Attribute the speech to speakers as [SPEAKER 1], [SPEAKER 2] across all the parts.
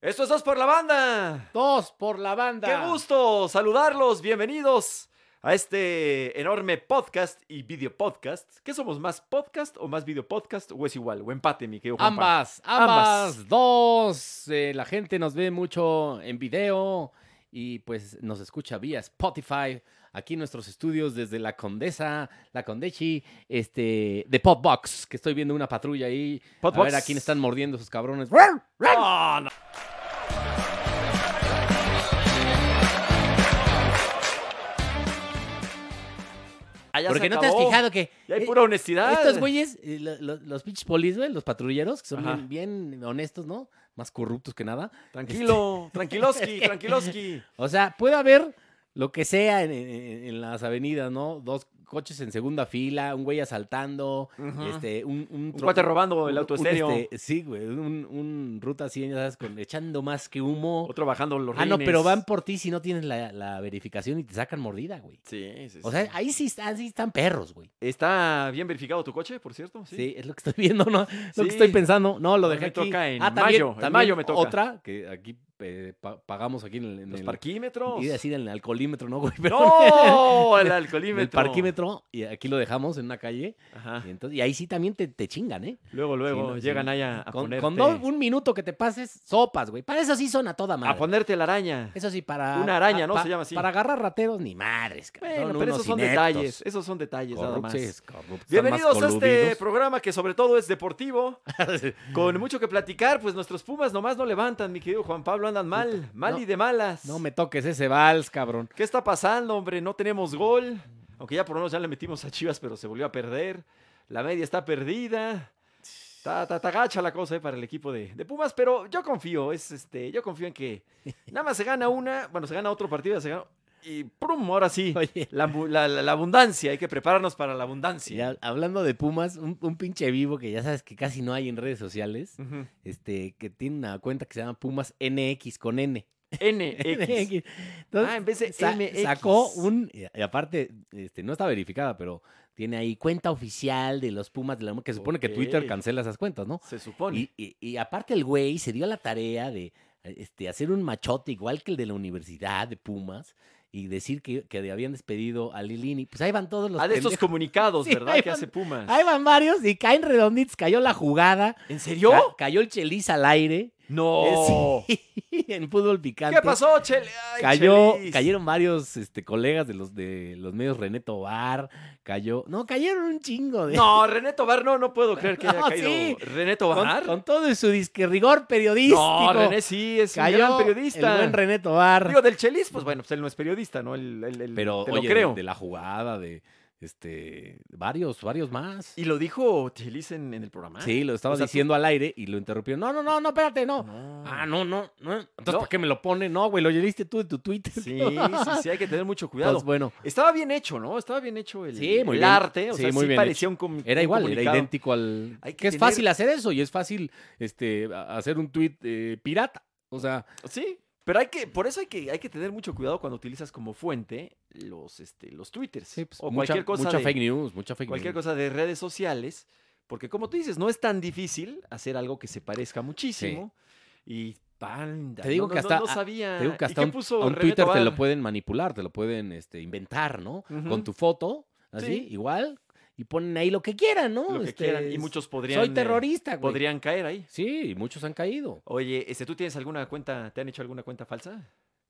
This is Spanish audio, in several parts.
[SPEAKER 1] Esto es Dos por la Banda.
[SPEAKER 2] Dos por la banda.
[SPEAKER 1] Qué gusto saludarlos. Bienvenidos a este enorme podcast y video podcast. ¿Qué somos más podcast o más video podcast o es igual o empate, mi querido Juanpa?
[SPEAKER 2] Ambas, ambas, dos. Eh, la gente nos ve mucho en video y pues nos escucha vía Spotify. Aquí en nuestros estudios desde la Condesa, la Condechi, este, de Podbox, que estoy viendo una patrulla ahí. A
[SPEAKER 1] Podbox.
[SPEAKER 2] ver a quién están mordiendo esos cabrones.
[SPEAKER 1] Ah, no. Ah, ya
[SPEAKER 2] Porque
[SPEAKER 1] se
[SPEAKER 2] no te has
[SPEAKER 1] acabó.
[SPEAKER 2] fijado que
[SPEAKER 1] Ya hay
[SPEAKER 2] eh,
[SPEAKER 1] pura honestidad.
[SPEAKER 2] estos güeyes, eh, lo- lo- los pinches polis, güey, los patrulleros, que son
[SPEAKER 1] Ajá.
[SPEAKER 2] bien, bien honestos, ¿no? Más corruptos que nada.
[SPEAKER 1] Tranquilo, tranquiloski, tranquiloski.
[SPEAKER 2] O sea, puede haber lo que sea en, en- en las avenidas, ¿no? Dos coches en segunda fila, un güey asaltando,
[SPEAKER 1] Ujú.
[SPEAKER 2] este, un, un,
[SPEAKER 1] Un
[SPEAKER 2] tro-
[SPEAKER 1] cuate robando el
[SPEAKER 2] un-
[SPEAKER 1] auto
[SPEAKER 2] un,
[SPEAKER 1] estéreo.
[SPEAKER 2] este, sí, güey, un, un ruta así, ya sabes, con, echando más que humo.
[SPEAKER 1] Otro bajando los
[SPEAKER 2] Ah, no,
[SPEAKER 1] rines.
[SPEAKER 2] pero van por ti si no tienes la, la verificación y te sacan mordida, güey.
[SPEAKER 1] Sí, sí,
[SPEAKER 2] O
[SPEAKER 1] sí.
[SPEAKER 2] sea, ahí sí están, sí están perros, güey.
[SPEAKER 1] ¿Está bien verificado tu coche, por cierto?
[SPEAKER 2] Sí. es lo que estoy viendo, ¿no? Es
[SPEAKER 1] Sí.
[SPEAKER 2] Lo que estoy pensando. No, lo
[SPEAKER 1] A mí
[SPEAKER 2] dejé
[SPEAKER 1] me
[SPEAKER 2] aquí.
[SPEAKER 1] toca en
[SPEAKER 2] ah, también,
[SPEAKER 1] mayo, en
[SPEAKER 2] también
[SPEAKER 1] mayo me toca.
[SPEAKER 2] otra que aquí eh, pa- pagamos aquí en el... en
[SPEAKER 1] Los
[SPEAKER 2] el-
[SPEAKER 1] parquímetros.
[SPEAKER 2] Iba a decir en el alcoholímetro, ¿no, güey? Pero
[SPEAKER 1] ¡No! El
[SPEAKER 2] en
[SPEAKER 1] alcoholímetro.
[SPEAKER 2] el parquímetro, y aquí lo dejamos en una calle.
[SPEAKER 1] Ajá.
[SPEAKER 2] Y, entonces, y ahí sí también te, te chingan, ¿eh?
[SPEAKER 1] Luego, luego
[SPEAKER 2] no, sí,
[SPEAKER 1] llegan
[SPEAKER 2] no.
[SPEAKER 1] ahí a, a
[SPEAKER 2] Con,
[SPEAKER 1] ponerte.
[SPEAKER 2] con dos- un minuto que te pases, sopas, güey. Para eso sí son a toda madre.
[SPEAKER 1] a ponerte la araña.
[SPEAKER 2] Eso sí, para.
[SPEAKER 1] Una araña,
[SPEAKER 2] a-
[SPEAKER 1] ¿no?
[SPEAKER 2] pa-
[SPEAKER 1] Se llama así.
[SPEAKER 2] Para agarrar rateros, ni madres, cabrón.
[SPEAKER 1] Bueno,
[SPEAKER 2] Son
[SPEAKER 1] pero
[SPEAKER 2] unos
[SPEAKER 1] esos son
[SPEAKER 2] ineptos,
[SPEAKER 1] detalles. Esos son detalles, nada más.
[SPEAKER 2] corruptos, corruptos, están más
[SPEAKER 1] Bienvenidos a este
[SPEAKER 2] coludidos.
[SPEAKER 1] programa que sobre todo es deportivo, con mucho que platicar, pues nuestros Pumas nomás no levantan, mi querido Juan Pablo, andan mal, mal
[SPEAKER 2] no,
[SPEAKER 1] y de malas.
[SPEAKER 2] no me toques ese vals, cabrón.
[SPEAKER 1] ¿Qué está pasando, hombre? No tenemos gol, aunque ya por lo menos ya le metimos a Chivas, pero se volvió a perder. La media está perdida. Está, está, está gacha la cosa eh, para el equipo de, de Pumas, pero yo confío, es este, yo confío en que nada más se gana una, bueno, se gana otro partido, se gana y prum, ahora sí.
[SPEAKER 2] Oye,
[SPEAKER 1] La, bu- la- la- la abundancia, hay que prepararnos para la abundancia.
[SPEAKER 2] ya hablando de Pumas, un, un pinche vivo que ya sabes que casi no hay en redes sociales.
[SPEAKER 1] Ujú.
[SPEAKER 2] este, que tiene una cuenta que se llama Pumas NX con N.
[SPEAKER 1] NX. Ah,
[SPEAKER 2] NX. Entonces,
[SPEAKER 1] en vez de
[SPEAKER 2] sa-
[SPEAKER 1] MX.
[SPEAKER 2] sacó un, y y aparte, este, no está verificada, pero tiene ahí cuenta oficial de los Pumas de la UNAM, que se supone que Twitter
[SPEAKER 1] Ok.
[SPEAKER 2] cancela esas cuentas, ¿no?
[SPEAKER 1] Se supone.
[SPEAKER 2] Y, y- y aparte el güey se dio a la tarea de este, hacer un machote igual que el de la universidad de Pumas y decir que, que habían despedido a Lilini. Pues ahí van todos los
[SPEAKER 1] ah, de estos
[SPEAKER 2] pendejos.
[SPEAKER 1] comunicados,
[SPEAKER 2] Sí,
[SPEAKER 1] ¿verdad?
[SPEAKER 2] ahí
[SPEAKER 1] Que
[SPEAKER 2] van-
[SPEAKER 1] hace Pumas.
[SPEAKER 2] Ahí van varios y caen redonditos. Cayó la jugada.
[SPEAKER 1] ¿En serio?
[SPEAKER 2] ca- cayó el cheliz al aire.
[SPEAKER 1] No.
[SPEAKER 2] Eh, sí, en fútbol picante.
[SPEAKER 1] Oh. ¿Qué pasó, Chel? Ay,
[SPEAKER 2] Cayó,
[SPEAKER 1] Chelis.
[SPEAKER 2] cayeron varios este, colegas de los de los medios René Tobar, cayó. No, cayeron un chingo de.
[SPEAKER 1] No, René Tobar, no, no puedo creer que haya
[SPEAKER 2] No,
[SPEAKER 1] caído.
[SPEAKER 2] sí.
[SPEAKER 1] ¿René
[SPEAKER 2] con,
[SPEAKER 1] Tobar?
[SPEAKER 2] con todo su disque rigor periodístico.
[SPEAKER 1] no, René sí, es un
[SPEAKER 2] cayó
[SPEAKER 1] gran periodista.
[SPEAKER 2] El buen René Tobar.
[SPEAKER 1] Digo, del Chelis, pues bueno, pues él no es periodista, ¿no? Él, él- él-
[SPEAKER 2] pero
[SPEAKER 1] te
[SPEAKER 2] oye,
[SPEAKER 1] lo
[SPEAKER 2] de-
[SPEAKER 1] creo.
[SPEAKER 2] De, la jugada, de este. varios, varios más.
[SPEAKER 1] ¿Y lo dijo Chelis en, en el programa?
[SPEAKER 2] sí, lo estaba
[SPEAKER 1] O sea, tú-
[SPEAKER 2] diciendo al aire y lo interrumpió. No, no, no, no, espérate, no.
[SPEAKER 1] No.
[SPEAKER 2] Ah, no, no, no. Entonces,
[SPEAKER 1] No.
[SPEAKER 2] ¿por qué me lo pone? No, güey, lo leíste tú de tu Twitter.
[SPEAKER 1] Sí,
[SPEAKER 2] ¿no?
[SPEAKER 1] sí, sí, hay que tener mucho cuidado.
[SPEAKER 2] Entonces, Pues, bueno.
[SPEAKER 1] Estaba bien hecho, ¿no? Estaba bien hecho el,
[SPEAKER 2] Sí, muy
[SPEAKER 1] el
[SPEAKER 2] bien.
[SPEAKER 1] arte. O
[SPEAKER 2] Sí,
[SPEAKER 1] sea,
[SPEAKER 2] muy
[SPEAKER 1] sí
[SPEAKER 2] bien
[SPEAKER 1] parecía un com-
[SPEAKER 2] Era
[SPEAKER 1] un
[SPEAKER 2] igual, era
[SPEAKER 1] comunicado.
[SPEAKER 2] idéntico al...
[SPEAKER 1] Hay
[SPEAKER 2] Que,
[SPEAKER 1] que
[SPEAKER 2] es
[SPEAKER 1] tener-
[SPEAKER 2] fácil hacer eso y es fácil este, a- hacer un tuit eh, pirata. O sea,
[SPEAKER 1] Sí, pero hay que, por eso hay que, hay que tener mucho cuidado cuando utilizas como fuente los, este, los twitters o
[SPEAKER 2] pues mucha,
[SPEAKER 1] cualquier cosa
[SPEAKER 2] mucha
[SPEAKER 1] de,
[SPEAKER 2] fake news, mucha fake
[SPEAKER 1] cualquier
[SPEAKER 2] news.
[SPEAKER 1] cosa de redes sociales, porque como tú dices, no es tan difícil hacer algo que se parezca muchísimo y panda,
[SPEAKER 2] Te
[SPEAKER 1] no-
[SPEAKER 2] digo que
[SPEAKER 1] no-
[SPEAKER 2] hasta-
[SPEAKER 1] no
[SPEAKER 2] a-
[SPEAKER 1] sabía.
[SPEAKER 2] Te digo que
[SPEAKER 1] ¿Y
[SPEAKER 2] hasta
[SPEAKER 1] qué
[SPEAKER 2] un,
[SPEAKER 1] puso
[SPEAKER 2] a un
[SPEAKER 1] René
[SPEAKER 2] Twitter te
[SPEAKER 1] Tobar?
[SPEAKER 2] lo pueden manipular, te lo pueden este, inventar, ¿no?
[SPEAKER 1] Ujú.
[SPEAKER 2] Con tu foto, así,
[SPEAKER 1] Sí.
[SPEAKER 2] igual, y ponen ahí lo que quieran, ¿no?
[SPEAKER 1] Lo que
[SPEAKER 2] Este,
[SPEAKER 1] quieran, y muchos podrían
[SPEAKER 2] Soy
[SPEAKER 1] eh,
[SPEAKER 2] terrorista, güey.
[SPEAKER 1] podrían caer ahí.
[SPEAKER 2] Sí, y muchos han caído.
[SPEAKER 1] Oye, este, ¿tú tienes alguna cuenta? ¿Te han hecho alguna cuenta falsa?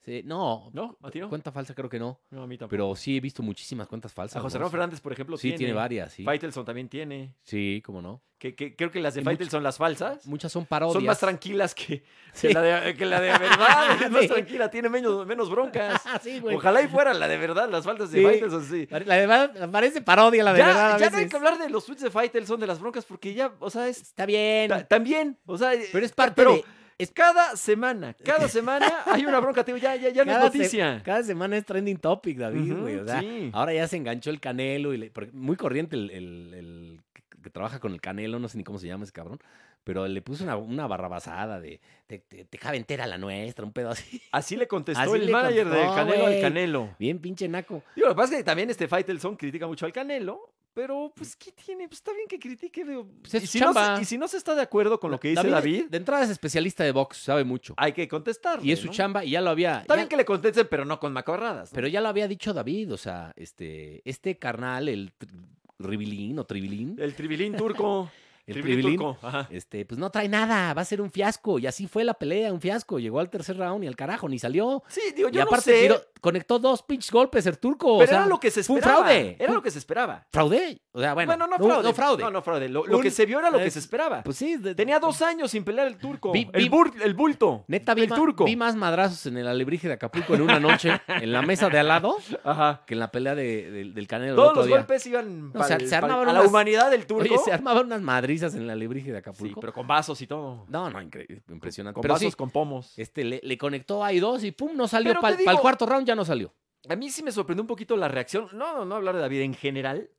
[SPEAKER 2] Sí, no,
[SPEAKER 1] ¿No? ¿A ti no?
[SPEAKER 2] cuenta falsa creo que no,
[SPEAKER 1] No, a mí tampoco.
[SPEAKER 2] pero sí he visto muchísimas cuentas falsas.
[SPEAKER 1] a José
[SPEAKER 2] ¿no?
[SPEAKER 1] Ramón Fernández, por ejemplo,
[SPEAKER 2] Sí,
[SPEAKER 1] tiene.
[SPEAKER 2] tiene varias, sí.
[SPEAKER 1] Faitelson también tiene.
[SPEAKER 2] Sí, cómo no.
[SPEAKER 1] Que, que- creo que las de
[SPEAKER 2] Y mucho-
[SPEAKER 1] Faitelson, las falsas,
[SPEAKER 2] Muchas son parodias.
[SPEAKER 1] son más tranquilas que,
[SPEAKER 2] Sí.
[SPEAKER 1] que la de, que la de verdad. es más
[SPEAKER 2] Sí.
[SPEAKER 1] tranquila, tiene menos, menos broncas.
[SPEAKER 2] Ah, sí, güey.
[SPEAKER 1] Ojalá y fuera la de verdad, las faltas de
[SPEAKER 2] Sí.
[SPEAKER 1] Faitelson, sí.
[SPEAKER 2] Pare- La verdad, parece parodia, la de
[SPEAKER 1] ya,
[SPEAKER 2] verdad.
[SPEAKER 1] ya
[SPEAKER 2] a
[SPEAKER 1] no hay
[SPEAKER 2] veces.
[SPEAKER 1] que hablar de los tweets de Faitelson, de las broncas, porque ya, o sea, es
[SPEAKER 2] Está bien.
[SPEAKER 1] ta- también, o sea, eh,
[SPEAKER 2] pero es parte
[SPEAKER 1] pero
[SPEAKER 2] de. es-
[SPEAKER 1] cada semana, cada semana hay una bronca, te digo, ya, ya, ya no es
[SPEAKER 2] cada se-
[SPEAKER 1] noticia.
[SPEAKER 2] cada semana es trending topic, David,
[SPEAKER 1] Ujú,
[SPEAKER 2] güey. o sea,
[SPEAKER 1] sí.
[SPEAKER 2] ahora ya se enganchó el canelo. Y le- porque muy corriente el, el- el que- que trabaja con el canelo, no sé ni cómo se llama ese cabrón. Pero le puso una, una barrabasada de te, te- te cabe entera la nuestra, un pedo así.
[SPEAKER 1] Así le contestó
[SPEAKER 2] Así
[SPEAKER 1] el
[SPEAKER 2] le
[SPEAKER 1] manager de
[SPEAKER 2] contestó,
[SPEAKER 1] Canelo al
[SPEAKER 2] güey.
[SPEAKER 1] Canelo.
[SPEAKER 2] Bien pinche naco.
[SPEAKER 1] Digo, lo que pasa es que también este Faitelson critica mucho al Canelo, Pero, pues, ¿qué tiene? Pues, está bien que critique. digo,
[SPEAKER 2] Pues, es
[SPEAKER 1] y,
[SPEAKER 2] su
[SPEAKER 1] si no se-
[SPEAKER 2] chamba.
[SPEAKER 1] y si no se está de acuerdo con lo que dice David,
[SPEAKER 2] De entrada es especialista de box, sabe mucho.
[SPEAKER 1] hay que contestar.
[SPEAKER 2] y es su chamba y ya lo había.
[SPEAKER 1] Está
[SPEAKER 2] ya-
[SPEAKER 1] bien que le contesten, pero no con macarradas. ¿no?
[SPEAKER 2] Pero ya lo había dicho David, o sea, este, este carnal, el tri- Ribilín o Tribilín,
[SPEAKER 1] El tribilín turco.
[SPEAKER 2] el
[SPEAKER 1] tribilín,
[SPEAKER 2] Tribilín,
[SPEAKER 1] turco. Ajá.
[SPEAKER 2] este, pues no trae nada, va a ser un fiasco. Y así fue la pelea, un fiasco. Llegó al tercer round y al carajo, ni salió.
[SPEAKER 1] Sí, digo, yo
[SPEAKER 2] y
[SPEAKER 1] no
[SPEAKER 2] aparte
[SPEAKER 1] sé,
[SPEAKER 2] tiró- conectó dos pinches golpes el turco.
[SPEAKER 1] pero
[SPEAKER 2] o sea,
[SPEAKER 1] era lo que se
[SPEAKER 2] fue un
[SPEAKER 1] esperaba.
[SPEAKER 2] fraude.
[SPEAKER 1] Era
[SPEAKER 2] Fue-
[SPEAKER 1] lo que se esperaba.
[SPEAKER 2] ¿Fraude? O sea, bueno.
[SPEAKER 1] Bueno, no fraude.
[SPEAKER 2] No fraude.
[SPEAKER 1] No, no fraude. Lo, lo
[SPEAKER 2] Un-
[SPEAKER 1] que se vio era lo que
[SPEAKER 2] es-
[SPEAKER 1] se esperaba.
[SPEAKER 2] Pues sí, de-
[SPEAKER 1] Tenía dos años sin pelear el turco.
[SPEAKER 2] Vi- vi-
[SPEAKER 1] el, bur- el bulto.
[SPEAKER 2] Neta, vi,
[SPEAKER 1] el
[SPEAKER 2] ma-
[SPEAKER 1] turco.
[SPEAKER 2] vi más madrazos en el alebrije de Acapulco en una noche, en la mesa de al lado,
[SPEAKER 1] Ajá.
[SPEAKER 2] que en la pelea de- del- del Canelo. el
[SPEAKER 1] Todos
[SPEAKER 2] otro
[SPEAKER 1] los
[SPEAKER 2] día.
[SPEAKER 1] golpes iban
[SPEAKER 2] No,
[SPEAKER 1] pa'l-
[SPEAKER 2] se- se
[SPEAKER 1] pa'l-
[SPEAKER 2] armaban
[SPEAKER 1] a la
[SPEAKER 2] unas-
[SPEAKER 1] humanidad del turco.
[SPEAKER 2] Oye, se armaban unas madrizas en el alebrije
[SPEAKER 1] sí,
[SPEAKER 2] de Acapulco.
[SPEAKER 1] pero con vasos y todo.
[SPEAKER 2] No, no, increíble, impresionante.
[SPEAKER 1] Con
[SPEAKER 2] Pero
[SPEAKER 1] vasos,
[SPEAKER 2] sí,
[SPEAKER 1] con pomos.
[SPEAKER 2] este, le, le conectó ahí dos y pum, no salió.
[SPEAKER 1] Pero
[SPEAKER 2] Para
[SPEAKER 1] te digo-
[SPEAKER 2] el cuarto round ya no salió.
[SPEAKER 1] A mí sí me sorprendió un poquito la reacción. No, no, no hablar de David en general.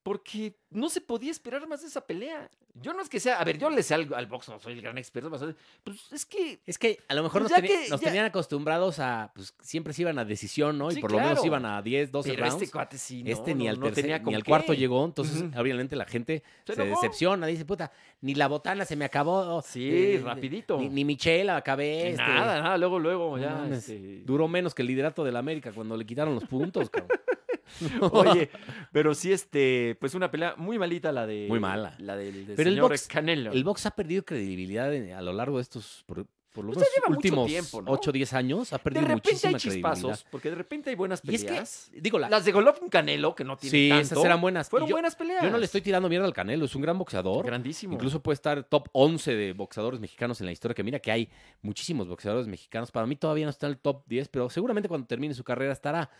[SPEAKER 1] Porque no se podía esperar más de esa pelea. Yo no es que sea. A ver, yo le sé al, al box, no soy el gran experto. pero Pues es que.
[SPEAKER 2] Es que a lo mejor
[SPEAKER 1] Pues
[SPEAKER 2] nos,
[SPEAKER 1] ya
[SPEAKER 2] teni-
[SPEAKER 1] que-
[SPEAKER 2] nos
[SPEAKER 1] ya-
[SPEAKER 2] tenían acostumbrados a, pues siempre se iban a decisión, ¿no? Y
[SPEAKER 1] Sí,
[SPEAKER 2] por lo menos
[SPEAKER 1] claro.
[SPEAKER 2] iban a 10, 12
[SPEAKER 1] Pero
[SPEAKER 2] rounds.
[SPEAKER 1] este
[SPEAKER 2] Este,
[SPEAKER 1] cuate sí. No,
[SPEAKER 2] ni
[SPEAKER 1] no-
[SPEAKER 2] al,
[SPEAKER 1] no
[SPEAKER 2] tercer-
[SPEAKER 1] tenía con
[SPEAKER 2] ni al
[SPEAKER 1] qué.
[SPEAKER 2] cuarto llegó, entonces
[SPEAKER 1] Ujú.
[SPEAKER 2] obviamente la gente se,
[SPEAKER 1] Se enojó.
[SPEAKER 2] decepciona, dice, puta, ni la botana se me acabó.
[SPEAKER 1] Sí,
[SPEAKER 2] eh,
[SPEAKER 1] rapidito.
[SPEAKER 2] Ni, ni Michela acabé.
[SPEAKER 1] Ni
[SPEAKER 2] este,
[SPEAKER 1] Nada, nada. Luego, luego,
[SPEAKER 2] No
[SPEAKER 1] ya.
[SPEAKER 2] mames.
[SPEAKER 1] este,
[SPEAKER 2] Duró menos que el liderato de la América cuando le quitaron los puntos, cabrón.
[SPEAKER 1] Oye, pero sí, este, pues una pelea muy malita la de.
[SPEAKER 2] Muy mala.
[SPEAKER 1] La del, del
[SPEAKER 2] Pero el
[SPEAKER 1] señor
[SPEAKER 2] box-
[SPEAKER 1] Canelo.
[SPEAKER 2] El box ha perdido credibilidad en- a lo largo de estos, por, por lo
[SPEAKER 1] Pues ya
[SPEAKER 2] menos
[SPEAKER 1] lleva mucho
[SPEAKER 2] últimos
[SPEAKER 1] tiempo, ¿no?
[SPEAKER 2] 8 o 10 años, ha
[SPEAKER 1] de
[SPEAKER 2] perdido
[SPEAKER 1] repente hay
[SPEAKER 2] muchísima
[SPEAKER 1] chispazos,
[SPEAKER 2] credibilidad.
[SPEAKER 1] porque de repente hay buenas
[SPEAKER 2] Y
[SPEAKER 1] peleas.
[SPEAKER 2] es que, digo, la,
[SPEAKER 1] Las de Golovkin Canelo, que no tiene
[SPEAKER 2] sí,
[SPEAKER 1] tanto.
[SPEAKER 2] esas eran buenas. Y
[SPEAKER 1] Fueron
[SPEAKER 2] yo,
[SPEAKER 1] buenas peleas.
[SPEAKER 2] yo no le estoy tirando mierda al Canelo, es un gran boxeador.
[SPEAKER 1] Grandísimo.
[SPEAKER 2] Incluso puede estar top 11 de boxeadores mexicanos en la historia, que mira que hay muchísimos boxeadores mexicanos. Para mí todavía no está en el top 10, pero seguramente cuando termine su carrera estará.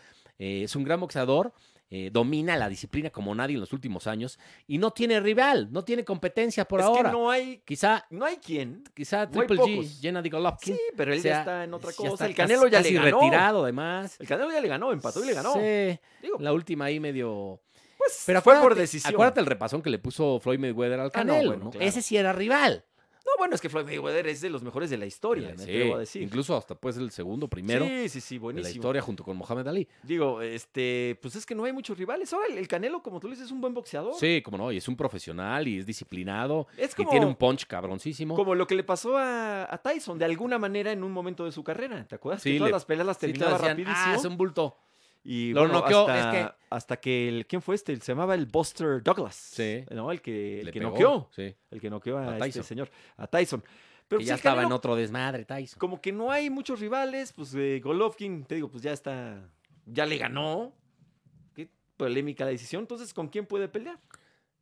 [SPEAKER 2] Eh, es un gran boxeador, eh, domina la disciplina como nadie en los últimos años y no tiene rival, no tiene competencia por
[SPEAKER 1] es
[SPEAKER 2] ahora.
[SPEAKER 1] que no hay,
[SPEAKER 2] Quizá,
[SPEAKER 1] no hay quien.
[SPEAKER 2] quizá
[SPEAKER 1] No hay
[SPEAKER 2] Triple
[SPEAKER 1] pocos.
[SPEAKER 2] G, Gennady Golovkin.
[SPEAKER 1] Sí, pero él
[SPEAKER 2] sea,
[SPEAKER 1] ya está en otra
[SPEAKER 2] ya
[SPEAKER 1] cosa.
[SPEAKER 2] está
[SPEAKER 1] el Canelo ya
[SPEAKER 2] casi
[SPEAKER 1] le ganó.
[SPEAKER 2] retirado, además.
[SPEAKER 1] El Canelo ya le ganó, empató y le ganó.
[SPEAKER 2] Sí,
[SPEAKER 1] Digo,
[SPEAKER 2] la última ahí medio.
[SPEAKER 1] pues
[SPEAKER 2] Pero
[SPEAKER 1] fue por
[SPEAKER 2] acuérdate-
[SPEAKER 1] decisión.
[SPEAKER 2] Acuérdate el repasón que le puso Floyd Mayweather al
[SPEAKER 1] Ah, no,
[SPEAKER 2] Canelo.
[SPEAKER 1] bueno,
[SPEAKER 2] ¿no?
[SPEAKER 1] claro.
[SPEAKER 2] Ese sí era rival.
[SPEAKER 1] No, bueno, es que Floyd Mayweather es de los mejores de la historia, me
[SPEAKER 2] Eh, Sí,
[SPEAKER 1] atrevo a decir.
[SPEAKER 2] Incluso hasta pues el segundo primero
[SPEAKER 1] sí, sí, sí,
[SPEAKER 2] de la
[SPEAKER 1] buenísimo.
[SPEAKER 2] historia junto con Mohamed Ali.
[SPEAKER 1] Digo, este, pues es que no hay muchos rivales. Ahora el, el Canelo, como tú le dices, es un buen boxeador.
[SPEAKER 2] Sí, como no, y es un profesional y es disciplinado
[SPEAKER 1] Oh. Es como,
[SPEAKER 2] y tiene un punch cabroncísimo.
[SPEAKER 1] como lo que le pasó a, a Tyson, de alguna manera, en un momento de su carrera. ¿Te acuerdas?
[SPEAKER 2] Sí,
[SPEAKER 1] que todas
[SPEAKER 2] le-
[SPEAKER 1] las peleas las
[SPEAKER 2] Sí, todos
[SPEAKER 1] terminaba
[SPEAKER 2] decían,
[SPEAKER 1] rapidísimo.
[SPEAKER 2] ah, es un bulto.
[SPEAKER 1] Y
[SPEAKER 2] Lo
[SPEAKER 1] bueno,
[SPEAKER 2] noqueó,
[SPEAKER 1] hasta,
[SPEAKER 2] es que-
[SPEAKER 1] hasta que el, ¿quién fue este? Se llamaba el Buster Douglas.
[SPEAKER 2] Sí.
[SPEAKER 1] ¿No? El que, el
[SPEAKER 2] Le
[SPEAKER 1] que
[SPEAKER 2] pegó,
[SPEAKER 1] noqueó.
[SPEAKER 2] Sí.
[SPEAKER 1] El que noqueó
[SPEAKER 2] A
[SPEAKER 1] a, este
[SPEAKER 2] Tyson.
[SPEAKER 1] señor, a Tyson. Pero
[SPEAKER 2] que
[SPEAKER 1] sí,
[SPEAKER 2] ya
[SPEAKER 1] el
[SPEAKER 2] estaba en
[SPEAKER 1] Canelo,
[SPEAKER 2] otro desmadre, Tyson.
[SPEAKER 1] como que no hay muchos rivales, pues eh, Golovkin, te digo, pues ya está, ya le ganó. Qué polémica la decisión. Entonces, ¿con quién puede pelear?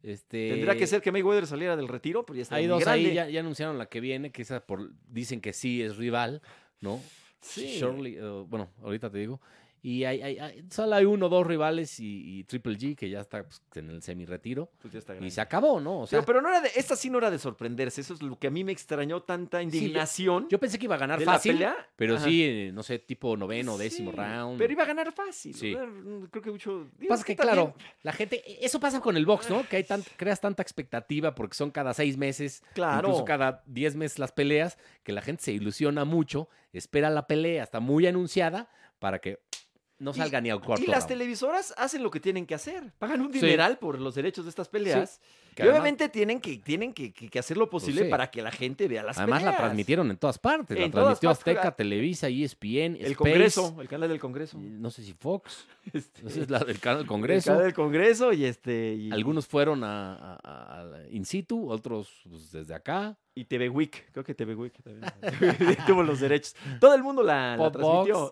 [SPEAKER 2] Este,
[SPEAKER 1] Tendrá que ser que Mayweather saliera del retiro, pero ya está.
[SPEAKER 2] Hay
[SPEAKER 1] muy
[SPEAKER 2] dos
[SPEAKER 1] grande.
[SPEAKER 2] ahí, ya, ya anunciaron la que viene, que esa por, dicen que sí es rival, ¿no?
[SPEAKER 1] Sí.
[SPEAKER 2] Shirley, eh, bueno, ahorita te digo. Y hay, hay- hay- solo hay uno o dos rivales y, y Triple G, que ya está pues, en el semi-retiro.
[SPEAKER 1] Pues ya está grande.
[SPEAKER 2] Y se acabó, ¿no? O sea,
[SPEAKER 1] Digo, pero no era de, esta sí no era de sorprenderse. Eso es lo que a mí me extrañó tanta
[SPEAKER 2] yo-
[SPEAKER 1] indignación
[SPEAKER 2] yo pensé que iba a ganar
[SPEAKER 1] de
[SPEAKER 2] fácil.
[SPEAKER 1] la pelea.
[SPEAKER 2] Pero
[SPEAKER 1] Ajá.
[SPEAKER 2] sí, eh, no sé, tipo noveno,
[SPEAKER 1] Sí,
[SPEAKER 2] décimo round.
[SPEAKER 1] Pero iba a ganar fácil.
[SPEAKER 2] Sí.
[SPEAKER 1] ¿verdad? Creo que mucho. digo,
[SPEAKER 2] Pasa
[SPEAKER 1] es
[SPEAKER 2] que,
[SPEAKER 1] también-
[SPEAKER 2] claro, la gente, eso pasa con el box, ¿no? Que hay tan- creas tanta expectativa porque son cada seis meses,
[SPEAKER 1] Claro.
[SPEAKER 2] incluso cada diez meses las peleas, que la gente se ilusiona mucho, espera la pelea, está muy anunciada para que no
[SPEAKER 1] Y-
[SPEAKER 2] salga ni al cuarto.
[SPEAKER 1] y las
[SPEAKER 2] round.
[SPEAKER 1] televisoras hacen lo que tienen que hacer. Pagan un
[SPEAKER 2] Sí.
[SPEAKER 1] dineral por los derechos de estas peleas.
[SPEAKER 2] Que
[SPEAKER 1] y
[SPEAKER 2] además- Pues
[SPEAKER 1] obviamente tienen que, tienen que, que- que hacer lo posible
[SPEAKER 2] sí.
[SPEAKER 1] para que la gente vea las
[SPEAKER 2] Además
[SPEAKER 1] peleas.
[SPEAKER 2] la transmitieron en todas partes, la
[SPEAKER 1] En todas
[SPEAKER 2] transmitió
[SPEAKER 1] partes,
[SPEAKER 2] Azteca,
[SPEAKER 1] claro.
[SPEAKER 2] Televisa, E ESPN,
[SPEAKER 1] El
[SPEAKER 2] Space,
[SPEAKER 1] Congreso, el canal del Congreso.
[SPEAKER 2] no sé si Fox,
[SPEAKER 1] Este,
[SPEAKER 2] no sé, es la del canal del
[SPEAKER 1] El
[SPEAKER 2] Congreso.
[SPEAKER 1] canal del Congreso y este. Y,
[SPEAKER 2] Algunos fueron a, a- a- a la- in situ, otros pues, desde acá.
[SPEAKER 1] y TV Week. Creo que TV Week también. Tuvo los derechos. Todo el mundo la, la
[SPEAKER 2] Podbox.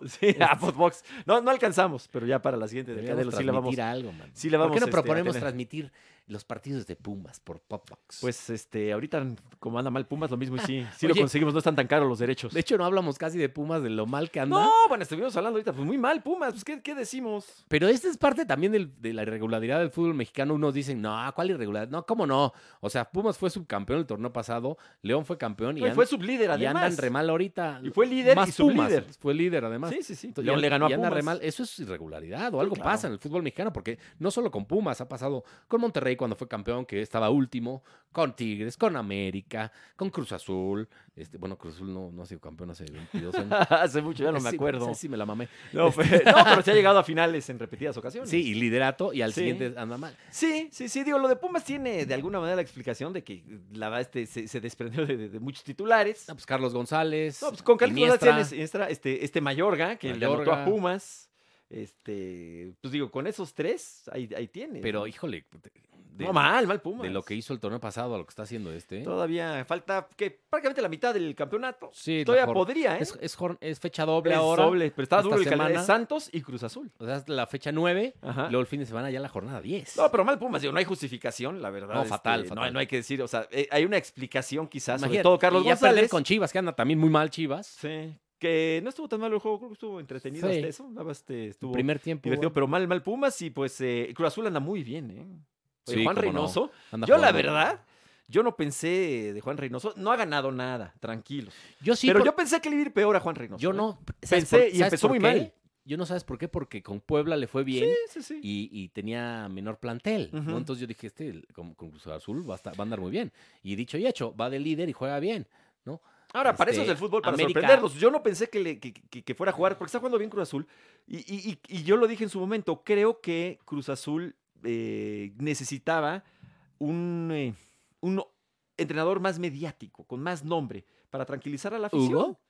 [SPEAKER 1] transmitió. Sí, a Podbox. No, no alcanzamos, pero ya para la siguiente del
[SPEAKER 2] Deberíamos
[SPEAKER 1] Canelo sí la vamos.
[SPEAKER 2] transmitir algo, man.
[SPEAKER 1] sí la vamos,
[SPEAKER 2] ¿Por qué no
[SPEAKER 1] este, a
[SPEAKER 2] proponemos
[SPEAKER 1] tener.
[SPEAKER 2] transmitir los partidos de Pumas por Popbox?
[SPEAKER 1] Pues este, ahorita como anda mal Pumas, lo mismo y sí, sí
[SPEAKER 2] Oye.
[SPEAKER 1] lo conseguimos, no están tan caros los derechos.
[SPEAKER 2] de hecho, no hablamos casi de Pumas, de lo mal que anda.
[SPEAKER 1] no, bueno, estuvimos hablando ahorita, pues muy mal Pumas, pues ¿qué, qué decimos?
[SPEAKER 2] Pero esta es parte también del- de la irregularidad del fútbol mexicano. Unos dicen, no, ¿cuál irregularidad? No, ¿cómo no? O sea, Pumas fue subcampeón el torneo pasado, León fue campeón y,
[SPEAKER 1] No, y
[SPEAKER 2] an-
[SPEAKER 1] fue sublíder
[SPEAKER 2] y
[SPEAKER 1] además.
[SPEAKER 2] andan re mal ahorita.
[SPEAKER 1] Y fue líder
[SPEAKER 2] Más
[SPEAKER 1] y
[SPEAKER 2] Pumas.
[SPEAKER 1] sublíder.
[SPEAKER 2] Fue líder además.
[SPEAKER 1] Sí, sí, sí.
[SPEAKER 2] Entonces,
[SPEAKER 1] León
[SPEAKER 2] y-
[SPEAKER 1] le ganó
[SPEAKER 2] y
[SPEAKER 1] a
[SPEAKER 2] anda
[SPEAKER 1] Pumas.
[SPEAKER 2] re mal. Eso es irregularidad o algo
[SPEAKER 1] claro.
[SPEAKER 2] pasa en el fútbol mexicano porque no solo con Pumas ha pasado con Monterrey, Monterrey cuando fue campeón, que estaba último, con Tigres, con América, con Cruz Azul. Este, bueno, Cruz Azul no, no ha sido campeón hace 22 años.
[SPEAKER 1] Hace mucho ya no me
[SPEAKER 2] Sí,
[SPEAKER 1] acuerdo.
[SPEAKER 2] Sí, sí, me la mamé.
[SPEAKER 1] No, fue- no, pero se ha llegado a finales en repetidas ocasiones.
[SPEAKER 2] Sí, y liderato, y al
[SPEAKER 1] Sí.
[SPEAKER 2] siguiente anda mal.
[SPEAKER 1] Sí, sí, sí, digo, lo de Pumas tiene de alguna manera la explicación de que la verdad este, se, se desprendió de, de- de muchos titulares.
[SPEAKER 2] No, pues Carlos González.
[SPEAKER 1] No, pues con Carlos González tienes-
[SPEAKER 2] Iniestra.
[SPEAKER 1] Iniestra, este, este Mayorga, que le anotó
[SPEAKER 2] Mayorga.
[SPEAKER 1] a Pumas. Este, pues digo, con esos tres, ahí, ahí tienes.
[SPEAKER 2] Pero, híjole, de,
[SPEAKER 1] no, mal, mal Pumas.
[SPEAKER 2] de lo que hizo el torneo pasado a lo que está haciendo este.
[SPEAKER 1] Todavía falta que prácticamente la mitad del campeonato.
[SPEAKER 2] Sí, la
[SPEAKER 1] Todavía
[SPEAKER 2] jor-
[SPEAKER 1] podría, ¿eh?
[SPEAKER 2] Es, es jorn- es fecha doble
[SPEAKER 1] Es
[SPEAKER 2] ahora.
[SPEAKER 1] doble, pero está
[SPEAKER 2] esta
[SPEAKER 1] duro el calendario.
[SPEAKER 2] semana.
[SPEAKER 1] es Santos y Cruz Azul.
[SPEAKER 2] O sea, es la fecha 9.
[SPEAKER 1] Ajá.
[SPEAKER 2] Y luego el fin de semana ya la jornada 10.
[SPEAKER 1] No, pero mal Pumas, digo, no hay justificación, la verdad. este,
[SPEAKER 2] No, fatal,
[SPEAKER 1] no,
[SPEAKER 2] fatal.
[SPEAKER 1] No, hay que decir, o sea, eh, hay una explicación quizás, sobre
[SPEAKER 2] Imagínate,
[SPEAKER 1] todo Carlos
[SPEAKER 2] y ya
[SPEAKER 1] González.
[SPEAKER 2] perder con Chivas, que anda también muy mal Chivas.
[SPEAKER 1] Sí, que no estuvo tan mal el juego, creo que estuvo entretenido
[SPEAKER 2] Sí.
[SPEAKER 1] hasta eso, nada más este, estuvo
[SPEAKER 2] Primer tiempo.
[SPEAKER 1] divertido,
[SPEAKER 2] bueno,
[SPEAKER 1] pero mal, mal Pumas y pues eh, Cruz Azul anda muy bien, ¿eh? Oye,
[SPEAKER 2] Sí,
[SPEAKER 1] Juan
[SPEAKER 2] cómo no.
[SPEAKER 1] Reynoso,
[SPEAKER 2] anda
[SPEAKER 1] yo la
[SPEAKER 2] jugando.
[SPEAKER 1] verdad, yo no pensé de Juan Reynoso, no ha ganado nada, tranquilo.
[SPEAKER 2] Yo sí,
[SPEAKER 1] pero
[SPEAKER 2] por-
[SPEAKER 1] yo pensé que le iba a ir peor a Juan Reynoso.
[SPEAKER 2] yo
[SPEAKER 1] ¿eh?
[SPEAKER 2] no.
[SPEAKER 1] Pensé y empezó muy
[SPEAKER 2] qué?
[SPEAKER 1] mal.
[SPEAKER 2] Yo no sabes por qué, porque con Puebla le fue bien.
[SPEAKER 1] Sí, sí, sí.
[SPEAKER 2] Y, y tenía menor plantel, ¿no?
[SPEAKER 1] Ujú.
[SPEAKER 2] Entonces yo dije, este con, con Cruz Azul va a, estar- va a andar muy bien. Y dicho y hecho, va de líder y juega bien.
[SPEAKER 1] Ahora, para eso es
[SPEAKER 2] este,
[SPEAKER 1] el fútbol, para
[SPEAKER 2] América-
[SPEAKER 1] sorprendernos. Yo no pensé que, le- que- que- que fuera a jugar, porque está jugando bien Cruz Azul. Y, y- y- y yo lo dije en su momento, creo que Cruz Azul eh, necesitaba un, eh, un entrenador más mediático, con más nombre, para tranquilizar a la afición.
[SPEAKER 2] ¿Hugo?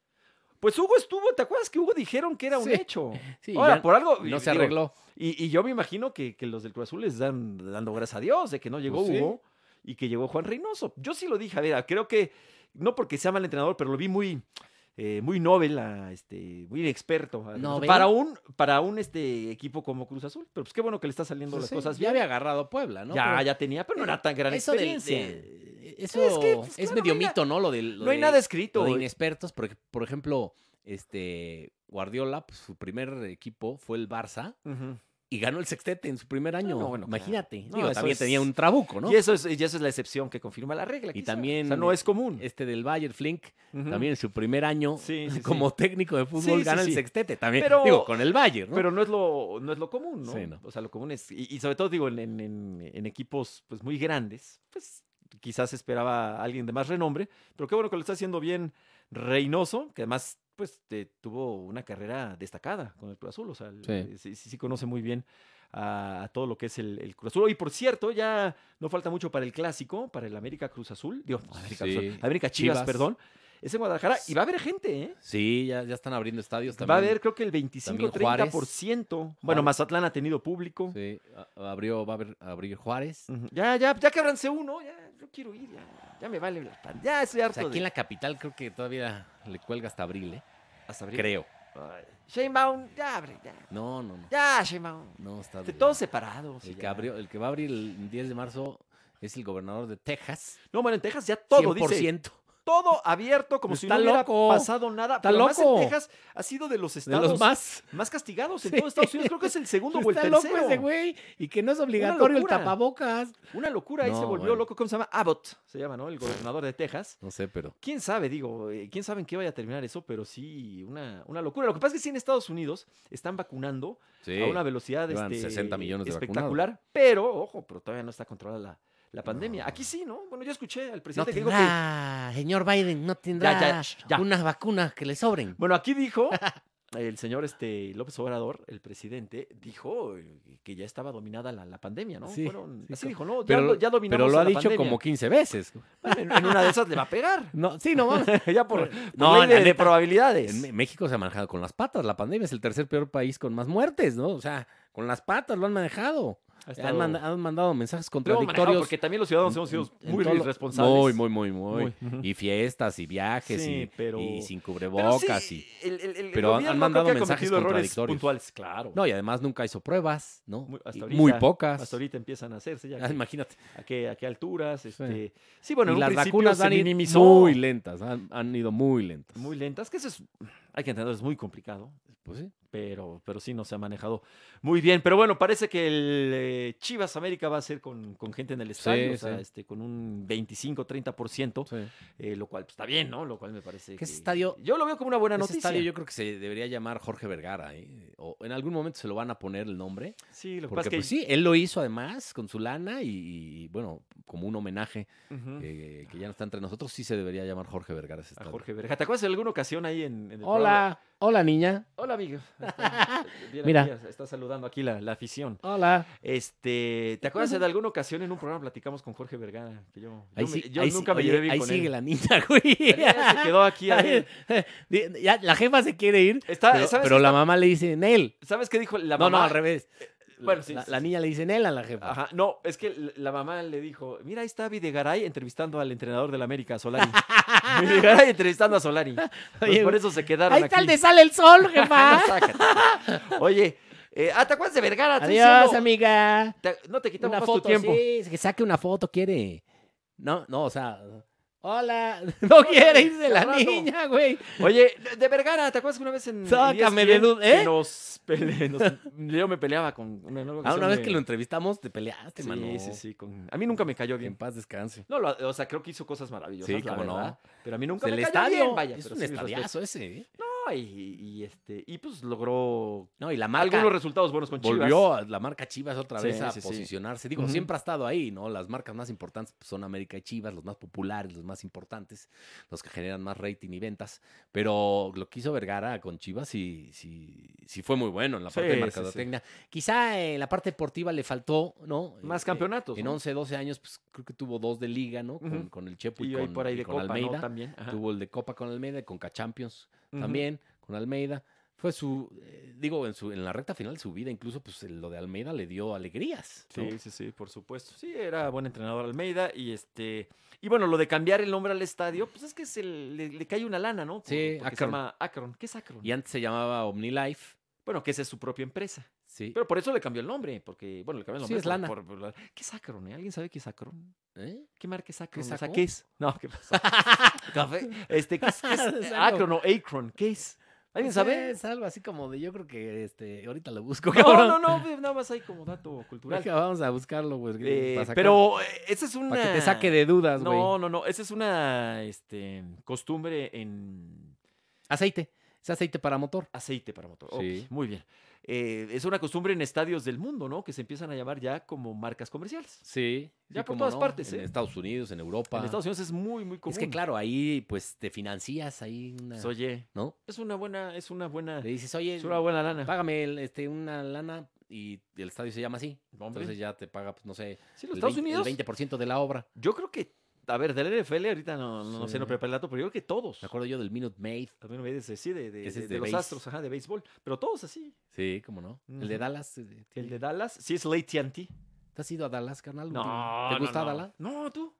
[SPEAKER 1] Pues Hugo estuvo, ¿te acuerdas que Hugo dijeron que era un
[SPEAKER 2] Sí.
[SPEAKER 1] hecho?
[SPEAKER 2] Sí,
[SPEAKER 1] Ahora,
[SPEAKER 2] ya
[SPEAKER 1] por algo...
[SPEAKER 2] no se
[SPEAKER 1] digo,
[SPEAKER 2] arregló.
[SPEAKER 1] Y, y yo me imagino que, que los del Cruz Azul les dan dando gracias a Dios de que no llegó
[SPEAKER 2] Pues sí.
[SPEAKER 1] Hugo y que llegó Juan Reynoso. Yo sí lo dije, a ver, creo que, no porque sea mal entrenador, pero lo vi muy, eh, muy novel, a, este, muy experto. a Reynoso,
[SPEAKER 2] ¿Novel?
[SPEAKER 1] Para un, para un este, equipo como Cruz Azul. Pero pues qué bueno que le está saliendo
[SPEAKER 2] Pues
[SPEAKER 1] las
[SPEAKER 2] sí,
[SPEAKER 1] cosas bien.
[SPEAKER 2] ya había agarrado Puebla, ¿no?
[SPEAKER 1] ya,
[SPEAKER 2] Pero- eh,
[SPEAKER 1] ya tenía, pero no era tan gran
[SPEAKER 2] eso del-
[SPEAKER 1] experiencia.
[SPEAKER 2] de- eso
[SPEAKER 1] Es
[SPEAKER 2] es,
[SPEAKER 1] que, pues, claro,
[SPEAKER 2] medio
[SPEAKER 1] no hay na-
[SPEAKER 2] mito, ¿no? Lo del, lo
[SPEAKER 1] no hay
[SPEAKER 2] de-
[SPEAKER 1] nada
[SPEAKER 2] lo
[SPEAKER 1] escrito. eh.
[SPEAKER 2] de inexpertos, porque, por ejemplo, este Guardiola, pues, su primer equipo fue el Barça
[SPEAKER 1] Ujú.
[SPEAKER 2] y ganó el sextete en su primer año.
[SPEAKER 1] Ah, no, bueno, claro.
[SPEAKER 2] Imagínate.
[SPEAKER 1] No,
[SPEAKER 2] Digo,
[SPEAKER 1] eso
[SPEAKER 2] también
[SPEAKER 1] es-
[SPEAKER 2] tenía un trabuco, ¿no?
[SPEAKER 1] Y eso es, y eso es la excepción que confirma la regla.
[SPEAKER 2] Y
[SPEAKER 1] quizá.
[SPEAKER 2] también,
[SPEAKER 1] O sea, no es común.
[SPEAKER 2] Este del Bayern Flink,
[SPEAKER 1] Ujú.
[SPEAKER 2] también en su primer año
[SPEAKER 1] Sí, sí, sí.
[SPEAKER 2] como técnico de fútbol
[SPEAKER 1] Sí, sí,
[SPEAKER 2] gana
[SPEAKER 1] sí.
[SPEAKER 2] el sextete también.
[SPEAKER 1] Pero-
[SPEAKER 2] digo, con el Bayern, ¿no?
[SPEAKER 1] Pero no es lo, no es lo común, ¿no?
[SPEAKER 2] Sí, no.
[SPEAKER 1] O sea, lo común es, y, y sobre todo digo, en, en- en- en equipos pues muy grandes, pues quizás esperaba a alguien de más renombre, pero qué bueno que lo está haciendo bien Reynoso, que además pues te- tuvo una carrera destacada con el Cruz Azul, o sea, el-
[SPEAKER 2] Sí.
[SPEAKER 1] eh, sí, sí, sí conoce muy bien a, a todo lo que es el, el Cruz Azul. Y por cierto, ya no falta mucho para el clásico, para el América Cruz Azul, digo, América, Cruz Azul,
[SPEAKER 2] Sí.
[SPEAKER 1] América Chivas,
[SPEAKER 2] Chivas.
[SPEAKER 1] perdón, es en Guadalajara y va a haber gente, ¿eh?
[SPEAKER 2] Sí, ya, ya están abriendo estadios también.
[SPEAKER 1] Va a haber creo que el
[SPEAKER 2] también Juárez.
[SPEAKER 1] 25-30%. Bueno,
[SPEAKER 2] Juárez.
[SPEAKER 1] Mazatlán ha tenido público.
[SPEAKER 2] Sí, a- abrió, va a haber, a abrir Juárez.
[SPEAKER 1] Ujú. Ya, ya, ya quebranse uno, ya, yo quiero ir, ya, ya me vale la pan- Ya estoy
[SPEAKER 2] O
[SPEAKER 1] harto
[SPEAKER 2] sea, aquí
[SPEAKER 1] de-
[SPEAKER 2] en la capital creo que todavía le cuelga hasta abril, ¿eh?
[SPEAKER 1] Hasta abril.
[SPEAKER 2] Creo.
[SPEAKER 1] Ay, Sheinbaum, ya abre, ya.
[SPEAKER 2] No, no, no.
[SPEAKER 1] Ya, Sheinbaum.
[SPEAKER 2] No, está
[SPEAKER 1] De
[SPEAKER 2] duro.
[SPEAKER 1] Todos separados. y
[SPEAKER 2] el, que
[SPEAKER 1] ya.
[SPEAKER 2] abrió- el que va a abrir el 10 de marzo es el gobernador de Texas.
[SPEAKER 1] No, bueno, en Texas ya todo, dice.
[SPEAKER 2] 100%.
[SPEAKER 1] Todo abierto, como si no
[SPEAKER 2] Está
[SPEAKER 1] hubiera
[SPEAKER 2] loco.
[SPEAKER 1] pasado nada.
[SPEAKER 2] Está
[SPEAKER 1] Pero además
[SPEAKER 2] loco.
[SPEAKER 1] en Texas ha sido de los
[SPEAKER 2] De
[SPEAKER 1] estados
[SPEAKER 2] los más.
[SPEAKER 1] más castigados en
[SPEAKER 2] Sí.
[SPEAKER 1] todo Estados Unidos. Creo que es el segundo o el
[SPEAKER 2] Está loco
[SPEAKER 1] tercero.
[SPEAKER 2] ese güey. Y que no es obligatorio el
[SPEAKER 1] locura.
[SPEAKER 2] tapabocas.
[SPEAKER 1] Una locura, ahí se
[SPEAKER 2] No,
[SPEAKER 1] volvió
[SPEAKER 2] bueno.
[SPEAKER 1] loco. ¿Cómo se llama? Abbott, se llama, ¿no? El gobernador de Texas.
[SPEAKER 2] No sé, pero.
[SPEAKER 1] quién sabe, digo, eh, quién sabe en qué vaya a terminar eso, pero sí, una, una locura. Lo que pasa es que sí en Estados Unidos están vacunando
[SPEAKER 2] Sí.
[SPEAKER 1] a una velocidad
[SPEAKER 2] llevan
[SPEAKER 1] este,
[SPEAKER 2] 60 millones de
[SPEAKER 1] espectacular, pero, ojo, pero todavía no está controlada la, la pandemia.
[SPEAKER 2] No.
[SPEAKER 1] Aquí sí, ¿no? Bueno, yo escuché al
[SPEAKER 2] No
[SPEAKER 1] presidente que dijo que...
[SPEAKER 2] tendrá, señor Biden, no tendrá
[SPEAKER 1] Ya, ya, ya.
[SPEAKER 2] unas vacunas que le sobren.
[SPEAKER 1] Bueno, aquí dijo... El señor este, López Obrador, el presidente, dijo eh, que ya estaba dominada la, la pandemia, ¿no?
[SPEAKER 2] Sí,
[SPEAKER 1] Fueron-
[SPEAKER 2] sí,
[SPEAKER 1] así
[SPEAKER 2] co-
[SPEAKER 1] dijo, ¿no? Pues Ya,
[SPEAKER 2] pero-
[SPEAKER 1] lo- ya dominamos
[SPEAKER 2] Pero lo
[SPEAKER 1] a
[SPEAKER 2] ha
[SPEAKER 1] la
[SPEAKER 2] dicho
[SPEAKER 1] pandemia.
[SPEAKER 2] como 15 veces.
[SPEAKER 1] Bueno, en, en una de esas le va a pegar.
[SPEAKER 2] No, sí, no mames.
[SPEAKER 1] ya por, por
[SPEAKER 2] No,
[SPEAKER 1] ley
[SPEAKER 2] la
[SPEAKER 1] de, de
[SPEAKER 2] neta.
[SPEAKER 1] probabilidades.
[SPEAKER 2] En Me- México se ha manejado con las patas. La pandemia es el tercer peor país con más muertes, ¿no? O sea, con las patas lo han manejado.
[SPEAKER 1] Ha
[SPEAKER 2] Han,
[SPEAKER 1] estado-
[SPEAKER 2] manda- han mandado mensajes
[SPEAKER 1] Lo hemos manejado
[SPEAKER 2] contradictorios.
[SPEAKER 1] porque también los ciudadanos hemos sido
[SPEAKER 2] en
[SPEAKER 1] muy
[SPEAKER 2] todo lo-
[SPEAKER 1] irresponsables.
[SPEAKER 2] Muy, muy, muy, muy.
[SPEAKER 1] Muy, ujú.
[SPEAKER 2] Y fiestas y viajes
[SPEAKER 1] Sí,
[SPEAKER 2] y,
[SPEAKER 1] pero-
[SPEAKER 2] y sin
[SPEAKER 1] Pero sí,
[SPEAKER 2] cubrebocas. y...
[SPEAKER 1] el- el- el gobierno
[SPEAKER 2] pero han- han
[SPEAKER 1] creo
[SPEAKER 2] mandado
[SPEAKER 1] que ha
[SPEAKER 2] mensajes
[SPEAKER 1] cometido errores
[SPEAKER 2] contradictorios.
[SPEAKER 1] puntuales, claro.
[SPEAKER 2] No, y además nunca hizo pruebas, ¿no?
[SPEAKER 1] Muy-
[SPEAKER 2] Muy,
[SPEAKER 1] hasta
[SPEAKER 2] muy
[SPEAKER 1] ahorita,
[SPEAKER 2] pocas.
[SPEAKER 1] Hasta ahorita empiezan a hacerse ya.
[SPEAKER 2] Ah,
[SPEAKER 1] que-
[SPEAKER 2] imagínate.
[SPEAKER 1] ¿A qué, a qué alturas? Este... Sí, bueno,
[SPEAKER 2] y
[SPEAKER 1] en un
[SPEAKER 2] las
[SPEAKER 1] principio
[SPEAKER 2] vacunas
[SPEAKER 1] se
[SPEAKER 2] han ido
[SPEAKER 1] minimizó.
[SPEAKER 2] muy lentas. Han, han ido muy lentas.
[SPEAKER 1] Muy lentas, que eso es... Hay que entender, es muy complicado,
[SPEAKER 2] Pues sí.
[SPEAKER 1] pero, pero sí no se ha manejado muy bien. Pero bueno, parece que el eh, Chivas América va a ser con, con gente en el estadio, o
[SPEAKER 2] Sí,
[SPEAKER 1] sea,
[SPEAKER 2] sí.
[SPEAKER 1] este, con un 25-30%, eh, lo cual pues, está bien, ¿no? Lo cual me parece.
[SPEAKER 2] Que ese estadio-
[SPEAKER 1] Yo lo veo como una buena
[SPEAKER 2] Ese
[SPEAKER 1] noticia.
[SPEAKER 2] estadio yo creo que se debería llamar Jorge Vergara. ¿eh? O en algún momento se lo van a poner el nombre.
[SPEAKER 1] Sí, lo que pasa
[SPEAKER 2] Porque
[SPEAKER 1] es que.
[SPEAKER 2] pues sí, él lo hizo además con su lana y, y, bueno, como un homenaje
[SPEAKER 1] Ujú.
[SPEAKER 2] eh, que ya no está entre nosotros, sí se debería llamar Jorge Vergara ese
[SPEAKER 1] A
[SPEAKER 2] estadio.
[SPEAKER 1] Jorge Vergara. ¿Te acuerdas de alguna ocasión ahí en, en el programa?
[SPEAKER 2] Hola, hola niña.
[SPEAKER 1] Hola, amigo. Ahí está. Viene
[SPEAKER 2] Mira.
[SPEAKER 1] aquí, está saludando aquí la, la afición.
[SPEAKER 2] Hola.
[SPEAKER 1] Este, ¿te acuerdas de alguna ocasión en un programa platicamos con Jorge Vergara? Que yo yo,
[SPEAKER 2] Ahí
[SPEAKER 1] me-
[SPEAKER 2] sí,
[SPEAKER 1] yo
[SPEAKER 2] ahí sí-
[SPEAKER 1] nunca me
[SPEAKER 2] oye,
[SPEAKER 1] llevé bien
[SPEAKER 2] ahí
[SPEAKER 1] con
[SPEAKER 2] sigue
[SPEAKER 1] él.
[SPEAKER 2] la niña, güey.
[SPEAKER 1] Eh, Se quedó aquí a ver.
[SPEAKER 2] Di- ya, la jefa se quiere ir,
[SPEAKER 1] Está-
[SPEAKER 2] pero,
[SPEAKER 1] ¿sabes,
[SPEAKER 2] pero la mamá le dice Nel.
[SPEAKER 1] ¿Sabes qué dijo la
[SPEAKER 2] No, no,
[SPEAKER 1] mamá? Eh,
[SPEAKER 2] al revés.
[SPEAKER 1] bueno, sí,
[SPEAKER 2] la,
[SPEAKER 1] sí,
[SPEAKER 2] la
[SPEAKER 1] sí.
[SPEAKER 2] niña le dice Nel a la jefa.
[SPEAKER 1] Ajá, no, es que l- la mamá le dijo, mira, ahí está Videgaray entrevistando al entrenador del América, a Solari. Videgaray entrevistando a Solari. Pues
[SPEAKER 2] Oye,
[SPEAKER 1] por eso se quedaron
[SPEAKER 2] Ahí está el
[SPEAKER 1] aquí.
[SPEAKER 2] de Sale el Sol, jefa.
[SPEAKER 1] No, sácate. Oye, eh, ah, ¿te acuerdas de Vergara? Tú
[SPEAKER 2] Adiós,
[SPEAKER 1] solo-
[SPEAKER 2] amiga.
[SPEAKER 1] Te- no te quitamos
[SPEAKER 2] Una
[SPEAKER 1] más
[SPEAKER 2] foto,
[SPEAKER 1] tu tiempo.
[SPEAKER 2] sí, que saque una foto, quiere. No, no, o sea, hola, no quiere irse la
[SPEAKER 1] Fernando.
[SPEAKER 2] niña, güey.
[SPEAKER 1] Oye, de Vergara, ¿te acuerdas que una vez en E en
[SPEAKER 2] Sácame de
[SPEAKER 1] ESPN
[SPEAKER 2] duda, ¿eh?
[SPEAKER 1] que nos pele- nos- yo me peleaba con una, en
[SPEAKER 2] Ah, una
[SPEAKER 1] ocasión
[SPEAKER 2] vez
[SPEAKER 1] me-
[SPEAKER 2] que lo entrevistamos, te peleaste,
[SPEAKER 1] Sí,
[SPEAKER 2] mano.
[SPEAKER 1] sí, sí, con- a mí nunca me cayó
[SPEAKER 2] En
[SPEAKER 1] bien.
[SPEAKER 2] paz descanse.
[SPEAKER 1] No, lo- o sea, creo que hizo cosas maravillosas,
[SPEAKER 2] Sí,
[SPEAKER 1] la
[SPEAKER 2] cómo no.
[SPEAKER 1] verdad, Pero a mí nunca
[SPEAKER 2] el
[SPEAKER 1] me cayó
[SPEAKER 2] estadio,
[SPEAKER 1] bien, vaya.
[SPEAKER 2] es
[SPEAKER 1] pero
[SPEAKER 2] un
[SPEAKER 1] sí, mis respetos.
[SPEAKER 2] estadiazo ese. ¿eh?
[SPEAKER 1] No, y, y este, y pues logró
[SPEAKER 2] No, y la marca
[SPEAKER 1] algunos resultados buenos con Chivas.
[SPEAKER 2] volvió a la marca Chivas otra
[SPEAKER 1] Sí,
[SPEAKER 2] vez a
[SPEAKER 1] sí, sí.
[SPEAKER 2] posicionarse. Digo,
[SPEAKER 1] Ujú.
[SPEAKER 2] siempre ha estado ahí, ¿no? Las marcas más importantes pues, son América y Chivas, los más populares, los más importantes, los que generan más rating y ventas. Pero lo que hizo Vergara con Chivas sí, sí, sí fue muy bueno en la
[SPEAKER 1] Sí,
[SPEAKER 2] parte de
[SPEAKER 1] sí,
[SPEAKER 2] mercadotecnia. Quizá en la parte deportiva le faltó, ¿no?
[SPEAKER 1] Más
[SPEAKER 2] Eh,
[SPEAKER 1] campeonatos.
[SPEAKER 2] En
[SPEAKER 1] ¿no?
[SPEAKER 2] 11, 12 años, pues creo que tuvo dos de liga, ¿no? Con,
[SPEAKER 1] Ujú.
[SPEAKER 2] con el Chepo y,
[SPEAKER 1] Y ahí
[SPEAKER 2] con,
[SPEAKER 1] por ahí
[SPEAKER 2] y
[SPEAKER 1] de
[SPEAKER 2] con
[SPEAKER 1] Copa, ¿no?
[SPEAKER 2] Almeida.
[SPEAKER 1] También. ajá.
[SPEAKER 2] Tuvo el de Copa con Almeida y con K-Champions
[SPEAKER 1] Ujú.
[SPEAKER 2] también con Almeida. Fue su, eh, digo, en, su, en la recta final de su vida, incluso pues el- lo de Almeida le dio alegrías. ¿no?
[SPEAKER 1] Sí, sí, sí, por supuesto. Sí, era buen entrenador Almeida y este y bueno, lo de cambiar el nombre al estadio, pues es que se le, le cae una lana, ¿no? Por-
[SPEAKER 2] Sí,
[SPEAKER 1] porque se
[SPEAKER 2] Akron.
[SPEAKER 1] llama Akron. ¿Qué es Akron?
[SPEAKER 2] Y antes se llamaba OmniLife.
[SPEAKER 1] Bueno, que esa es su propia empresa.
[SPEAKER 2] Sí.
[SPEAKER 1] Pero por eso le cambió el nombre, porque bueno, le cambió el
[SPEAKER 2] Sí,
[SPEAKER 1] nombre.
[SPEAKER 2] es
[SPEAKER 1] por-
[SPEAKER 2] lana.
[SPEAKER 1] por- por la- ¿Qué es Akron? eh? ¿Alguien sabe qué es Akron?
[SPEAKER 2] ¿Eh?
[SPEAKER 1] ¿Qué marca es Akron? O sea,
[SPEAKER 2] sacó?
[SPEAKER 1] ¿qué es? No, ¿qué pasó? Café. Este, ¿qué es, qué es
[SPEAKER 2] Exacto.
[SPEAKER 1] Akron o Akron? ¿Qué es? ¿Alguien
[SPEAKER 2] Pues
[SPEAKER 1] sabe?
[SPEAKER 2] Es algo así como de, yo creo que este, ahorita lo busco, cabrón.
[SPEAKER 1] No, no, no, nada más hay como dato cultural.
[SPEAKER 2] Venga, Vamos a buscarlo, güey.
[SPEAKER 1] Eh,
[SPEAKER 2] para sacar-
[SPEAKER 1] pero eh, esa es una.
[SPEAKER 2] Para que te saque de dudas, güey.
[SPEAKER 1] No, no, no. Esa es una este, costumbre en
[SPEAKER 2] Aceite. Es aceite para motor.
[SPEAKER 1] aceite para motor. Ok,
[SPEAKER 2] Sí.
[SPEAKER 1] muy bien. Eh, es una costumbre en estadios del mundo, ¿no? Que se empiezan a llamar ya como marcas comerciales.
[SPEAKER 2] Sí.
[SPEAKER 1] Ya por
[SPEAKER 2] cómo
[SPEAKER 1] todas partes,
[SPEAKER 2] En
[SPEAKER 1] ¿eh?
[SPEAKER 2] Estados Unidos, en Europa.
[SPEAKER 1] En Estados Unidos es muy, muy común.
[SPEAKER 2] es que claro, ahí pues te financias ahí una...
[SPEAKER 1] Pues, oye,
[SPEAKER 2] ¿No?
[SPEAKER 1] es una buena, es una buena,
[SPEAKER 2] Le dices, oye,
[SPEAKER 1] es una buena lana.
[SPEAKER 2] págame el, este, una lana y el estadio se llama así.
[SPEAKER 1] Hombre.
[SPEAKER 2] Entonces ya te paga, pues no sé,
[SPEAKER 1] Sí,
[SPEAKER 2] el,
[SPEAKER 1] los Estados
[SPEAKER 2] 20, el
[SPEAKER 1] Unidos.
[SPEAKER 2] 20% de la obra.
[SPEAKER 1] Yo creo que, a ver, del NFL ahorita no, no, no sé, no
[SPEAKER 2] Sí.
[SPEAKER 1] preparé el dato, pero yo creo que todos.
[SPEAKER 2] Me acuerdo yo del Minute Maid.
[SPEAKER 1] También me dices, sí, de, de-
[SPEAKER 2] Ese es
[SPEAKER 1] de
[SPEAKER 2] de
[SPEAKER 1] los
[SPEAKER 2] base.
[SPEAKER 1] astros, ajá, de béisbol. Pero todos así.
[SPEAKER 2] Sí, cómo no. El de
[SPEAKER 1] Ujú.
[SPEAKER 2] Dallas. eh,
[SPEAKER 1] El
[SPEAKER 2] tiene-
[SPEAKER 1] de Dallas, sí es AT&T.
[SPEAKER 2] ¿Te has ido a Dallas, carnal?
[SPEAKER 1] No,
[SPEAKER 2] ¿Te
[SPEAKER 1] no,
[SPEAKER 2] gusta
[SPEAKER 1] no.
[SPEAKER 2] Dallas?
[SPEAKER 1] No, tú.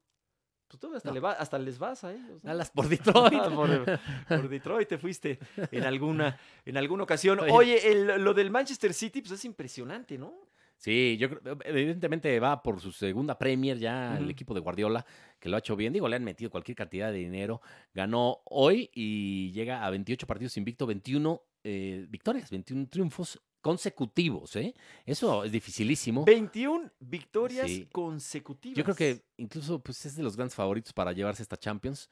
[SPEAKER 1] Pues tú hasta,
[SPEAKER 2] No.
[SPEAKER 1] le va- hasta les vas a ellos. ¿no?
[SPEAKER 2] Dallas por Detroit.
[SPEAKER 1] Ah, por, por Detroit te fuiste en alguna, en alguna ocasión.
[SPEAKER 2] Oye.
[SPEAKER 1] Oye, el- lo del Manchester City, pues es impresionante, ¿no?
[SPEAKER 2] Sí, yo creo, evidentemente va por su segunda Premier ya el
[SPEAKER 1] Ujú.
[SPEAKER 2] equipo de Guardiola, que lo ha hecho bien. Digo, le han metido cualquier cantidad de dinero. Ganó hoy y llega a 28 partidos invicto, 21 eh, victorias, 21 triunfos consecutivos, ¿eh? Eso es dificilísimo.
[SPEAKER 1] 21 victorias
[SPEAKER 2] Oh. Sí.
[SPEAKER 1] consecutivas.
[SPEAKER 2] Yo creo que incluso pues, es de los grandes favoritos para llevarse esta Champions.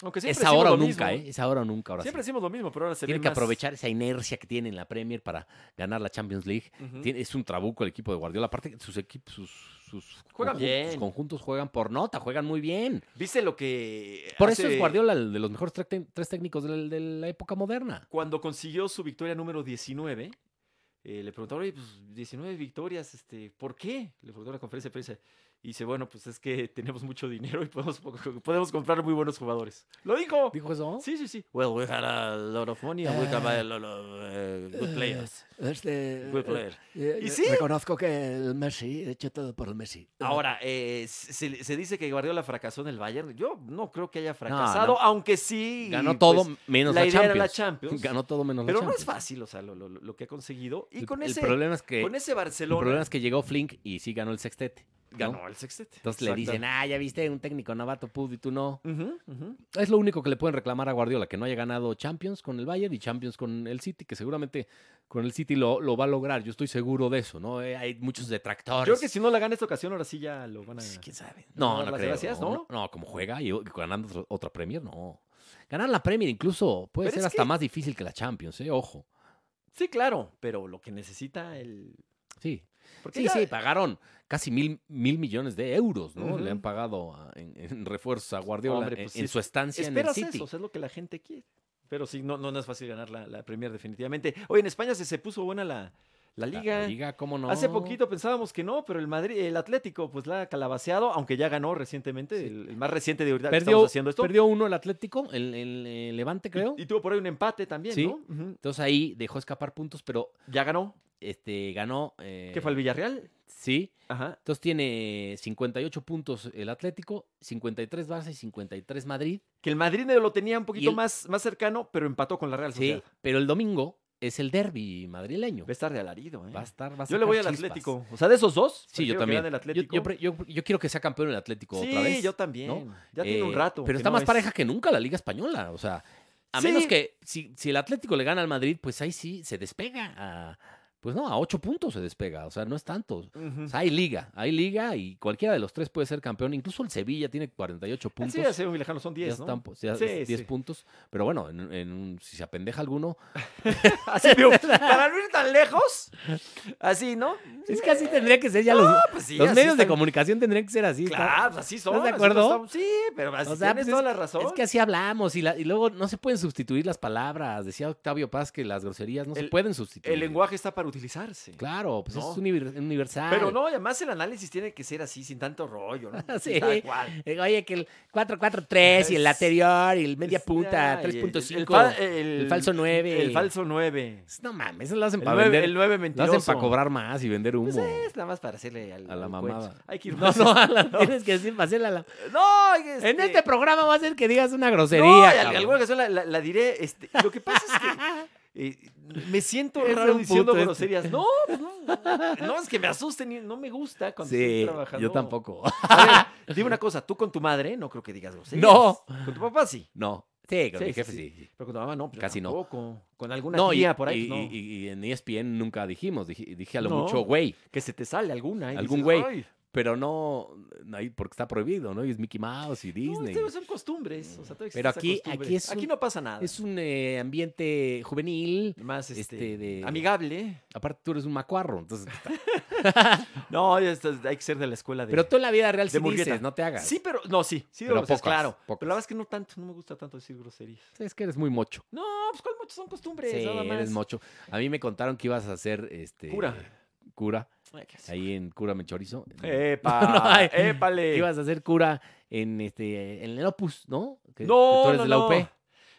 [SPEAKER 1] Aunque siempre
[SPEAKER 2] Es ahora o
[SPEAKER 1] decimos lo
[SPEAKER 2] nunca,
[SPEAKER 1] mismo,
[SPEAKER 2] ¿eh? Es ahora o nunca. Ahora sí.
[SPEAKER 1] Siempre decimos lo mismo, pero ahora se
[SPEAKER 2] Tiene
[SPEAKER 1] ve
[SPEAKER 2] que
[SPEAKER 1] más-
[SPEAKER 2] aprovechar esa inercia que tiene en la Premier para ganar la Champions League.
[SPEAKER 1] Ujú.
[SPEAKER 2] Tiene- es un trabuco el equipo de Guardiola. Aparte, sus equipos, sus, sus
[SPEAKER 1] Juegan
[SPEAKER 2] conjun- sus
[SPEAKER 1] bien. Ah,
[SPEAKER 2] conjuntos juegan por nota, juegan muy bien.
[SPEAKER 1] ¿Viste lo que
[SPEAKER 2] Por eso
[SPEAKER 1] hace-
[SPEAKER 2] es Guardiola el de los mejores tre- tres, técnicos del- de, la época moderna.
[SPEAKER 1] Cuando consiguió su victoria número 19, eh, le preguntaron, oye, pues 19 victorias, este, ¿por qué? Le preguntó en la conferencia de prensa. Y dice, bueno, pues es que tenemos mucho dinero y podemos, podemos comprar muy buenos jugadores. ¡Lo dijo!
[SPEAKER 2] ¿Dijo eso?
[SPEAKER 1] Sí, sí, sí. Well, we had a lot of money and we can buy a lot of eh, good players.
[SPEAKER 3] Este,
[SPEAKER 1] Good
[SPEAKER 3] eh,
[SPEAKER 1] player.
[SPEAKER 3] eh,
[SPEAKER 1] ¿Y
[SPEAKER 3] eh,
[SPEAKER 1] sí?
[SPEAKER 3] Reconozco que el Messi, he hecho todo por el Messi.
[SPEAKER 1] Ahora, eh, se, se dice que Guardiola fracasó en el Bayern. Yo no creo que haya
[SPEAKER 2] no.
[SPEAKER 1] fracasado, aunque sí. pues,
[SPEAKER 2] Ganó todo menos
[SPEAKER 1] la
[SPEAKER 2] la,
[SPEAKER 1] idea
[SPEAKER 2] Champions.
[SPEAKER 1] era la Champions.
[SPEAKER 2] Ganó todo menos la
[SPEAKER 1] Pero no
[SPEAKER 2] Champions.
[SPEAKER 1] es fácil, o sea, lo, lo- lo que ha conseguido. Y
[SPEAKER 2] El-
[SPEAKER 1] con,
[SPEAKER 2] el
[SPEAKER 1] ese,
[SPEAKER 2] problema es que
[SPEAKER 1] con ese
[SPEAKER 2] El problema
[SPEAKER 1] Barcelona.
[SPEAKER 2] es que llegó Flink y sí ganó el sextete.
[SPEAKER 1] ganó el sextete.
[SPEAKER 2] Entonces le dicen,
[SPEAKER 1] Exactamente.
[SPEAKER 2] ah, ya viste, un técnico novato pudo y tú no.
[SPEAKER 1] Ujú, ujú.
[SPEAKER 2] Es lo único que le pueden reclamar a Guardiola, que no haya ganado Champions con el Bayern y Champions con el City, que seguramente con el City lo, lo va a lograr. Yo estoy seguro de eso, ¿no? Eh, Hay muchos detractores.
[SPEAKER 1] Yo creo que si no la gana esta ocasión, ahora sí ya lo van a.
[SPEAKER 2] pues ¿Quién sabe? No,
[SPEAKER 1] dar
[SPEAKER 2] no,
[SPEAKER 1] las
[SPEAKER 2] creo.
[SPEAKER 1] gracias,
[SPEAKER 2] no,
[SPEAKER 1] ¿no?
[SPEAKER 2] no, no, como juega y y ganando otro- otra Premier, no. Ganar la Premier incluso puede
[SPEAKER 1] Pero
[SPEAKER 2] ser
[SPEAKER 1] es
[SPEAKER 2] hasta
[SPEAKER 1] que-
[SPEAKER 2] más difícil que la Champions, ¿eh? Ojo.
[SPEAKER 1] Sí, claro, pero lo que necesita el.
[SPEAKER 2] Sí,
[SPEAKER 1] Porque
[SPEAKER 2] sí,
[SPEAKER 1] ya-
[SPEAKER 2] sí, pagaron casi mil, mil millones de euros, ¿no?
[SPEAKER 1] Ujú.
[SPEAKER 2] Le han pagado a- en, en refuerzos a Guardiola
[SPEAKER 1] Hombre,
[SPEAKER 2] en-
[SPEAKER 1] pues sí.
[SPEAKER 2] en su estancia en el
[SPEAKER 1] Esperas
[SPEAKER 2] City.
[SPEAKER 1] eso, o sea, es lo que la gente quiere. Pero sí, no, no, no es fácil ganar la, la Premier definitivamente. Oye, en España se, se puso buena la, la
[SPEAKER 2] La- la
[SPEAKER 1] liga.
[SPEAKER 2] Liga, ¿cómo no?
[SPEAKER 1] Hace poquito pensábamos que no, pero el Madrid, el Atlético, pues la ha calabaceado, aunque ya ganó recientemente,
[SPEAKER 2] Sí.
[SPEAKER 1] el, el más reciente de ahorita que
[SPEAKER 2] Perdió,
[SPEAKER 1] estamos haciendo esto.
[SPEAKER 2] perdió uno el Atlético, el, el- el Levante, creo.
[SPEAKER 1] Y, y tuvo por ahí un empate también,
[SPEAKER 2] Sí.
[SPEAKER 1] ¿no? Ujú.
[SPEAKER 2] Entonces ahí dejó escapar puntos, pero
[SPEAKER 1] Ya ganó.
[SPEAKER 2] este ganó. eh,
[SPEAKER 1] ¿Qué fue el Villarreal?
[SPEAKER 2] Sí.
[SPEAKER 1] Ajá.
[SPEAKER 2] Entonces tiene 58 puntos el Atlético, 53 Barça y 53 Madrid.
[SPEAKER 1] Que el Madrid lo tenía un poquito
[SPEAKER 2] el-
[SPEAKER 1] más, más cercano, pero empató con la Real
[SPEAKER 2] Sí,
[SPEAKER 1] Sociedad.
[SPEAKER 2] pero el domingo es el derby madrileño.
[SPEAKER 1] Va a estar de alarido, ¿eh?
[SPEAKER 2] Va a estar, va a
[SPEAKER 1] Yo le
[SPEAKER 2] sacar
[SPEAKER 1] voy al
[SPEAKER 2] chispas.
[SPEAKER 1] Atlético. O sea, de esos dos.
[SPEAKER 2] Sí,
[SPEAKER 1] prefiero
[SPEAKER 2] yo
[SPEAKER 1] que
[SPEAKER 2] también.
[SPEAKER 1] gane el
[SPEAKER 2] Yo-
[SPEAKER 1] Atlético.
[SPEAKER 2] Yo, pre- yo- yo quiero que sea campeón el Atlético
[SPEAKER 1] sí,
[SPEAKER 2] otra vez.
[SPEAKER 1] yo también.
[SPEAKER 2] ¿no?
[SPEAKER 1] Ya tiene un
[SPEAKER 2] Eh,
[SPEAKER 1] rato.
[SPEAKER 2] Pero
[SPEAKER 1] que
[SPEAKER 2] está
[SPEAKER 1] no
[SPEAKER 2] más
[SPEAKER 1] es-
[SPEAKER 2] pareja que nunca la Liga Española. O sea, a
[SPEAKER 1] Sí.
[SPEAKER 2] menos que si, si el Atlético le gana al Madrid, pues ahí sí se despega. A, pues no, a ocho puntos se despega. O sea, no es tanto.
[SPEAKER 1] Ujú. Ah,
[SPEAKER 2] O sea, hay liga, hay liga y cualquiera de los tres puede ser campeón. Incluso el Sevilla tiene 48 puntos.
[SPEAKER 1] Sí, ya sé, muy lejano, son
[SPEAKER 2] Ya
[SPEAKER 1] 10, ¿no?
[SPEAKER 2] están, pues, ya
[SPEAKER 1] Sí,
[SPEAKER 2] es 10
[SPEAKER 1] sí.
[SPEAKER 2] puntos. Pero bueno, en- en un- si se apendeja alguno.
[SPEAKER 1] Así, digo, para no ir tan lejos. Así, ¿no?
[SPEAKER 2] Es que así tendría que ser ya los,
[SPEAKER 1] Pues sí,
[SPEAKER 2] los
[SPEAKER 1] así
[SPEAKER 2] medios de
[SPEAKER 1] están-
[SPEAKER 2] comunicación tendrían que ser así. ¿está?
[SPEAKER 1] Claro, pues así son.
[SPEAKER 2] ¿Estás de
[SPEAKER 1] así todos
[SPEAKER 2] acuerdo?
[SPEAKER 1] estamos- Sí, pero así
[SPEAKER 2] O sea,
[SPEAKER 1] tienes
[SPEAKER 2] pues
[SPEAKER 1] toda la razón.
[SPEAKER 2] Es que así hablamos y, la- y luego no se pueden sustituir las palabras. Decía Octavio Paz que las groserías no se
[SPEAKER 1] El-
[SPEAKER 2] pueden sustituir.
[SPEAKER 1] el lenguaje está para utilizarse.
[SPEAKER 2] Claro, pues eso
[SPEAKER 1] No.
[SPEAKER 2] es univer- universal.
[SPEAKER 1] Pero no, y además el análisis tiene que ser así, sin tanto rollo, ¿no? Así,
[SPEAKER 2] Sí.
[SPEAKER 1] tal cual.
[SPEAKER 2] Eh, Oye, que el 4-4-3 y el
[SPEAKER 1] Es-
[SPEAKER 2] anterior y el media
[SPEAKER 1] Es-
[SPEAKER 2] punta,
[SPEAKER 1] ay, el- el
[SPEAKER 2] 3.5.
[SPEAKER 1] fa-
[SPEAKER 2] El,
[SPEAKER 1] El,
[SPEAKER 2] falso 9.
[SPEAKER 1] El falso 9.
[SPEAKER 2] No mames, eso lo hacen
[SPEAKER 1] El
[SPEAKER 2] para
[SPEAKER 1] 9,
[SPEAKER 2] vender.
[SPEAKER 1] el 9
[SPEAKER 2] lo
[SPEAKER 1] mentiroso.
[SPEAKER 2] hacen para cobrar más y vender humo.
[SPEAKER 1] Pues es nada más para hacerle al-
[SPEAKER 2] A la
[SPEAKER 1] al
[SPEAKER 2] mamada.
[SPEAKER 1] cuento. Hay que ir
[SPEAKER 2] no,
[SPEAKER 1] más-
[SPEAKER 2] no, Alan, tienes que decir para hacerla. la-
[SPEAKER 1] No, hay que,
[SPEAKER 2] En
[SPEAKER 1] este-
[SPEAKER 2] este programa va a ser que digas una grosería.
[SPEAKER 1] No, al-
[SPEAKER 2] cabrón.
[SPEAKER 1] alguna ocasión la, la- la diré. este, lo que pasa es que eh, me siento
[SPEAKER 2] Es
[SPEAKER 1] raro
[SPEAKER 2] un
[SPEAKER 1] diciendo
[SPEAKER 2] puto este.
[SPEAKER 1] groserías. No, no, no, es que me asusten. y No me gusta cuando estoy
[SPEAKER 2] Sí,
[SPEAKER 1] trabajando.
[SPEAKER 2] yo tampoco.
[SPEAKER 1] A ver, dime una cosa. Tú con tu madre no creo que digas groserías.
[SPEAKER 2] No.
[SPEAKER 1] Con tu papá sí.
[SPEAKER 2] No. Sí, con
[SPEAKER 1] Sí,
[SPEAKER 2] mi
[SPEAKER 1] sí,
[SPEAKER 2] jefe
[SPEAKER 1] sí.
[SPEAKER 2] sí.
[SPEAKER 1] Pero con tu mamá no. pues,
[SPEAKER 2] Casi no.
[SPEAKER 1] tampoco. Con alguna
[SPEAKER 2] No, y,
[SPEAKER 1] tía por ahí.
[SPEAKER 2] y-
[SPEAKER 1] pues, no.
[SPEAKER 2] y- y en E ESPN nunca dijimos, dije, dije a lo
[SPEAKER 1] No.
[SPEAKER 2] mucho güey,
[SPEAKER 1] que se te sale alguna. y
[SPEAKER 2] Algún
[SPEAKER 1] dices,
[SPEAKER 2] güey.
[SPEAKER 1] "Ay".
[SPEAKER 2] pero no, no hay- porque está prohibido, ¿no? Y es Mickey Mouse y
[SPEAKER 1] No,
[SPEAKER 2] Disney.
[SPEAKER 1] este- son costumbres. o sea, todavía existe
[SPEAKER 2] Pero
[SPEAKER 1] esa
[SPEAKER 2] aquí-
[SPEAKER 1] costumbre.
[SPEAKER 2] aquí es un-
[SPEAKER 1] no pasa nada.
[SPEAKER 2] es un eh, ambiente juvenil,
[SPEAKER 1] más este,
[SPEAKER 2] este, de-
[SPEAKER 1] amigable.
[SPEAKER 2] aparte tú eres un macuarro, entonces...
[SPEAKER 1] No, esto- hay que ser de la escuela de.
[SPEAKER 2] Pero tú en la vida real
[SPEAKER 1] de
[SPEAKER 2] sí
[SPEAKER 1] murgueta.
[SPEAKER 2] dices, no te hagas.
[SPEAKER 1] Sí, pero. No, sí. Sí,
[SPEAKER 2] Pero
[SPEAKER 1] lo dices,
[SPEAKER 2] pocas,
[SPEAKER 1] claro.
[SPEAKER 2] pocas.
[SPEAKER 1] Pero la verdad es que no tanto. No me gusta tanto decir groserías.
[SPEAKER 2] Es que eres muy mocho.
[SPEAKER 1] No, pues cuál mucho son costumbres.
[SPEAKER 2] Sí,
[SPEAKER 1] nada más.
[SPEAKER 2] eres mocho. A mí me contaron que ibas a hacer este,
[SPEAKER 1] Cura.
[SPEAKER 2] cura,
[SPEAKER 1] Ay, qué asco.
[SPEAKER 2] ahí en Cura Menchorizo.
[SPEAKER 1] Epa.
[SPEAKER 2] No, ay.
[SPEAKER 1] épale.
[SPEAKER 2] Que ibas a hacer cura en este en el Opus, ¿no? Que, que
[SPEAKER 1] no,
[SPEAKER 2] tú eres
[SPEAKER 1] no,
[SPEAKER 2] de la UP.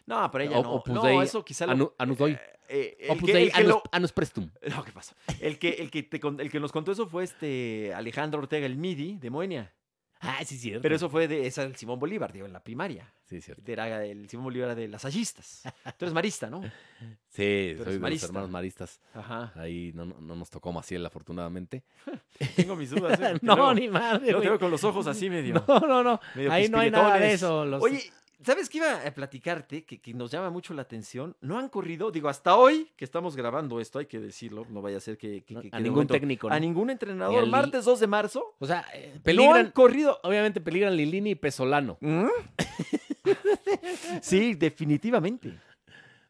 [SPEAKER 1] no. No, pero ella
[SPEAKER 2] O-
[SPEAKER 1] no.
[SPEAKER 2] Opus
[SPEAKER 1] no,
[SPEAKER 2] Dei,
[SPEAKER 1] eso quizá lo.
[SPEAKER 2] Anu- Anus Dei.
[SPEAKER 1] eh, el
[SPEAKER 2] Opus
[SPEAKER 1] que-
[SPEAKER 2] Dei
[SPEAKER 1] el que
[SPEAKER 2] anus,
[SPEAKER 1] lo-
[SPEAKER 2] anus Prestum.
[SPEAKER 1] No, ¿qué pasó? El que, el, que te con- el que nos contó eso fue este Alejandro Ortega, el MIDI de Moenia.
[SPEAKER 2] Ah, sí, cierto.
[SPEAKER 1] Pero eso fue de esa, el Simón Bolívar, digo, en la primaria.
[SPEAKER 2] Sí, cierto.
[SPEAKER 1] Era el Simón Bolívar era de las hallistas. Tú eres marista, ¿no?
[SPEAKER 2] Sí,
[SPEAKER 1] Tú eres
[SPEAKER 2] soy de los
[SPEAKER 1] marista.
[SPEAKER 2] hermanos maristas.
[SPEAKER 1] Ajá.
[SPEAKER 2] Ahí no, no, no nos tocó Maciel, afortunadamente.
[SPEAKER 1] Tengo mis dudas. ¿eh? Porque
[SPEAKER 2] no,
[SPEAKER 1] luego-
[SPEAKER 2] ni madre,
[SPEAKER 1] Yo te
[SPEAKER 2] güey.
[SPEAKER 1] veo con los ojos así medio.
[SPEAKER 2] No, no, no.
[SPEAKER 1] medio
[SPEAKER 2] Ahí no hay nada de
[SPEAKER 1] pispiretones.
[SPEAKER 2] eso. los-
[SPEAKER 1] Oye, ¿sabes qué iba a platicarte? Que, que nos llama mucho la atención. No han corrido, digo, hasta hoy que estamos grabando esto, hay que decirlo. No vaya a ser que. que-
[SPEAKER 2] No,
[SPEAKER 1] que- que
[SPEAKER 2] a
[SPEAKER 1] de
[SPEAKER 2] ningún
[SPEAKER 1] momento-
[SPEAKER 2] técnico. ¿no?
[SPEAKER 1] A ningún entrenador.
[SPEAKER 2] al-
[SPEAKER 1] Martes 2 de marzo.
[SPEAKER 2] O sea, eh,
[SPEAKER 1] No
[SPEAKER 2] peligran.
[SPEAKER 1] han corrido.
[SPEAKER 2] Obviamente peligran Lilini y Pesolano.
[SPEAKER 1] ¿Mm? sí, definitivamente.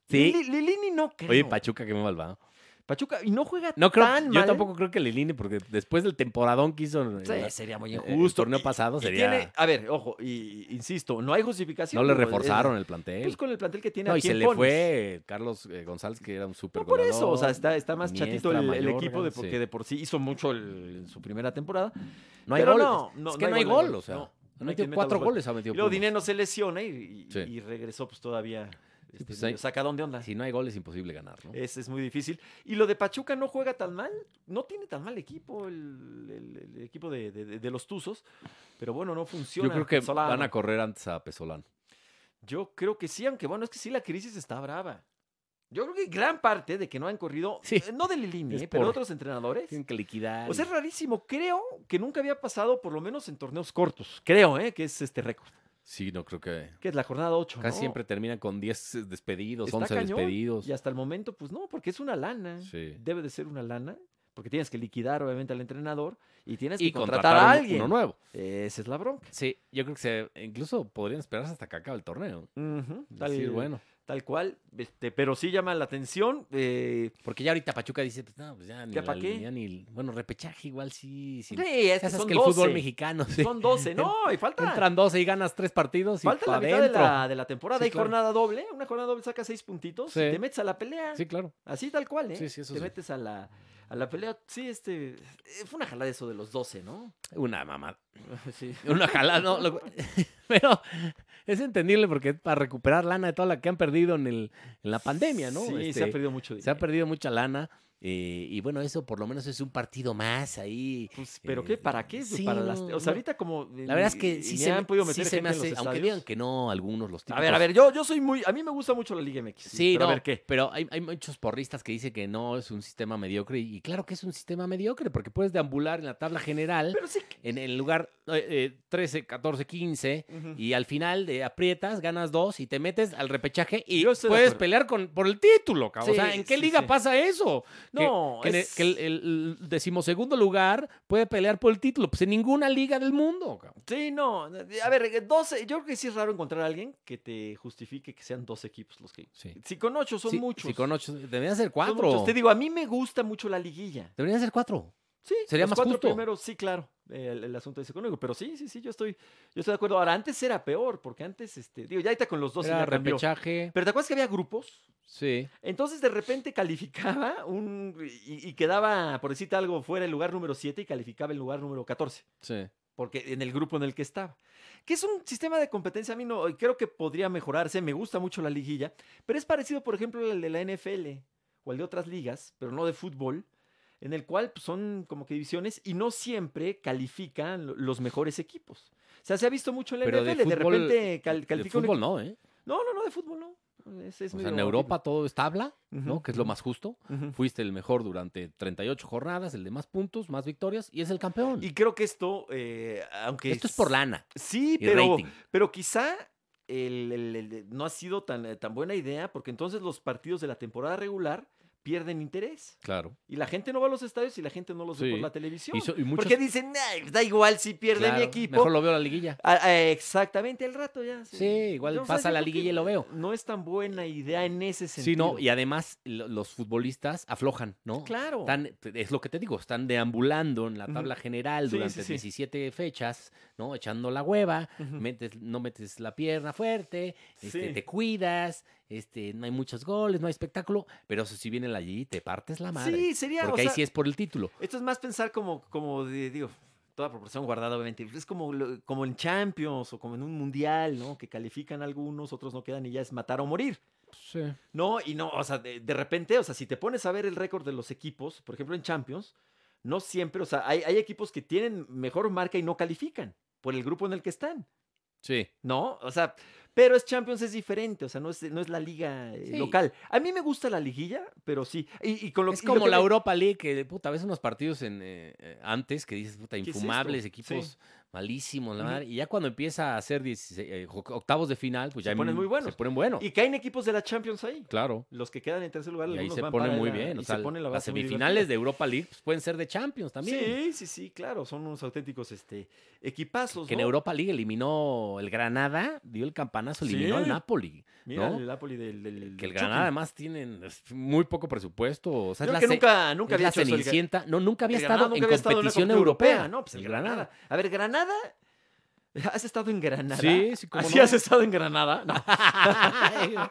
[SPEAKER 2] Sí.
[SPEAKER 1] Lili- Lilini no creo.
[SPEAKER 2] Oye, Pachuca, qué mal va. ¿no?
[SPEAKER 1] Pachuca, y no juega
[SPEAKER 2] No creo,
[SPEAKER 1] tan
[SPEAKER 2] yo
[SPEAKER 1] mal. ¿eh?
[SPEAKER 2] tampoco creo que Lilini, porque después del temporadón que hizo en
[SPEAKER 1] Sí,
[SPEAKER 2] la-
[SPEAKER 1] sería muy
[SPEAKER 2] eh, el
[SPEAKER 1] injusto.
[SPEAKER 2] torneo
[SPEAKER 1] Y-
[SPEAKER 2] pasado
[SPEAKER 1] y
[SPEAKER 2] sería-
[SPEAKER 1] tiene- a ver, ojo, y, insisto, no hay justificación.
[SPEAKER 2] no le
[SPEAKER 1] digo, es-
[SPEAKER 2] reforzaron el plantel.
[SPEAKER 1] Pues con el plantel que tiene
[SPEAKER 2] no, y
[SPEAKER 1] aquí
[SPEAKER 2] se
[SPEAKER 1] en
[SPEAKER 2] le
[SPEAKER 1] Pones.
[SPEAKER 2] fue Carlos eh, González, que era un súper
[SPEAKER 1] No por eso, o sea, está, está más chatito el,
[SPEAKER 2] Iniesta,
[SPEAKER 1] el equipo de
[SPEAKER 2] Mayorga,
[SPEAKER 1] porque
[SPEAKER 2] sí.
[SPEAKER 1] de por sí hizo mucho el- en su primera temporada.
[SPEAKER 2] No hay
[SPEAKER 1] pero
[SPEAKER 2] gol.
[SPEAKER 1] no,
[SPEAKER 2] es-
[SPEAKER 1] no,
[SPEAKER 2] es que no hay gol, o sea.
[SPEAKER 1] no.
[SPEAKER 2] ha
[SPEAKER 1] No hay
[SPEAKER 2] metido
[SPEAKER 1] quien meta
[SPEAKER 2] cuatro
[SPEAKER 1] los goles.
[SPEAKER 2] goles, ha
[SPEAKER 1] Y
[SPEAKER 2] metido
[SPEAKER 1] luego
[SPEAKER 2] Pumas.
[SPEAKER 1] Dinero se lesiona y, y-
[SPEAKER 2] Sí.
[SPEAKER 1] y regresó pues todavía este,
[SPEAKER 2] pues,
[SPEAKER 1] medio
[SPEAKER 2] hay-
[SPEAKER 1] sacadón de onda.
[SPEAKER 2] Si no hay gol, es imposible ganar, ¿no?
[SPEAKER 1] Es, es muy difícil. Y lo de Pachuca no juega tan mal. No tiene tan mal equipo el, el- el equipo de, de- de- de los Tuzos. Pero bueno, no funciona.
[SPEAKER 2] Yo creo que
[SPEAKER 1] Solano.
[SPEAKER 2] van a correr antes a Pesolano.
[SPEAKER 1] Yo creo que sí, aunque bueno, es que sí, la crisis está brava. Yo creo que gran parte de que no han corrido,
[SPEAKER 2] Sí.
[SPEAKER 1] eh, no de Lilini,
[SPEAKER 2] Es
[SPEAKER 1] eh, pero de
[SPEAKER 2] por-
[SPEAKER 1] otros entrenadores.
[SPEAKER 2] Tienen que liquidar.
[SPEAKER 1] O sea, es rarísimo. Creo que nunca había pasado, por lo menos en torneos cortos. Creo, ¿eh? Que es este récord.
[SPEAKER 2] Sí, no creo que.
[SPEAKER 1] Que es la jornada 8.
[SPEAKER 2] Casi siempre terminan con
[SPEAKER 1] eh,
[SPEAKER 2] 10 despedidos,
[SPEAKER 1] Está
[SPEAKER 2] 11
[SPEAKER 1] cañón.
[SPEAKER 2] despedidos.
[SPEAKER 1] Y hasta el momento, pues no, porque es una lana.
[SPEAKER 2] Sí.
[SPEAKER 1] Debe de ser una lana. Porque tienes que liquidar, obviamente, al entrenador. Y tienes que
[SPEAKER 2] Y
[SPEAKER 1] contratar, a
[SPEAKER 2] un-
[SPEAKER 1] alguien.
[SPEAKER 2] uno nuevo.
[SPEAKER 1] Esa es la bronca.
[SPEAKER 2] Sí, yo creo que se, incluso podrían esperarse hasta que acabe el torneo.
[SPEAKER 1] Ujú, tal,
[SPEAKER 2] Decir, bueno.
[SPEAKER 1] tal cual. este, pero sí llama la atención. eh,
[SPEAKER 2] Porque ya ahorita Pachuca dice, pues no, pues ya ni.
[SPEAKER 1] ¿Ya pa'
[SPEAKER 2] la-
[SPEAKER 1] qué?
[SPEAKER 2] ya ni- bueno, repechaje igual sí. sí.
[SPEAKER 1] sí, es
[SPEAKER 2] Ya
[SPEAKER 1] que
[SPEAKER 2] sabes
[SPEAKER 1] son
[SPEAKER 2] que el
[SPEAKER 1] 12.
[SPEAKER 2] fútbol mexicano. sí.
[SPEAKER 1] Son 12. No, y falta.
[SPEAKER 2] Entran 12 y ganas 3 partidos y
[SPEAKER 1] Falta
[SPEAKER 2] pa'
[SPEAKER 1] la mitad de
[SPEAKER 2] adentro.
[SPEAKER 1] la, de la temporada.
[SPEAKER 2] Sí,
[SPEAKER 1] Hay
[SPEAKER 2] claro.
[SPEAKER 1] jornada doble. Una jornada doble saca seis puntitos.
[SPEAKER 2] Sí.
[SPEAKER 1] Y te metes a la pelea.
[SPEAKER 2] Sí, claro.
[SPEAKER 1] Así tal cual, ¿eh?
[SPEAKER 2] Sí, sí, eso
[SPEAKER 1] te
[SPEAKER 2] sí.
[SPEAKER 1] metes a la, a la pelea. Sí, este. eh, Fue una jalada eso de los 12, ¿no?
[SPEAKER 2] Una mamada.
[SPEAKER 1] sí.
[SPEAKER 2] Una jalada, no. lo- Pero es entendible porque es para recuperar lana de toda la que han perdido en, el, en la pandemia, ¿no?
[SPEAKER 1] Sí, se
[SPEAKER 2] Este,
[SPEAKER 1] ha perdido mucho
[SPEAKER 2] se ha
[SPEAKER 1] dinero.
[SPEAKER 2] perdido mucha lana. eh, y bueno, eso por lo menos es un partido más ahí.
[SPEAKER 1] Pues, ¿Pero qué? ¿Para qué?
[SPEAKER 2] Sí,
[SPEAKER 1] Para las-
[SPEAKER 2] no,
[SPEAKER 1] o sea,
[SPEAKER 2] no.
[SPEAKER 1] ahorita como. eh,
[SPEAKER 2] La verdad es
[SPEAKER 1] ni-
[SPEAKER 2] que sí
[SPEAKER 1] ni
[SPEAKER 2] se,
[SPEAKER 1] han
[SPEAKER 2] me-
[SPEAKER 1] podido
[SPEAKER 2] sí
[SPEAKER 1] meter
[SPEAKER 2] se
[SPEAKER 1] gente
[SPEAKER 2] me
[SPEAKER 1] en los
[SPEAKER 2] hace, aunque
[SPEAKER 1] estadios.
[SPEAKER 2] digan que no, algunos los
[SPEAKER 1] A ver, a
[SPEAKER 2] típicos-
[SPEAKER 1] ver, yo, yo soy muy. A mí me gusta mucho la Liga MX.
[SPEAKER 2] Sí,
[SPEAKER 1] pero
[SPEAKER 2] no,
[SPEAKER 1] a ver qué.
[SPEAKER 2] pero hay, hay muchos porristas que dicen que no es un sistema mediocre. Y, y claro que es un sistema mediocre, porque puedes deambular en la tabla general,
[SPEAKER 1] Pero sí. que-
[SPEAKER 2] en el lugar eh, eh, 13, 14, 15,
[SPEAKER 1] Ujú.
[SPEAKER 2] y al final eh, aprietas, ganas dos y te metes al repechaje y
[SPEAKER 1] Yo estoy de
[SPEAKER 2] puedes
[SPEAKER 1] acuerdo.
[SPEAKER 2] pelear con, por el título, cabrón. o
[SPEAKER 1] Sí,
[SPEAKER 2] sea, ¿en qué
[SPEAKER 1] sí,
[SPEAKER 2] liga
[SPEAKER 1] sí.
[SPEAKER 2] pasa eso? Que-
[SPEAKER 1] No,
[SPEAKER 2] que, en el-
[SPEAKER 1] es-
[SPEAKER 2] que el, el- el decimosegundo lugar puede pelear por el título. Pues en ninguna liga del mundo, cabrón.
[SPEAKER 1] Sí, no. A ver, eh, 12. Yo creo que sí es raro encontrar a alguien que te justifique que sean 12 equipos los que.
[SPEAKER 2] Sí.
[SPEAKER 1] Si con 8 son
[SPEAKER 2] Sí,
[SPEAKER 1] muchos.
[SPEAKER 2] sí, con ocho, deberían ser
[SPEAKER 1] son
[SPEAKER 2] cuatro.
[SPEAKER 1] muchos. Te digo, a mí me gusta mucho la liguilla.
[SPEAKER 2] Deberían ser cuatro.
[SPEAKER 1] Sí,
[SPEAKER 2] Sería
[SPEAKER 1] los
[SPEAKER 2] más
[SPEAKER 1] cuatro
[SPEAKER 2] justo.
[SPEAKER 1] primeros, sí, claro, el, el asunto es económico, pero sí, sí, sí, yo estoy, yo estoy de acuerdo. Ahora, antes era peor, porque antes, este, digo, ya está con los dos y
[SPEAKER 2] Era
[SPEAKER 1] ya cambió.
[SPEAKER 2] repechaje.
[SPEAKER 1] Pero ¿te acuerdas que había grupos?
[SPEAKER 2] Sí.
[SPEAKER 1] Entonces, de repente calificaba un, y, y quedaba, por decirte algo, fuera el lugar número 7 y calificaba el lugar número 14,
[SPEAKER 2] Sí.
[SPEAKER 1] porque en el grupo en el que estaba. Que es un sistema de competencia, a mí no, creo que podría mejorarse, me gusta mucho la liguilla, pero es parecido, por ejemplo, al de la NFL o al de otras ligas, pero no de fútbol, en el cual pues, son como que divisiones y no siempre califican lo- los mejores equipos. O sea, se ha visto mucho en la
[SPEAKER 2] Pero de
[SPEAKER 1] NFL, de,
[SPEAKER 2] fútbol-
[SPEAKER 1] repente cal-
[SPEAKER 2] El
[SPEAKER 1] califica un
[SPEAKER 2] fútbol
[SPEAKER 1] equi-
[SPEAKER 2] no, ¿eh?
[SPEAKER 1] No, no, no, de fútbol no. Es- es
[SPEAKER 2] O sea,
[SPEAKER 1] medio
[SPEAKER 2] en Europa todo es tabla, ¿no?
[SPEAKER 1] Ujú,
[SPEAKER 2] Que es lo
[SPEAKER 1] ujú.
[SPEAKER 2] más justo.
[SPEAKER 1] Ujú.
[SPEAKER 2] Fuiste el mejor durante 38 jornadas, el de más puntos, más victorias y es el campeón.
[SPEAKER 1] Y creo que esto, eh, aunque...
[SPEAKER 2] Esto es por lana
[SPEAKER 1] Sí,
[SPEAKER 2] y
[SPEAKER 1] pero,
[SPEAKER 2] rating.
[SPEAKER 1] pero quizá el- el- el- no ha sido tan, eh, tan buena idea porque entonces los partidos de la temporada regular pierden interés.
[SPEAKER 2] Claro.
[SPEAKER 1] Y la gente no va a los estadios y la gente no los ve por
[SPEAKER 2] Sí.
[SPEAKER 1] la televisión.
[SPEAKER 2] Y, so- y muchos-
[SPEAKER 1] Porque dicen, "Ay, pues da igual si pierde mi
[SPEAKER 2] claro,
[SPEAKER 1] equipo.
[SPEAKER 2] Mejor lo veo en la liguilla.
[SPEAKER 1] Ah, ah, exactamente, al rato ya.
[SPEAKER 2] Sí, igual
[SPEAKER 1] o sea,
[SPEAKER 2] pasa
[SPEAKER 1] yo
[SPEAKER 2] la
[SPEAKER 1] creo que
[SPEAKER 2] liguilla y lo veo.
[SPEAKER 1] No es tan buena idea en ese sentido.
[SPEAKER 2] Sí, no, y además lo- los futbolistas aflojan, ¿no?
[SPEAKER 1] Claro.
[SPEAKER 2] Están- es lo que te digo, están deambulando en la
[SPEAKER 1] Ujú.
[SPEAKER 2] tabla general
[SPEAKER 1] Sí, sí,
[SPEAKER 2] durante
[SPEAKER 1] sí.
[SPEAKER 2] 17 fechas, ¿no? Echando la hueva,
[SPEAKER 1] Ujú.
[SPEAKER 2] metes, no metes la pierna fuerte, este,
[SPEAKER 1] Sí.
[SPEAKER 2] te cuidas, este, no hay muchos goles, no hay espectáculo, pero eso sí viene la allí te partes la madre.
[SPEAKER 1] Sí, sería.
[SPEAKER 2] porque
[SPEAKER 1] o
[SPEAKER 2] ahí
[SPEAKER 1] sea,
[SPEAKER 2] sí es por el título.
[SPEAKER 1] Esto es más pensar como, como de- digo, toda proporción guardada, obviamente. Es como, lo- como en Champions o como en un mundial, ¿no? Que califican algunos, otros no quedan y ya es matar o morir. No, y no, o sea, de, de repente, o sea, si te pones a ver el récord de los equipos, por ejemplo en Champions, no siempre, o sea, hay, hay equipos que tienen mejor marca y no califican por el grupo en el que están,
[SPEAKER 2] Sí.
[SPEAKER 1] ¿no? O sea, pero es Champions es diferente, o sea, no es, no es la liga eh,
[SPEAKER 2] Sí.
[SPEAKER 1] local. A mí me gusta la liguilla, pero sí. Y, y con lo
[SPEAKER 2] Es
[SPEAKER 1] y lo
[SPEAKER 2] como
[SPEAKER 1] que
[SPEAKER 2] la
[SPEAKER 1] me-
[SPEAKER 2] Europa League, que puta, ves unos partidos en, eh, eh, antes que dices, puta,
[SPEAKER 1] es esto?
[SPEAKER 2] infumables,
[SPEAKER 1] Sí.
[SPEAKER 2] equipos malísimos, la
[SPEAKER 1] Ujú.
[SPEAKER 2] madre. Y ya cuando empieza a ser 16, eh, jo- octavos de final, pues
[SPEAKER 1] Se
[SPEAKER 2] ya hay
[SPEAKER 1] ponen
[SPEAKER 2] un-
[SPEAKER 1] muy buenos.
[SPEAKER 2] Se ponen buenos.
[SPEAKER 1] Y caen equipos de la Champions ahí.
[SPEAKER 2] claro.
[SPEAKER 1] Los que quedan en tercer lugar,
[SPEAKER 2] Y ahí
[SPEAKER 1] algunos
[SPEAKER 2] se
[SPEAKER 1] van
[SPEAKER 2] pone
[SPEAKER 1] para
[SPEAKER 2] muy
[SPEAKER 1] la-
[SPEAKER 2] bien.
[SPEAKER 1] y
[SPEAKER 2] O
[SPEAKER 1] se
[SPEAKER 2] sea,
[SPEAKER 1] pone la
[SPEAKER 2] las
[SPEAKER 1] base muy
[SPEAKER 2] semifinales
[SPEAKER 1] divertida.
[SPEAKER 2] de Europa League pues, pueden ser de Champions también.
[SPEAKER 1] Sí, sí, sí, claro, son unos auténticos este, equipazos.
[SPEAKER 2] Que en
[SPEAKER 1] ¿no?
[SPEAKER 2] Europa League eliminó el Granada, dio el campanazo, eliminó al
[SPEAKER 1] Sí.
[SPEAKER 2] Napoli.
[SPEAKER 1] Mira,
[SPEAKER 2] ¿no?
[SPEAKER 1] el Napoli del, del- del
[SPEAKER 2] Que el
[SPEAKER 1] Chucky.
[SPEAKER 2] Granada además tienen es, muy poco presupuesto. O sea, es
[SPEAKER 1] Creo
[SPEAKER 2] la,
[SPEAKER 1] que
[SPEAKER 2] ce-
[SPEAKER 1] nunca, nunca
[SPEAKER 2] es
[SPEAKER 1] había
[SPEAKER 2] la
[SPEAKER 1] hecho eso el Gra-
[SPEAKER 2] cenicienta. no, nunca había
[SPEAKER 1] el Granada
[SPEAKER 2] estado
[SPEAKER 1] nunca
[SPEAKER 2] en
[SPEAKER 1] había
[SPEAKER 2] competición
[SPEAKER 1] en una
[SPEAKER 2] europea.
[SPEAKER 1] No, pues el
[SPEAKER 2] El
[SPEAKER 1] Granada.
[SPEAKER 2] Granada.
[SPEAKER 1] A ver, Granada. ¿Has estado en Granada?
[SPEAKER 2] Sí, sí, cómo
[SPEAKER 1] ¿Así
[SPEAKER 2] no.
[SPEAKER 1] has estado en Granada? No.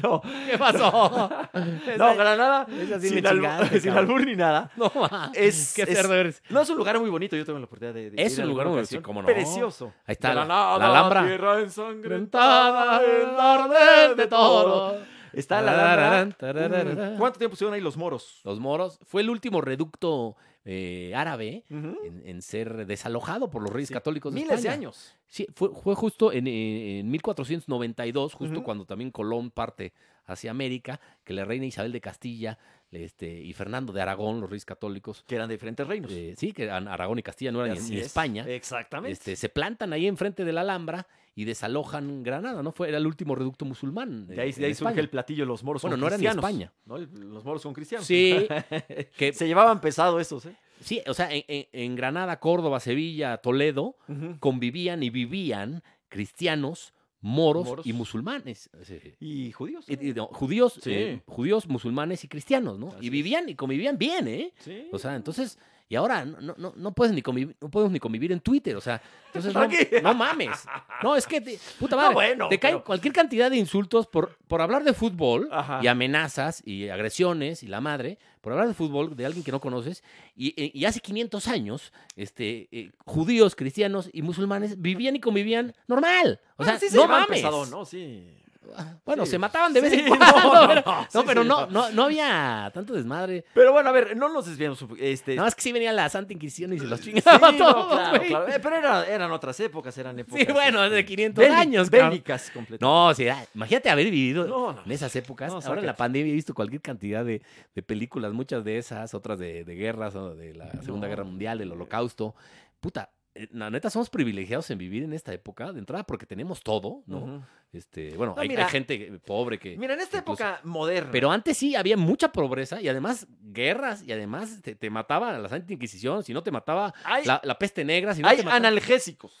[SPEAKER 1] no,
[SPEAKER 2] ¿Qué pasó?
[SPEAKER 1] no, Granada.
[SPEAKER 2] esa sí me
[SPEAKER 1] sin, albu-
[SPEAKER 2] chingaste,
[SPEAKER 1] sin
[SPEAKER 2] cabrón.
[SPEAKER 1] albur ni nada.
[SPEAKER 2] No, ma.
[SPEAKER 1] Es-
[SPEAKER 2] Qué
[SPEAKER 1] es-
[SPEAKER 2] cerdo eres.
[SPEAKER 1] No, es un lugar muy bonito. Yo tuve la oportunidad de. de
[SPEAKER 2] Es
[SPEAKER 1] ir
[SPEAKER 2] un
[SPEAKER 1] en
[SPEAKER 2] lugar
[SPEAKER 1] alguna
[SPEAKER 2] muy- sí,
[SPEAKER 1] ocasión.
[SPEAKER 2] cómo no.
[SPEAKER 1] Precioso.
[SPEAKER 2] Ahí está la-
[SPEAKER 1] Granada,
[SPEAKER 2] la Alhambra.
[SPEAKER 1] Tierra ensangrentada, el orden de todo. Mm. Está la Alhambra.
[SPEAKER 2] Tararán, tararán.
[SPEAKER 1] Mm, ¿Cuánto tiempo estuvieron ahí los moros?
[SPEAKER 2] Los moros. Fue el último reducto eh, árabe
[SPEAKER 1] Ujú.
[SPEAKER 2] en, en ser desalojado por los reyes
[SPEAKER 1] Sí.
[SPEAKER 2] católicos de
[SPEAKER 1] Miles de
[SPEAKER 2] España.
[SPEAKER 1] años.
[SPEAKER 2] Sí, fue, fue justo en, eh, en 1492, justo
[SPEAKER 1] Ujú.
[SPEAKER 2] cuando también Colón parte hacia América, que la reina Isabel de Castilla este, y Fernando de Aragón, los reyes católicos,
[SPEAKER 1] Que eran de diferentes reinos.
[SPEAKER 2] eh, sí, que eran Aragón y Castilla no eran ni-
[SPEAKER 1] Así
[SPEAKER 2] ni
[SPEAKER 1] es.
[SPEAKER 2] España,
[SPEAKER 1] Exactamente.
[SPEAKER 2] este, se plantan ahí enfrente de la Alhambra y desalojan Granada, ¿no? Fue, era el último reducto musulmán.
[SPEAKER 1] de ahí,
[SPEAKER 2] eh,
[SPEAKER 1] de ahí
[SPEAKER 2] en
[SPEAKER 1] surge
[SPEAKER 2] España.
[SPEAKER 1] el platillo, los moros
[SPEAKER 2] Bueno,
[SPEAKER 1] son
[SPEAKER 2] no eran de
[SPEAKER 1] cristianos.
[SPEAKER 2] España.
[SPEAKER 1] ¿no? El- Los moros son cristianos.
[SPEAKER 2] Sí, que,
[SPEAKER 1] Se llevaban pesado estos, ¿eh?
[SPEAKER 2] sí, o sea, en, en- en Granada, Córdoba, Sevilla, Toledo, convivían y vivían cristianos, moros,
[SPEAKER 1] Moros.
[SPEAKER 2] y musulmanes. Sí.
[SPEAKER 1] Y judíos. ¿eh?
[SPEAKER 2] Y- y no, judíos,
[SPEAKER 1] Sí.
[SPEAKER 2] eh, judíos, musulmanes y cristianos, ¿no?
[SPEAKER 1] Así
[SPEAKER 2] y
[SPEAKER 1] es.
[SPEAKER 2] vivían y convivían bien, ¿eh?
[SPEAKER 1] Sí.
[SPEAKER 2] O sea, entonces, y ahora no, no- no, no puedes ni convivir, no podemos ni convivir en Twitter, o sea, entonces no,
[SPEAKER 1] Tranqui.
[SPEAKER 2] no mames. No, es que, te- puta
[SPEAKER 1] No,
[SPEAKER 2] madre,
[SPEAKER 1] bueno,
[SPEAKER 2] te caen
[SPEAKER 1] pero-
[SPEAKER 2] cualquier cantidad de insultos por, por hablar de fútbol
[SPEAKER 1] Ajá.
[SPEAKER 2] y amenazas y agresiones y la madre, por hablar de fútbol de alguien que no conoces, y, eh, y hace 500 años, este, eh, judíos, cristianos y musulmanes vivían y convivían normal. O sea,
[SPEAKER 1] Bueno, Ah, sí se
[SPEAKER 2] no
[SPEAKER 1] llevaban
[SPEAKER 2] mames.
[SPEAKER 1] pesado, ¿no? Sí.
[SPEAKER 2] Bueno,
[SPEAKER 1] Sí.
[SPEAKER 2] se mataban de vez en
[SPEAKER 1] Sí,
[SPEAKER 2] cuando.
[SPEAKER 1] no,
[SPEAKER 2] pero-
[SPEAKER 1] no,
[SPEAKER 2] No,
[SPEAKER 1] sí,
[SPEAKER 2] pero
[SPEAKER 1] sí,
[SPEAKER 2] no,
[SPEAKER 1] no.
[SPEAKER 2] no, no había tanto desmadre.
[SPEAKER 1] Pero bueno, a ver, no nos desviamos. Este,
[SPEAKER 2] Nada más que sí venía la Santa Inquisición y se los
[SPEAKER 1] sí,
[SPEAKER 2] chingaba a
[SPEAKER 1] no,
[SPEAKER 2] todos,
[SPEAKER 1] claro,
[SPEAKER 2] güey.
[SPEAKER 1] claro. Eh, pero era- eran otras épocas, eran épocas.
[SPEAKER 2] Sí, bueno,
[SPEAKER 1] este,
[SPEAKER 2] de 500
[SPEAKER 1] béli-
[SPEAKER 2] años, cabrón.
[SPEAKER 1] Bélicas completamente.
[SPEAKER 2] No, sí, ah, imagínate haber vivido
[SPEAKER 1] No, no,
[SPEAKER 2] en esas épocas.
[SPEAKER 1] no,
[SPEAKER 2] Ahora en la
[SPEAKER 1] sácate.
[SPEAKER 2] pandemia he visto cualquier cantidad de, de películas, muchas de esas, otras de, de guerras, o de la Segunda
[SPEAKER 1] No,
[SPEAKER 2] Guerra Mundial, del
[SPEAKER 1] eh.
[SPEAKER 2] Holocausto. Puta, eh, la neta somos privilegiados en vivir en esta época, de entrada porque tenemos todo, ¿no?
[SPEAKER 1] Ujú.
[SPEAKER 2] Este, bueno,
[SPEAKER 1] No,
[SPEAKER 2] hay, hay
[SPEAKER 1] mira.
[SPEAKER 2] gente pobre que...
[SPEAKER 1] Mira, en esta
[SPEAKER 2] Incluso-
[SPEAKER 1] época moderna.
[SPEAKER 2] Pero antes sí había mucha pobreza y además guerras y además te, te mataba la Santa Inquisición, si no te mataba
[SPEAKER 1] hay,
[SPEAKER 2] la, la peste negra, si no
[SPEAKER 1] hay
[SPEAKER 2] te mataba...
[SPEAKER 1] analgésicos.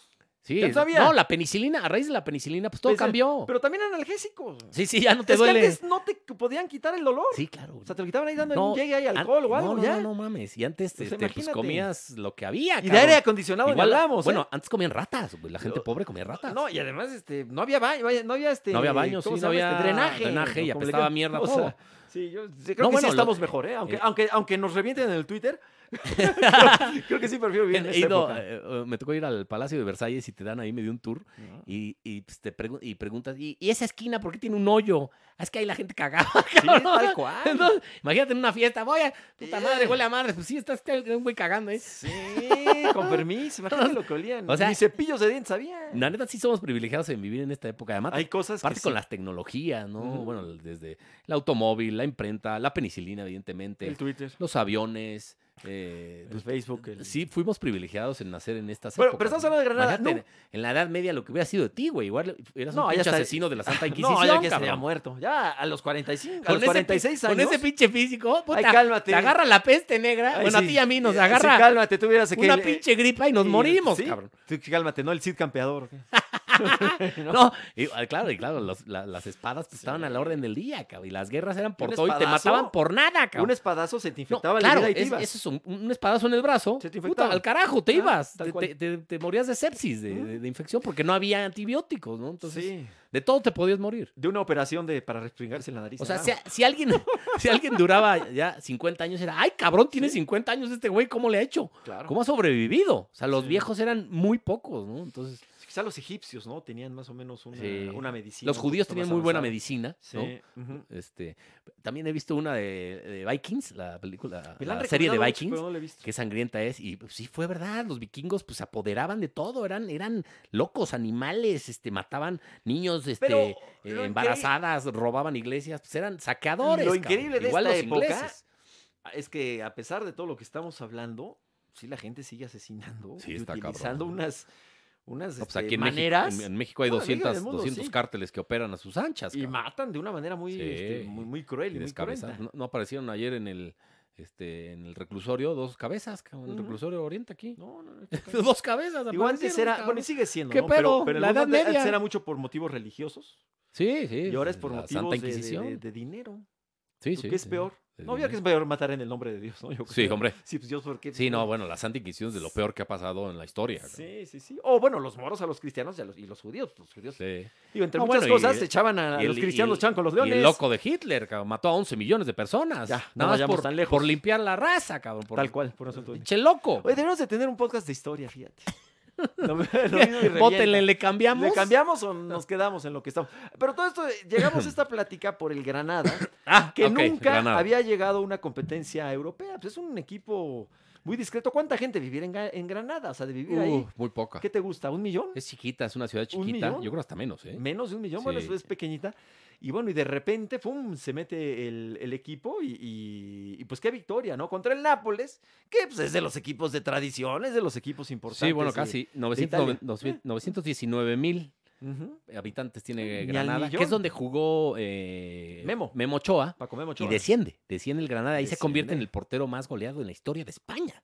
[SPEAKER 2] Sí,
[SPEAKER 1] ya no sabía.
[SPEAKER 2] no, la penicilina, a raíz de la penicilina, pues todo
[SPEAKER 1] Pues, eh,
[SPEAKER 2] cambió.
[SPEAKER 1] Pero también analgésicos.
[SPEAKER 2] Sí, sí, ya no te
[SPEAKER 1] es
[SPEAKER 2] duele.
[SPEAKER 1] que antes no te podían quitar el dolor.
[SPEAKER 2] Sí, claro.
[SPEAKER 1] O sea, te lo quitaban ahí dando en
[SPEAKER 2] No,
[SPEAKER 1] un llegue ahí
[SPEAKER 2] An-
[SPEAKER 1] alcohol o
[SPEAKER 2] no,
[SPEAKER 1] algo,
[SPEAKER 2] no,
[SPEAKER 1] ya.
[SPEAKER 2] No, no mames. Y antes
[SPEAKER 1] Pues
[SPEAKER 2] este, pues,
[SPEAKER 1] imagínate.
[SPEAKER 2] comías lo que había.
[SPEAKER 1] y de
[SPEAKER 2] cabrón.
[SPEAKER 1] aire acondicionado ni
[SPEAKER 2] Igual-
[SPEAKER 1] hablamos.
[SPEAKER 2] Bueno,
[SPEAKER 1] ¿eh?
[SPEAKER 2] antes comían ratas. güey, La gente
[SPEAKER 1] Yo-
[SPEAKER 2] pobre comía ratas.
[SPEAKER 1] No, y además este, no había baño, vaya, no había este.
[SPEAKER 2] No había baño,
[SPEAKER 1] ¿cómo
[SPEAKER 2] sí,
[SPEAKER 1] se
[SPEAKER 2] no
[SPEAKER 1] llama Este,
[SPEAKER 2] había
[SPEAKER 1] drenaje.
[SPEAKER 2] drenaje y
[SPEAKER 1] ¿no? Como le
[SPEAKER 2] apestaba
[SPEAKER 1] digan.
[SPEAKER 2] mierda
[SPEAKER 1] O sea,
[SPEAKER 2] todo.
[SPEAKER 1] sí, yo sí, creo
[SPEAKER 2] No,
[SPEAKER 1] que
[SPEAKER 2] bueno,
[SPEAKER 1] sí
[SPEAKER 2] lo-
[SPEAKER 1] estamos mejor, ¿eh? Aunque,
[SPEAKER 2] eh,
[SPEAKER 1] aunque, aunque nos revienten en el Twitter, creo, creo que sí prefiero vivir en
[SPEAKER 2] He
[SPEAKER 1] esta
[SPEAKER 2] ido,
[SPEAKER 1] época.
[SPEAKER 2] eh, eh, me tocó ir al Palacio de Versalles y te dan ahí, me dio un tour
[SPEAKER 1] ¿no?
[SPEAKER 2] y, y, pues, te pregun- y preguntas, ¿y, y esa esquina por qué tiene un hoyo? Ah, Es que ahí la gente cagaba,
[SPEAKER 1] Sí,
[SPEAKER 2] cabrón.
[SPEAKER 1] tal cual.
[SPEAKER 2] Entonces, imagínate en una fiesta, voy a, puta madre,
[SPEAKER 1] Eh.
[SPEAKER 2] huele a madre. Pues sí, estás un güey cagando, ¿eh?
[SPEAKER 1] Sí, con permiso, imagínate lo que olían.
[SPEAKER 2] O sea-
[SPEAKER 1] Ni cepillos de dientes había.
[SPEAKER 2] La neta sí somos privilegiados en vivir en esta época. Además,
[SPEAKER 1] Hay cosas que
[SPEAKER 2] Aparte con
[SPEAKER 1] sí.
[SPEAKER 2] las tecnologías, ¿no?
[SPEAKER 1] Ujú.
[SPEAKER 2] Bueno, el- desde el automóvil, la imprenta, la penicilina, evidentemente,
[SPEAKER 1] el Twitter,
[SPEAKER 2] los aviones. eh,
[SPEAKER 1] el
[SPEAKER 2] pues,
[SPEAKER 1] Facebook, el-
[SPEAKER 2] sí, fuimos privilegiados en nacer en estas
[SPEAKER 1] Bueno,
[SPEAKER 2] épocas.
[SPEAKER 1] pero estamos
[SPEAKER 2] ¿no?
[SPEAKER 1] hablando de Granada,
[SPEAKER 2] Imagínate,
[SPEAKER 1] no.
[SPEAKER 2] en- en la Edad Media lo que hubiera sido de ti, güey. Igual eras
[SPEAKER 1] No,
[SPEAKER 2] un
[SPEAKER 1] ya
[SPEAKER 2] pinche
[SPEAKER 1] está-
[SPEAKER 2] asesino de la Santa Inquisición,
[SPEAKER 1] No, ya que se
[SPEAKER 2] cabrón.
[SPEAKER 1] había muerto. Ya a los 45, a
[SPEAKER 2] Con
[SPEAKER 1] los
[SPEAKER 2] ese pi-
[SPEAKER 1] 46 años.
[SPEAKER 2] Con ese pinche físico, puta,
[SPEAKER 1] Ay, cálmate.
[SPEAKER 2] te agarra la peste negra.
[SPEAKER 1] Ay,
[SPEAKER 2] bueno, a
[SPEAKER 1] sí.
[SPEAKER 2] ti y a mí nos
[SPEAKER 1] Eh,
[SPEAKER 2] agarra
[SPEAKER 1] Sí, cálmate, tú hubieras
[SPEAKER 2] una
[SPEAKER 1] que-
[SPEAKER 2] pinche gripa y nos
[SPEAKER 1] y-
[SPEAKER 2] morimos,
[SPEAKER 1] sí,
[SPEAKER 2] cabrón.
[SPEAKER 1] tú Cálmate, no el Cid campeador.
[SPEAKER 2] No, y, ah, claro, y claro, los- la- las espadas pues, estaban a la orden del día, cabrón. Y las guerras eran por
[SPEAKER 1] un
[SPEAKER 2] todo y te
[SPEAKER 1] espadazo,
[SPEAKER 2] mataban por nada, cabrón.
[SPEAKER 1] Un espadazo se te
[SPEAKER 2] No,
[SPEAKER 1] infectaba la
[SPEAKER 2] claro,
[SPEAKER 1] vida y te
[SPEAKER 2] es-
[SPEAKER 1] ibas.
[SPEAKER 2] eso es un, un espadazo en el brazo.
[SPEAKER 1] Se te
[SPEAKER 2] puta,
[SPEAKER 1] infectaba.
[SPEAKER 2] al carajo, te
[SPEAKER 1] Ah,
[SPEAKER 2] ibas.
[SPEAKER 1] tal
[SPEAKER 2] Te,
[SPEAKER 1] cual.
[SPEAKER 2] te- te- te morías de sepsis, de,
[SPEAKER 1] Ujú.
[SPEAKER 2] de- de infección, porque no había antibióticos, ¿no? Entonces,
[SPEAKER 1] sí,
[SPEAKER 2] de todo te podías morir.
[SPEAKER 1] de una operación de para respingarse en la nariz. Ah,
[SPEAKER 2] O sea,
[SPEAKER 1] nada
[SPEAKER 2] si, a- si alguien, si alguien duraba ya 50 años, era, ay, cabrón, tiene 50 años este güey, ¿cómo le ha hecho?
[SPEAKER 1] más. claro.
[SPEAKER 2] ¿Cómo ha sobrevivido? O sea, los
[SPEAKER 1] Sí.
[SPEAKER 2] viejos eran muy pocos, ¿no? Entonces,
[SPEAKER 1] Quizá los egipcios, ¿no? Tenían más o menos una,
[SPEAKER 2] Sí.
[SPEAKER 1] una medicina.
[SPEAKER 2] los
[SPEAKER 1] un
[SPEAKER 2] judíos
[SPEAKER 1] poquito más
[SPEAKER 2] tenían muy buena
[SPEAKER 1] avanzada.
[SPEAKER 2] medicina, ¿no?
[SPEAKER 1] Sí. ujú.
[SPEAKER 2] Este, también he visto una de, de Vikings, la película,
[SPEAKER 1] Me la han
[SPEAKER 2] la serie de
[SPEAKER 1] recomendado mucho,
[SPEAKER 2] Vikings.
[SPEAKER 1] pero no la he visto.
[SPEAKER 2] qué sangrienta es. Y pues, sí, fue verdad. Los vikingos pues se apoderaban de todo. Eran, eran locos, animales, este, mataban niños, este,
[SPEAKER 1] Pero
[SPEAKER 2] eh,
[SPEAKER 1] lo increí-
[SPEAKER 2] embarazadas, robaban iglesias, pues eran saqueadores.
[SPEAKER 1] Lo
[SPEAKER 2] cabrón.
[SPEAKER 1] increíble de
[SPEAKER 2] Igual
[SPEAKER 1] esta
[SPEAKER 2] los
[SPEAKER 1] época-
[SPEAKER 2] ingleses.
[SPEAKER 1] Es que a pesar de todo lo que estamos hablando, sí la gente sigue asesinando
[SPEAKER 2] Sí,
[SPEAKER 1] y
[SPEAKER 2] está cabrón.
[SPEAKER 1] utilizando unas, unas
[SPEAKER 2] No, pues,
[SPEAKER 1] este,
[SPEAKER 2] aquí en
[SPEAKER 1] maneras.
[SPEAKER 2] México, en, en México hay
[SPEAKER 1] Bueno, en México y en el
[SPEAKER 2] 200,
[SPEAKER 1] mundo,
[SPEAKER 2] 200
[SPEAKER 1] sí.
[SPEAKER 2] cárteles que operan a sus anchas.
[SPEAKER 1] Y
[SPEAKER 2] cabrón,
[SPEAKER 1] matan de una manera muy, este,
[SPEAKER 2] Sí.
[SPEAKER 1] muy, muy cruel
[SPEAKER 2] y
[SPEAKER 1] y, muy
[SPEAKER 2] descabezadas.
[SPEAKER 1] cruenta.
[SPEAKER 2] No, no aparecieron ayer en el, este, en el reclusorio dos cabezas, cabrón, en el
[SPEAKER 1] Ujú.
[SPEAKER 2] reclusorio Oriente aquí.
[SPEAKER 1] No, no, no.
[SPEAKER 2] Pues, dos cabezas.
[SPEAKER 1] Digo, antes
[SPEAKER 2] aparecieron,
[SPEAKER 1] era,
[SPEAKER 2] cabrón.
[SPEAKER 1] bueno, y sigue siendo,
[SPEAKER 2] ¿Qué
[SPEAKER 1] ¿no?
[SPEAKER 2] pedo?
[SPEAKER 1] Pero, pero en
[SPEAKER 2] La
[SPEAKER 1] el
[SPEAKER 2] Edad
[SPEAKER 1] mundo antes
[SPEAKER 2] Media.
[SPEAKER 1] era mucho por motivos religiosos
[SPEAKER 2] Sí, sí.
[SPEAKER 1] y ahora es por
[SPEAKER 2] la Santa
[SPEAKER 1] motivos de- de,
[SPEAKER 2] Inquisición.
[SPEAKER 1] de- de dinero.
[SPEAKER 2] Sí,
[SPEAKER 1] Lo
[SPEAKER 2] sí.
[SPEAKER 1] que es
[SPEAKER 2] sí.
[SPEAKER 1] peor.
[SPEAKER 2] de
[SPEAKER 1] No, yo creo que es peor matar en el nombre de Dios, ¿no? Yo
[SPEAKER 2] Sí,
[SPEAKER 1] creo.
[SPEAKER 2] hombre.
[SPEAKER 1] Sí, pues Dios, ¿por qué?
[SPEAKER 2] Sí, no, bueno, la Santa Inquisición es de lo peor que ha pasado en la historia. cabrón.
[SPEAKER 1] Sí, sí, sí. O bueno, los moros a los cristianos y, a los, y los judíos. Los judíos.
[SPEAKER 2] Sí.
[SPEAKER 1] Digo, entre
[SPEAKER 2] No,
[SPEAKER 1] muchas
[SPEAKER 2] bueno, y
[SPEAKER 1] cosas
[SPEAKER 2] el-
[SPEAKER 1] se echaban a, a
[SPEAKER 2] Y
[SPEAKER 1] los
[SPEAKER 2] el-
[SPEAKER 1] cristianos,
[SPEAKER 2] y-
[SPEAKER 1] los echaban con los
[SPEAKER 2] Y
[SPEAKER 1] leones.
[SPEAKER 2] el loco de Hitler, cabrón, mató a 11 millones de personas.
[SPEAKER 1] Ya, no
[SPEAKER 2] nada más
[SPEAKER 1] vayamos
[SPEAKER 2] por,
[SPEAKER 1] tan lejos.
[SPEAKER 2] por limpiar la raza, cabrón. Por,
[SPEAKER 1] Tal cual, por un asunto de-
[SPEAKER 2] Che loco.
[SPEAKER 1] Oye, debemos de tener un podcast de historia, fíjate. No me- lo mismo y
[SPEAKER 2] Vótenle,
[SPEAKER 1] revienta.
[SPEAKER 2] le cambiamos. Ah.
[SPEAKER 1] ¿Le cambiamos o nos quedamos en lo que estamos? Pero todo esto, llegamos a esta plática por el Granada,
[SPEAKER 2] Ah,
[SPEAKER 1] que
[SPEAKER 2] ok,
[SPEAKER 1] nunca
[SPEAKER 2] Granada.
[SPEAKER 1] había llegado a una competencia europea. Pues es un equipo muy discreto. ¿Cuánta gente viviera en, Ga- en Granada? O sea, de vivir ahí.
[SPEAKER 2] Uf, Uh, muy poca.
[SPEAKER 1] ¿Qué te gusta? ¿Un millón?
[SPEAKER 2] Es chiquita, es una ciudad
[SPEAKER 1] ¿Un
[SPEAKER 2] chiquita.
[SPEAKER 1] millón?
[SPEAKER 2] Yo creo hasta menos, ¿eh?
[SPEAKER 1] Menos de un millón, bueno,
[SPEAKER 2] Sí.
[SPEAKER 1] eso es pequeñita. Y bueno, y de repente, ¡pum!, se mete el, el equipo y, y- y pues qué victoria, ¿no? Contra el Nápoles, que pues, es de los equipos de tradición, es de los equipos importantes.
[SPEAKER 2] Sí, bueno,
[SPEAKER 1] de-
[SPEAKER 2] casi.
[SPEAKER 1] Italia.
[SPEAKER 2] 900, 919 mil
[SPEAKER 1] Ujú.
[SPEAKER 2] habitantes tiene
[SPEAKER 1] Ni al
[SPEAKER 2] Granada, que es
[SPEAKER 1] millón.
[SPEAKER 2] donde jugó eh,
[SPEAKER 1] Memo.
[SPEAKER 2] Memo Ochoa.
[SPEAKER 1] Paco Memo
[SPEAKER 2] Y
[SPEAKER 1] Ochoa.
[SPEAKER 2] desciende, desciende el Granada. Ahí se convierte en
[SPEAKER 1] Desciende.
[SPEAKER 2] el portero más goleado en la historia de España.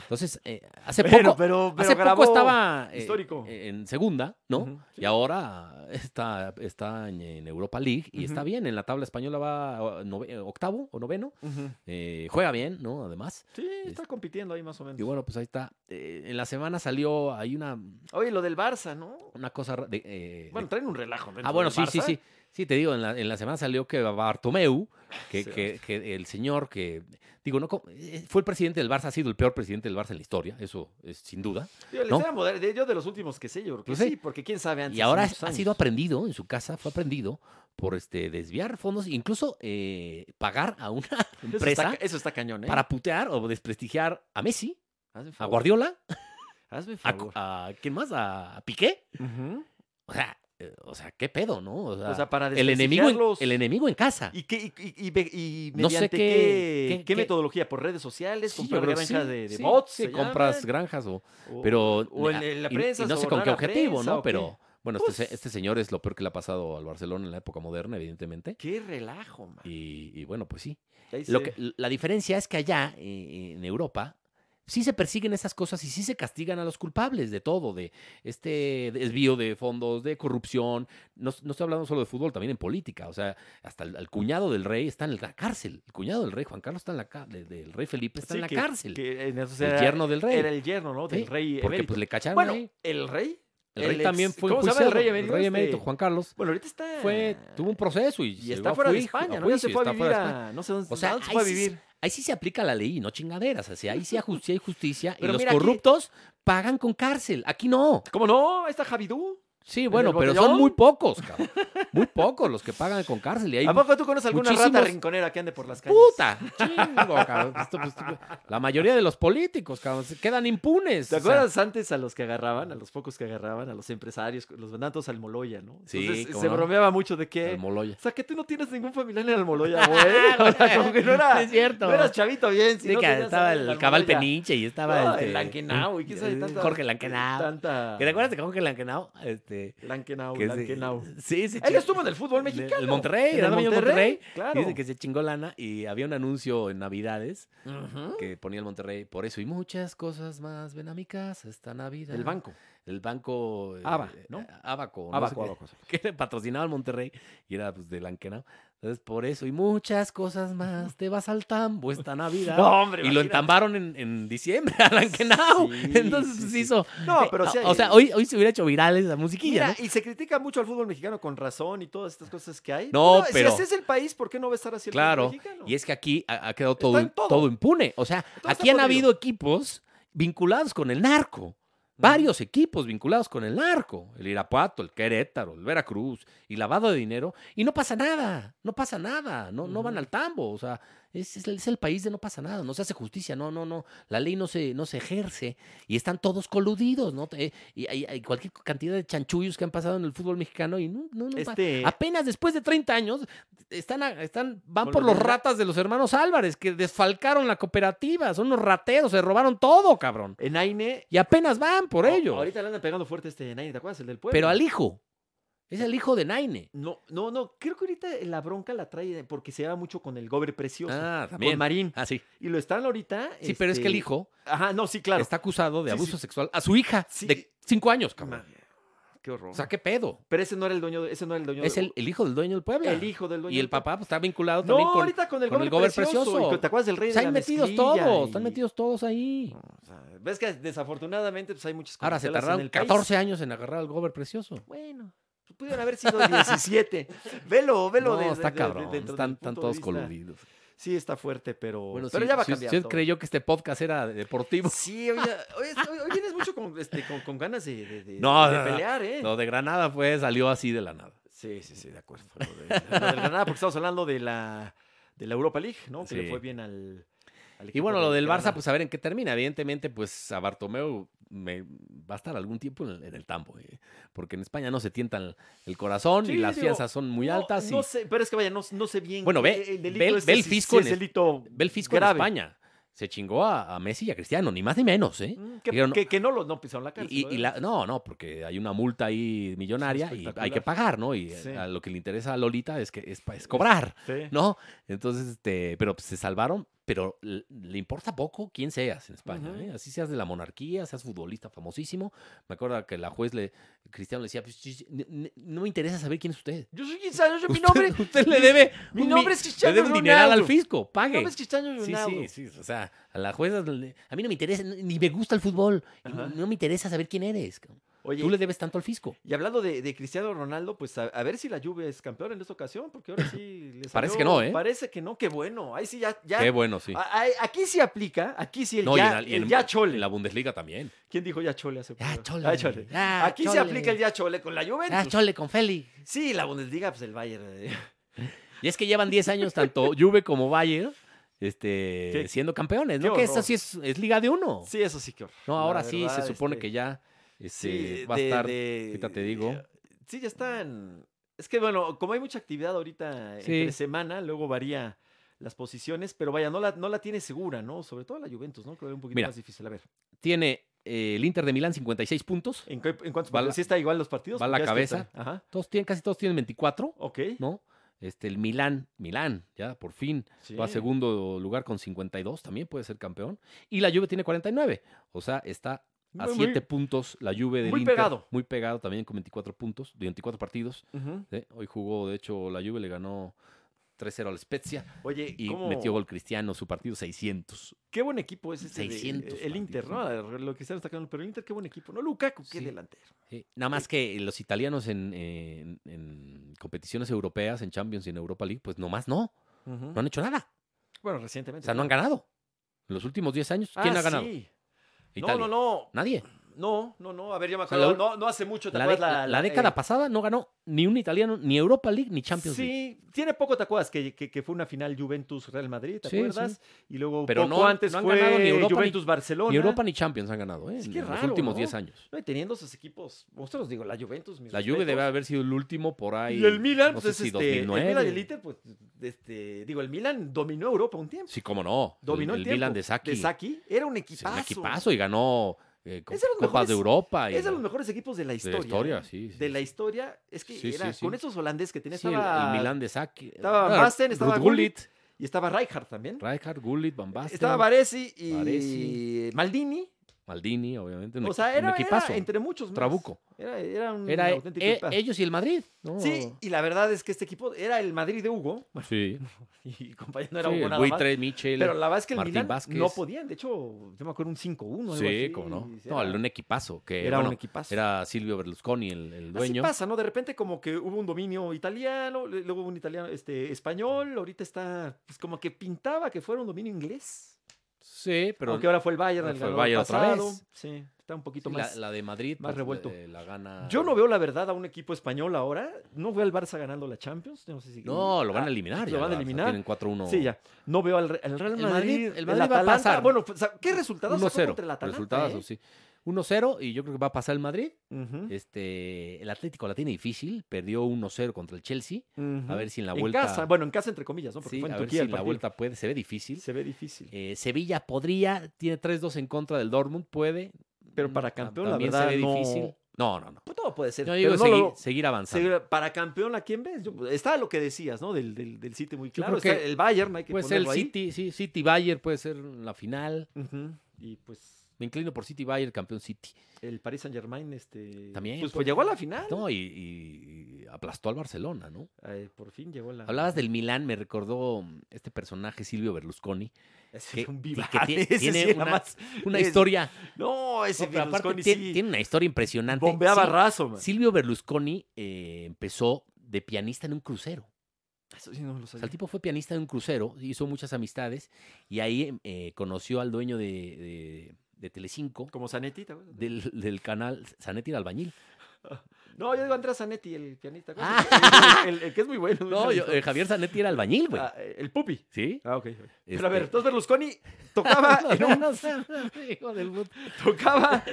[SPEAKER 2] Entonces, eh, hace
[SPEAKER 1] Pero,
[SPEAKER 2] poco,
[SPEAKER 1] pero, pero
[SPEAKER 2] hace
[SPEAKER 1] grabó-
[SPEAKER 2] poco estaba eh,
[SPEAKER 1] histórico.
[SPEAKER 2] eh, en segunda, ¿no?
[SPEAKER 1] Ujú, sí.
[SPEAKER 2] Y ahora está, está en- en Europa League y está
[SPEAKER 1] Ujú.
[SPEAKER 2] bien. En la tabla española va eh, nove- octavo o noveno.
[SPEAKER 1] Ujú.
[SPEAKER 2] Eh, juega bien, ¿no? Además.
[SPEAKER 1] Sí, está compitiendo ahí más o menos.
[SPEAKER 2] Y bueno, pues ahí está. Eh, en la semana salió ahí una,
[SPEAKER 1] Oye, lo del Barça, ¿no?
[SPEAKER 2] una cosa ra- de, eh,
[SPEAKER 1] Bueno,
[SPEAKER 2] de-
[SPEAKER 1] traen un relajo. ¿no?
[SPEAKER 2] Ah, bueno,
[SPEAKER 1] El
[SPEAKER 2] sí, sí,
[SPEAKER 1] Barça. ¿eh?
[SPEAKER 2] sí. Sí, te digo, en la, en la semana salió que Bartomeu, que,
[SPEAKER 1] Sí,
[SPEAKER 2] que- que el señor que, digo, no co- eh, fue el presidente del Barça, ha sido el peor presidente del Barça en la historia, eso es sin duda.
[SPEAKER 1] Yo, les
[SPEAKER 2] ¿no?
[SPEAKER 1] era moder- de, yo de los últimos que sé, yo creo que
[SPEAKER 2] Pues sí.
[SPEAKER 1] sí, porque quién sabe antes.
[SPEAKER 2] y ahora
[SPEAKER 1] hace
[SPEAKER 2] es- ha
[SPEAKER 1] muchos
[SPEAKER 2] sido
[SPEAKER 1] años.
[SPEAKER 2] aprendido en su casa, fue aprendido por este desviar fondos, incluso eh, pagar a una
[SPEAKER 1] Eso
[SPEAKER 2] empresa
[SPEAKER 1] está, eso está cañón, ¿eh?
[SPEAKER 2] para putear o desprestigiar a Messi,
[SPEAKER 1] Hazme
[SPEAKER 2] a
[SPEAKER 1] favor,
[SPEAKER 2] Guardiola,
[SPEAKER 1] Hazme
[SPEAKER 2] a,
[SPEAKER 1] favor.
[SPEAKER 2] a- ¿quién más? A, a Piqué.
[SPEAKER 1] Ujú.
[SPEAKER 2] O sea, eh, o sea, qué pedo, ¿no? O sea,
[SPEAKER 1] O sea, para
[SPEAKER 2] el enemigo, en,
[SPEAKER 1] desprestigiarlos.
[SPEAKER 2] el enemigo en casa.
[SPEAKER 1] ¿Y, qué, y, y- y ve- y
[SPEAKER 2] No sé
[SPEAKER 1] mediante
[SPEAKER 2] qué-
[SPEAKER 1] qué,
[SPEAKER 2] qué-
[SPEAKER 1] qué
[SPEAKER 2] qué-
[SPEAKER 1] metodología? ¿Por redes sociales?
[SPEAKER 2] Sí, yo
[SPEAKER 1] ¿Comprar
[SPEAKER 2] creo que
[SPEAKER 1] granjas
[SPEAKER 2] sí,
[SPEAKER 1] de, de
[SPEAKER 2] sí,
[SPEAKER 1] bots?
[SPEAKER 2] sí,
[SPEAKER 1] se Oh,
[SPEAKER 2] compras
[SPEAKER 1] llaman?
[SPEAKER 2] granjas o,
[SPEAKER 1] O-
[SPEAKER 2] pero
[SPEAKER 1] o en
[SPEAKER 2] ah,
[SPEAKER 1] el- la
[SPEAKER 2] y-
[SPEAKER 1] prensa,
[SPEAKER 2] y, no sé
[SPEAKER 1] sobornar
[SPEAKER 2] con qué
[SPEAKER 1] a
[SPEAKER 2] objetivo,
[SPEAKER 1] prensa,
[SPEAKER 2] ¿no?
[SPEAKER 1] ¿o qué?
[SPEAKER 2] Pero bueno, este, se-
[SPEAKER 1] Pues-
[SPEAKER 2] este señor es lo peor que le ha pasado al Barcelona en la época moderna, evidentemente.
[SPEAKER 1] ¡Qué relajo, man!
[SPEAKER 2] Y, y bueno, pues sí.
[SPEAKER 1] Ahí
[SPEAKER 2] Lo
[SPEAKER 1] se-
[SPEAKER 2] que- la diferencia es que allá eh, en Europa sí se persiguen esas cosas y sí se castigan a los culpables de todo, de este desvío de fondos, de corrupción. No, no estoy hablando solo de fútbol, también en política. O sea, hasta el, el cuñado del rey está en la cárcel. El cuñado del rey Juan Carlos está en la cárcel. Del rey Felipe está
[SPEAKER 1] sí,
[SPEAKER 2] en la
[SPEAKER 1] que-
[SPEAKER 2] cárcel.
[SPEAKER 1] que en esos
[SPEAKER 2] el
[SPEAKER 1] era-
[SPEAKER 2] yerno del rey.
[SPEAKER 1] Era el yerno, ¿no? Del
[SPEAKER 2] Sí,
[SPEAKER 1] rey
[SPEAKER 2] Porque
[SPEAKER 1] emérito.
[SPEAKER 2] pues le cacharon
[SPEAKER 1] bueno,
[SPEAKER 2] ahí.
[SPEAKER 1] ¿el rey?
[SPEAKER 2] El rey
[SPEAKER 1] el
[SPEAKER 2] también
[SPEAKER 1] ex-
[SPEAKER 2] fue
[SPEAKER 1] ¿cómo se llama
[SPEAKER 2] enjuiciado.
[SPEAKER 1] el rey emérito?
[SPEAKER 2] rey
[SPEAKER 1] Este-
[SPEAKER 2] emérito, Juan Carlos.
[SPEAKER 1] Bueno, ahorita está...
[SPEAKER 2] Fue, tuvo un proceso y,
[SPEAKER 1] Y
[SPEAKER 2] se
[SPEAKER 1] está
[SPEAKER 2] va a
[SPEAKER 1] fuera de
[SPEAKER 2] juicio-
[SPEAKER 1] España,
[SPEAKER 2] a
[SPEAKER 1] ¿no? Ya
[SPEAKER 2] juicio,
[SPEAKER 1] se fue
[SPEAKER 2] está
[SPEAKER 1] a vivir
[SPEAKER 2] fuera de España.
[SPEAKER 1] a... No sé dónde
[SPEAKER 2] O sea,
[SPEAKER 1] ¿a dónde se
[SPEAKER 2] ahí
[SPEAKER 1] fue a
[SPEAKER 2] sí-
[SPEAKER 1] vivir.
[SPEAKER 2] Ahí sí se aplica la ley, y no chingaderas. O sea, ahí sí hay justicia y justicia. y
[SPEAKER 1] Pero
[SPEAKER 2] los
[SPEAKER 1] mira aquí-
[SPEAKER 2] corruptos pagan con cárcel. Aquí no.
[SPEAKER 1] ¿Cómo no? Ahí está Javidú.
[SPEAKER 2] Sí, bueno,
[SPEAKER 1] el
[SPEAKER 2] pero son
[SPEAKER 1] botellón?
[SPEAKER 2] muy pocos, cabrón. Muy pocos los que pagan con cárcel. Y hay
[SPEAKER 1] ¿A poco tú conoces alguna rata
[SPEAKER 2] muchísimos-
[SPEAKER 1] rinconera que ande por las calles?
[SPEAKER 2] puta. Chingo, cabrón. Esto, pues, tú- la mayoría de los políticos, cabrón, se quedan impunes.
[SPEAKER 1] ¿Te
[SPEAKER 2] o sea,
[SPEAKER 1] acuerdas antes a los que agarraban, a los pocos que agarraban, a los empresarios, los mandaban todos al Moloya, ¿no?
[SPEAKER 2] Sí,
[SPEAKER 1] Entonces
[SPEAKER 2] cómo
[SPEAKER 1] se
[SPEAKER 2] no.
[SPEAKER 1] bromeaba mucho de que.
[SPEAKER 2] el Moloya.
[SPEAKER 1] O sea, que tú no tienes ningún familiar en Almoloya, güey. O sea, como que no, era,
[SPEAKER 2] Ah, Es cierto.
[SPEAKER 1] no eras chavito bien. Si
[SPEAKER 2] Sí,
[SPEAKER 1] no
[SPEAKER 2] que
[SPEAKER 1] tenías
[SPEAKER 2] estaba
[SPEAKER 1] ahí en
[SPEAKER 2] el
[SPEAKER 1] Almoloya.
[SPEAKER 2] cabal Peniche y estaba
[SPEAKER 1] No,
[SPEAKER 2] este,
[SPEAKER 1] el Lankenau y quién sabe
[SPEAKER 2] eh,
[SPEAKER 1] tanta-
[SPEAKER 2] Jorge Lankenau.
[SPEAKER 1] Tanta...
[SPEAKER 2] ¿Que ¿Te acuerdas de Jorge Lankenau? Este,
[SPEAKER 1] Lankenau,
[SPEAKER 2] que es de-
[SPEAKER 1] Lankenau.
[SPEAKER 2] Sí, sí.
[SPEAKER 1] Él estuvo en el fútbol mexicano.
[SPEAKER 2] El Monterrey,
[SPEAKER 1] En
[SPEAKER 2] el
[SPEAKER 1] el
[SPEAKER 2] Monterrey. Monterrey.
[SPEAKER 1] Claro.
[SPEAKER 2] Dice que se chingó lana y había un anuncio en Navidades
[SPEAKER 1] Ujú.
[SPEAKER 2] que ponía el Monterrey por eso y muchas cosas más. Ven a mi casa esta Navidad.
[SPEAKER 1] El banco.
[SPEAKER 2] El banco. eh,
[SPEAKER 1] Aba, ¿no?
[SPEAKER 2] eh, Abaco. no sé
[SPEAKER 1] Abaco,
[SPEAKER 2] qué,
[SPEAKER 1] abaco.
[SPEAKER 2] Que le patrocinaba al Monterrey y era pues de Lanquenao. Entonces, por eso y muchas cosas más. Te vas al tambo esta Navidad.
[SPEAKER 1] No, hombre,
[SPEAKER 2] y lo
[SPEAKER 1] imagínate.
[SPEAKER 2] entambaron en, en diciembre a Lanquenao.
[SPEAKER 1] Sí,
[SPEAKER 2] Entonces,
[SPEAKER 1] sí,
[SPEAKER 2] pues
[SPEAKER 1] sí.
[SPEAKER 2] hizo.
[SPEAKER 1] No,
[SPEAKER 2] eh,
[SPEAKER 1] pero sí hay-
[SPEAKER 2] O sea, hoy, hoy se hubiera hecho viral esa musiquilla,
[SPEAKER 1] Mira,
[SPEAKER 2] ¿no?
[SPEAKER 1] y se critica mucho al fútbol mexicano con razón y todas estas cosas que hay.
[SPEAKER 2] No, pero-
[SPEAKER 1] Si así es el país, ¿por qué no va a estar así el fútbol
[SPEAKER 2] Claro,
[SPEAKER 1] mexicano?
[SPEAKER 2] y es que aquí ha, ha quedado todo,
[SPEAKER 1] en
[SPEAKER 2] im- todo.
[SPEAKER 1] todo.
[SPEAKER 2] impune. O sea,
[SPEAKER 1] Todo está
[SPEAKER 2] aquí han
[SPEAKER 1] podrido.
[SPEAKER 2] habido equipos vinculados con el narco. Varios equipos vinculados con el narco. El Irapuato, el Querétaro, el Veracruz y lavado de dinero. Y no pasa nada, no pasa nada. No, no van
[SPEAKER 1] Ujú.
[SPEAKER 2] al tambo. O sea, es, es el- es el país de no pasa nada. No se hace justicia. No, no, no. La ley no se, no se ejerce. Y están todos coludidos. ¿no? Eh, y hay, hay cualquier cantidad de chanchullos que han pasado en el fútbol mexicano y no, no, no pa-
[SPEAKER 1] Este-
[SPEAKER 2] Apenas después de 30 años están, a- están, van
[SPEAKER 1] Con
[SPEAKER 2] por
[SPEAKER 1] lo
[SPEAKER 2] los
[SPEAKER 1] del ra-
[SPEAKER 2] ratas de los hermanos Álvarez, que desfalcaron la cooperativa, son unos rateros, se robaron todo, cabrón.
[SPEAKER 1] En Aine.
[SPEAKER 2] Y apenas van por
[SPEAKER 1] a-
[SPEAKER 2] ellos.
[SPEAKER 1] Ahorita le andan pegando fuerte este Naine, ¿te acuerdas? El del pueblo.
[SPEAKER 2] Pero al hijo, es el hijo de Naine.
[SPEAKER 1] No, no, no. Creo que ahorita la bronca la trae porque se lleva mucho con el gober precioso.
[SPEAKER 2] Ah,
[SPEAKER 1] Con Marín.
[SPEAKER 2] Ah, sí.
[SPEAKER 1] Y lo están ahorita.
[SPEAKER 2] Sí, pero es que el
[SPEAKER 1] este,
[SPEAKER 2] hijo
[SPEAKER 1] Ajá, no, sí, claro.
[SPEAKER 2] está acusado de
[SPEAKER 1] Sí,
[SPEAKER 2] abuso
[SPEAKER 1] sí.
[SPEAKER 2] sexual a su hija
[SPEAKER 1] Sí.
[SPEAKER 2] de 5 años,
[SPEAKER 1] Ma-
[SPEAKER 2] cabrón.
[SPEAKER 1] Qué horror.
[SPEAKER 2] O sea, qué pedo.
[SPEAKER 1] pero ese no era el dueño. de- Ese no era el dueño.
[SPEAKER 2] Es
[SPEAKER 1] de-
[SPEAKER 2] el, el hijo del dueño del pueblo.
[SPEAKER 1] el hijo del dueño.
[SPEAKER 2] Y el
[SPEAKER 1] del pueblo.
[SPEAKER 2] papá pues, está vinculado
[SPEAKER 1] No,
[SPEAKER 2] también con.
[SPEAKER 1] ahorita con el
[SPEAKER 2] con el
[SPEAKER 1] gober
[SPEAKER 2] gober
[SPEAKER 1] precioso.
[SPEAKER 2] precioso.
[SPEAKER 1] y ¿Te acuerdas del rey
[SPEAKER 2] O sea,
[SPEAKER 1] de la
[SPEAKER 2] están metidos
[SPEAKER 1] mezclilla
[SPEAKER 2] todos,
[SPEAKER 1] y-
[SPEAKER 2] están metidos todos ahí.
[SPEAKER 1] O sea, Ves que desafortunadamente pues, hay muchas cosas.
[SPEAKER 2] Ahora se tardaron 14 años en agarrar al gober precioso.
[SPEAKER 1] Bueno, pues, pudieron haber sido 17. Velo, velo.
[SPEAKER 2] No,
[SPEAKER 1] de- de-
[SPEAKER 2] está
[SPEAKER 1] de- de-
[SPEAKER 2] cabrón.
[SPEAKER 1] dentro
[SPEAKER 2] están,
[SPEAKER 1] del
[SPEAKER 2] están
[SPEAKER 1] punto de
[SPEAKER 2] todos
[SPEAKER 1] vista.
[SPEAKER 2] coludidos.
[SPEAKER 1] Sí, está fuerte, pero,
[SPEAKER 2] Bueno,
[SPEAKER 1] pero
[SPEAKER 2] si-
[SPEAKER 1] ya va a
[SPEAKER 2] si
[SPEAKER 1] cambiar.
[SPEAKER 2] usted
[SPEAKER 1] todo.
[SPEAKER 2] creyó que este podcast era deportivo,
[SPEAKER 1] Sí, hoy, hoy es- hoy- hoy vienes mucho con, este, con, con ganas de, de- de-
[SPEAKER 2] No,
[SPEAKER 1] de
[SPEAKER 2] no, no.
[SPEAKER 1] pelear, ¿eh?
[SPEAKER 2] lo de Granada fue, salió así de la nada.
[SPEAKER 1] Sí, sí, sí, de acuerdo. Lo de, lo del Granada, porque estamos hablando de la, de la Europa League, ¿no? Que
[SPEAKER 2] Sí.
[SPEAKER 1] le fue bien al, al
[SPEAKER 2] Y
[SPEAKER 1] equipo
[SPEAKER 2] bueno, lo
[SPEAKER 1] de
[SPEAKER 2] del Barça,
[SPEAKER 1] Garra.
[SPEAKER 2] pues a ver en qué termina. Evidentemente, pues a Bartomeu me va a estar algún tiempo en el, en el tambo, eh, porque en España no se tientan el corazón y
[SPEAKER 1] Sí,
[SPEAKER 2] las
[SPEAKER 1] digo,
[SPEAKER 2] fianzas son muy
[SPEAKER 1] No-
[SPEAKER 2] altas. y
[SPEAKER 1] No sé, pero es que vaya, no, no sé bien.
[SPEAKER 2] Bueno, ve-
[SPEAKER 1] qué- delito
[SPEAKER 2] ve el-
[SPEAKER 1] es,
[SPEAKER 2] ve el
[SPEAKER 1] si- si
[SPEAKER 2] fisco en
[SPEAKER 1] es
[SPEAKER 2] el-
[SPEAKER 1] delito
[SPEAKER 2] ve el fisco
[SPEAKER 1] grave.
[SPEAKER 2] en España. Se chingó a, a Messi y a Cristiano, ni más ni menos, ¿eh?
[SPEAKER 1] Mm, Que,
[SPEAKER 2] Dijeron,
[SPEAKER 1] que- que no lo no pisaron la cárcel.
[SPEAKER 2] Y- Y, y
[SPEAKER 1] ¿eh?
[SPEAKER 2] la- no, no, porque hay una multa ahí millonaria y hay que
[SPEAKER 1] espectacular.
[SPEAKER 2] pagar, ¿no? Y
[SPEAKER 1] Sí.
[SPEAKER 2] a lo que le interesa a Lolita es que es, pa- es cobrar,
[SPEAKER 1] Sí.
[SPEAKER 2] ¿no? Entonces, este, pero pues, se salvaron, pero l- le importa poco quién seas en España,
[SPEAKER 1] Ujú.
[SPEAKER 2] ¿eh? Así seas de la monarquía, seas futbolista famosísimo. Me acuerdo que la juez le, Cristiano le decía, "Pues, sí, sí, n- n- no me interesa saber quién es usted.
[SPEAKER 1] Yo soy quien sabe, yo soy mi
[SPEAKER 2] Usted-
[SPEAKER 1] nombre.
[SPEAKER 2] usted le debe
[SPEAKER 1] mi
[SPEAKER 2] un
[SPEAKER 1] nombre
[SPEAKER 2] mi-
[SPEAKER 1] es Cristiano
[SPEAKER 2] le debe un dineral al
[SPEAKER 1] Ronaldo.
[SPEAKER 2] fisco, pague.
[SPEAKER 1] Mi nombre es Cristiano
[SPEAKER 2] Sí,
[SPEAKER 1] Ronaldo.
[SPEAKER 2] sí, sí. O sea, a la jueza, le- a mí no me interesa, n- ni me gusta el fútbol, y
[SPEAKER 1] Ajá.
[SPEAKER 2] no me interesa saber quién eres. cabrón.
[SPEAKER 1] Oye,
[SPEAKER 2] Tú le debes tanto al fisco.
[SPEAKER 1] y hablando de, de Cristiano Ronaldo, pues a, a ver si la Juve es campeón en esta ocasión, porque ahora sí le
[SPEAKER 2] Parece
[SPEAKER 1] salió-
[SPEAKER 2] que no, ¿eh?
[SPEAKER 1] Parece que no, qué bueno. Ahí sí ya... ya
[SPEAKER 2] bueno, sí.
[SPEAKER 1] a- a- aquí sí aplica, aquí sí el
[SPEAKER 2] No, y en
[SPEAKER 1] ya,
[SPEAKER 2] la- y
[SPEAKER 1] el
[SPEAKER 2] en-
[SPEAKER 1] ya chole.
[SPEAKER 2] en la Bundesliga también.
[SPEAKER 1] ¿Quién dijo ya chole hace
[SPEAKER 2] Ya
[SPEAKER 1] poco? Ah,
[SPEAKER 2] chole.
[SPEAKER 1] Ya chole.
[SPEAKER 2] Ya
[SPEAKER 1] Aquí se
[SPEAKER 2] chole.
[SPEAKER 1] aplica el ya chole con la Juventus.
[SPEAKER 2] Ah, chole con Feli.
[SPEAKER 1] Sí, la Bundesliga, pues el Bayern. eh.
[SPEAKER 2] Y es que llevan 10 años tanto Juve como Bayern este,
[SPEAKER 1] Qué-
[SPEAKER 2] siendo campeones,
[SPEAKER 1] qué
[SPEAKER 2] ¿no? Que
[SPEAKER 1] horror.
[SPEAKER 2] eso sí es, es liga de uno.
[SPEAKER 1] Sí, eso sí que horror.
[SPEAKER 2] No,
[SPEAKER 1] La
[SPEAKER 2] ahora sí
[SPEAKER 1] verdad,
[SPEAKER 2] se supone
[SPEAKER 1] este,
[SPEAKER 2] que ya este,
[SPEAKER 1] sí,
[SPEAKER 2] va a
[SPEAKER 1] de-
[SPEAKER 2] estar.
[SPEAKER 1] de-
[SPEAKER 2] ahorita te digo.
[SPEAKER 1] eh, Sí, ya están. Es que bueno, como hay mucha actividad ahorita
[SPEAKER 2] Sí.
[SPEAKER 1] entre semana, luego varía las posiciones, pero vaya, no la, no la tiene segura, ¿no? Sobre todo la Juventus, ¿no? Creo que es un poquito
[SPEAKER 2] Mira.
[SPEAKER 1] más difícil. A ver,
[SPEAKER 2] Tiene eh, el Inter de Milán 56 puntos.
[SPEAKER 1] ¿en, qué- en cuántos
[SPEAKER 2] Va la-
[SPEAKER 1] partidos? ¿Sí está igual los partidos?
[SPEAKER 2] va la
[SPEAKER 1] Porque ya es que
[SPEAKER 2] cabeza.
[SPEAKER 1] está- Ajá.
[SPEAKER 2] Todos tienen, casi todos tienen 24,
[SPEAKER 1] Ok.
[SPEAKER 2] ¿no? Este, el Milán, Milán, ya por fin
[SPEAKER 1] sí.
[SPEAKER 2] Va a segundo lugar con 52, también puede ser campeón. Y la Juve tiene 49. O sea, está a
[SPEAKER 1] Muy-
[SPEAKER 2] 7 puntos la Juve del
[SPEAKER 1] muy
[SPEAKER 2] Inter.
[SPEAKER 1] pegado.
[SPEAKER 2] Muy pegado también con 24 puntos, 24 partidos.
[SPEAKER 1] Ujú.
[SPEAKER 2] ¿eh? Hoy jugó, de hecho, la Juve le ganó 3-0 al Spezia
[SPEAKER 1] Oye,
[SPEAKER 2] y
[SPEAKER 1] ¿cómo-
[SPEAKER 2] metió gol Cristiano, su partido 600.
[SPEAKER 1] qué buen equipo es este de-
[SPEAKER 2] 600
[SPEAKER 1] el Inter, ¿no? Lo que están destacando, pero el Inter, qué buen equipo. No, Lukaku, qué
[SPEAKER 2] Sí.
[SPEAKER 1] delantero.
[SPEAKER 2] Sí, Nada
[SPEAKER 1] Eh,
[SPEAKER 2] más que los italianos en, en- en competiciones europeas, en Champions y en Europa League, pues nomás no,
[SPEAKER 1] Ujú.
[SPEAKER 2] no han hecho nada.
[SPEAKER 1] Bueno,
[SPEAKER 2] O
[SPEAKER 1] recientemente.
[SPEAKER 2] sea, no han ganado. En los últimos 10 años, ¿quién
[SPEAKER 1] Ah,
[SPEAKER 2] ha ganado?
[SPEAKER 1] sí. No,
[SPEAKER 2] Italia.
[SPEAKER 1] no, no.
[SPEAKER 2] Nadie.
[SPEAKER 1] No, no, no. A ver, yo me
[SPEAKER 2] sea, la
[SPEAKER 1] acuerdo.
[SPEAKER 2] ul-
[SPEAKER 1] no, no hace mucho, ¿te
[SPEAKER 2] La,
[SPEAKER 1] acuerdas?
[SPEAKER 2] de- la- la década
[SPEAKER 1] eh,
[SPEAKER 2] pasada no ganó ni un italiano, ni Europa League, ni Champions
[SPEAKER 1] sí,
[SPEAKER 2] League.
[SPEAKER 1] tiene poco, ¿te acuerdas? Que, que, que fue una final Juventus-Real Madrid, ¿te
[SPEAKER 2] Sí, sí.
[SPEAKER 1] acuerdas? Y luego
[SPEAKER 2] Pero
[SPEAKER 1] poco
[SPEAKER 2] no-
[SPEAKER 1] antes
[SPEAKER 2] no han
[SPEAKER 1] fue
[SPEAKER 2] ganado ni Europa ni-
[SPEAKER 1] Juventus-Barcelona.
[SPEAKER 2] Ni Europa ni Champions han ganado, ¿eh?
[SPEAKER 1] Es
[SPEAKER 2] en-
[SPEAKER 1] que
[SPEAKER 2] en
[SPEAKER 1] raro,
[SPEAKER 2] los últimos
[SPEAKER 1] ¿no?
[SPEAKER 2] 10 años.
[SPEAKER 1] No, y teniendo sus equipos, vosotros digo, la Juventus. mis
[SPEAKER 2] La Juve
[SPEAKER 1] respetos.
[SPEAKER 2] debe haber sido el último por ahí.
[SPEAKER 1] Y el Milan,
[SPEAKER 2] no sé
[SPEAKER 1] pues
[SPEAKER 2] si
[SPEAKER 1] es este, el
[SPEAKER 2] 2009.
[SPEAKER 1] Milan y el Inter, pues, este, digo, el Milan dominó Europa un tiempo.
[SPEAKER 2] Sí, cómo no.
[SPEAKER 1] Dominó el,
[SPEAKER 2] el, el
[SPEAKER 1] tiempo.
[SPEAKER 2] Milan de Saki.
[SPEAKER 1] De Saki. Era un
[SPEAKER 2] Sí,
[SPEAKER 1] equipazo.
[SPEAKER 2] un equipazo y ganó eh, co-
[SPEAKER 1] Es de los
[SPEAKER 2] Copas
[SPEAKER 1] mejores-
[SPEAKER 2] de Europa. y
[SPEAKER 1] Es de los
[SPEAKER 2] la-
[SPEAKER 1] mejores equipos de la
[SPEAKER 2] de
[SPEAKER 1] historia.
[SPEAKER 2] la historia,
[SPEAKER 1] ¿eh?
[SPEAKER 2] sí. sí,
[SPEAKER 1] de la
[SPEAKER 2] sí.
[SPEAKER 1] historia. Es que
[SPEAKER 2] Sí, sí,
[SPEAKER 1] era
[SPEAKER 2] sí.
[SPEAKER 1] con esos holandeses que tenía
[SPEAKER 2] Sí, el,
[SPEAKER 1] estaba,
[SPEAKER 2] el Milan de Saki.
[SPEAKER 1] estaba
[SPEAKER 2] Ah,
[SPEAKER 1] Basten, estaba
[SPEAKER 2] Ruud
[SPEAKER 1] Gullit. y estaba Rijkaard también.
[SPEAKER 2] Rijkaard, Gullit, Van Basten,
[SPEAKER 1] Estaba Baresi y
[SPEAKER 2] Baresi.
[SPEAKER 1] Maldini.
[SPEAKER 2] Maldini, obviamente. Un,
[SPEAKER 1] O
[SPEAKER 2] equi-
[SPEAKER 1] sea,
[SPEAKER 2] un
[SPEAKER 1] era, era
[SPEAKER 2] equipazo.
[SPEAKER 1] entre muchos más.
[SPEAKER 2] Trabuco.
[SPEAKER 1] Era, era un
[SPEAKER 2] Era eh,
[SPEAKER 1] auténtico equipazo.
[SPEAKER 2] ellos y el Madrid. ¿no?
[SPEAKER 1] Sí, y la verdad es que este equipo era el Madrid de Hugo. Bueno,
[SPEAKER 2] Sí.
[SPEAKER 1] y compañero no era
[SPEAKER 2] Sí,
[SPEAKER 1] Hugo
[SPEAKER 2] el
[SPEAKER 1] nada más.
[SPEAKER 2] buitre, Michel.
[SPEAKER 1] Pero la verdad es que el
[SPEAKER 2] Martín
[SPEAKER 1] Milan
[SPEAKER 2] Vázquez.
[SPEAKER 1] no podían. De hecho, yo me acuerdo un 5-1.
[SPEAKER 2] sí,
[SPEAKER 1] como
[SPEAKER 2] cómo no. No, era un equipazo. Que,
[SPEAKER 1] Era
[SPEAKER 2] bueno,
[SPEAKER 1] un equipazo.
[SPEAKER 2] Era Silvio Berlusconi el, el dueño.
[SPEAKER 1] Así pasa, ¿no? De repente como que hubo un dominio italiano, le- luego un italiano este, español, ahorita está, pues como que pintaba que fuera un dominio inglés.
[SPEAKER 2] Sí, pero
[SPEAKER 1] Aunque ahora fue el Bayern,
[SPEAKER 2] ahora
[SPEAKER 1] el
[SPEAKER 2] fue el
[SPEAKER 1] ganador
[SPEAKER 2] Bayern otra vez.
[SPEAKER 1] pasado. Sí, está un poquito
[SPEAKER 2] sí, la,
[SPEAKER 1] más.
[SPEAKER 2] la de Madrid.
[SPEAKER 1] más revuelto.
[SPEAKER 2] eh, La, gana.
[SPEAKER 1] Yo no veo la verdad a un equipo español ahora. No veo al Barça ganando la Champions. No sé si.
[SPEAKER 2] No, lo van a
[SPEAKER 1] Ah,
[SPEAKER 2] eliminar.
[SPEAKER 1] lo
[SPEAKER 2] ya,
[SPEAKER 1] van a
[SPEAKER 2] o sea,
[SPEAKER 1] eliminar.
[SPEAKER 2] Tienen 4-1.
[SPEAKER 1] Sí, ya. No veo al, Re- al Real
[SPEAKER 2] El
[SPEAKER 1] Madrid.
[SPEAKER 2] Madrid- el Madrid va a
[SPEAKER 1] Atalanta.
[SPEAKER 2] pasar.
[SPEAKER 1] Bueno, pues, ¿qué resultados
[SPEAKER 2] 1-0.
[SPEAKER 1] contra el Atalanta?
[SPEAKER 2] Resultados,
[SPEAKER 1] eh?
[SPEAKER 2] sí. 1-0 y yo creo que va a pasar el Madrid.
[SPEAKER 1] Ujú,
[SPEAKER 2] Este, el Atlético la tiene difícil, perdió 1-0 contra el Chelsea.
[SPEAKER 1] ujú.
[SPEAKER 2] A ver si en la
[SPEAKER 1] en
[SPEAKER 2] vuelta
[SPEAKER 1] casa, bueno, en casa entre comillas, ¿no? Porque
[SPEAKER 2] sí,
[SPEAKER 1] fue en
[SPEAKER 2] a ver
[SPEAKER 1] Turquía
[SPEAKER 2] si
[SPEAKER 1] el
[SPEAKER 2] en la
[SPEAKER 1] partido.
[SPEAKER 2] vuelta puede, se ve difícil.
[SPEAKER 1] Se ve difícil.
[SPEAKER 2] Eh, Sevilla podría, tiene 3-2 en contra del Dortmund, puede.
[SPEAKER 1] Pero
[SPEAKER 2] Mm,
[SPEAKER 1] para
[SPEAKER 2] tam-
[SPEAKER 1] campeón, la
[SPEAKER 2] también se
[SPEAKER 1] verdad,
[SPEAKER 2] ve
[SPEAKER 1] no-
[SPEAKER 2] difícil. No, no, no.
[SPEAKER 1] Pues todo puede ser.
[SPEAKER 2] Yo digo
[SPEAKER 1] pero no
[SPEAKER 2] seguir,
[SPEAKER 1] lo veo.
[SPEAKER 2] seguir avanzando.
[SPEAKER 1] Segura- para campeón, ¿a quién ves? Yo- está lo que decías, ¿no? Del, del, del City muy
[SPEAKER 2] Yo
[SPEAKER 1] claro.
[SPEAKER 2] creo que
[SPEAKER 1] está el Bayern, hay que
[SPEAKER 2] puede ser el
[SPEAKER 1] ponerlo ahí.
[SPEAKER 2] City, sí, City Bayern puede ser la final.
[SPEAKER 1] Ujú, Y pues
[SPEAKER 2] Me inclino por City Bayern, campeón City.
[SPEAKER 1] el Paris Saint Germain, este.
[SPEAKER 2] También,
[SPEAKER 1] Pues,
[SPEAKER 2] pues,
[SPEAKER 1] pues llegó a la final.
[SPEAKER 2] No, y, y- y aplastó al Barcelona, ¿no?
[SPEAKER 1] Ay, por fin llegó a la.
[SPEAKER 2] Hablabas del Milán, me recordó mm, este personaje Silvio Berlusconi.
[SPEAKER 1] Ese
[SPEAKER 2] que-
[SPEAKER 1] un
[SPEAKER 2] que
[SPEAKER 1] viva.
[SPEAKER 2] tie- tiene
[SPEAKER 1] sí era
[SPEAKER 2] una-
[SPEAKER 1] más-
[SPEAKER 2] Una
[SPEAKER 1] Es-
[SPEAKER 2] historia.
[SPEAKER 1] No, ese
[SPEAKER 2] no, pero aparte
[SPEAKER 1] Berlusconi
[SPEAKER 2] tiene,
[SPEAKER 1] sí.
[SPEAKER 2] tiene una historia impresionante.
[SPEAKER 1] Bombeaba
[SPEAKER 2] Sil-
[SPEAKER 1] raso, man.
[SPEAKER 2] Silvio Berlusconi eh, empezó de pianista en un crucero.
[SPEAKER 1] Eso sí no lo
[SPEAKER 2] O
[SPEAKER 1] sabía.
[SPEAKER 2] sea, el tipo fue pianista de un crucero, hizo muchas amistades y ahí em, eh, conoció al dueño de, de, de Telecinco,
[SPEAKER 1] Como Zanetti, ¿te acuerdas?
[SPEAKER 2] del, del canal Zanetti el Albañil.
[SPEAKER 1] No, yo digo Andrés Zanetti, el pianista. ¿cómo se
[SPEAKER 2] Ah.
[SPEAKER 1] llama? El, el- el que es muy bueno.
[SPEAKER 2] No, yo- eh, Javier Zanetti era albañil, güey.
[SPEAKER 1] Ah, el Pupi.
[SPEAKER 2] ¿Sí?
[SPEAKER 1] Ah, ok. Pero
[SPEAKER 2] Este-
[SPEAKER 1] a ver, entonces Berlusconi tocaba en un,
[SPEAKER 2] Hijo del puto.
[SPEAKER 1] tocaba,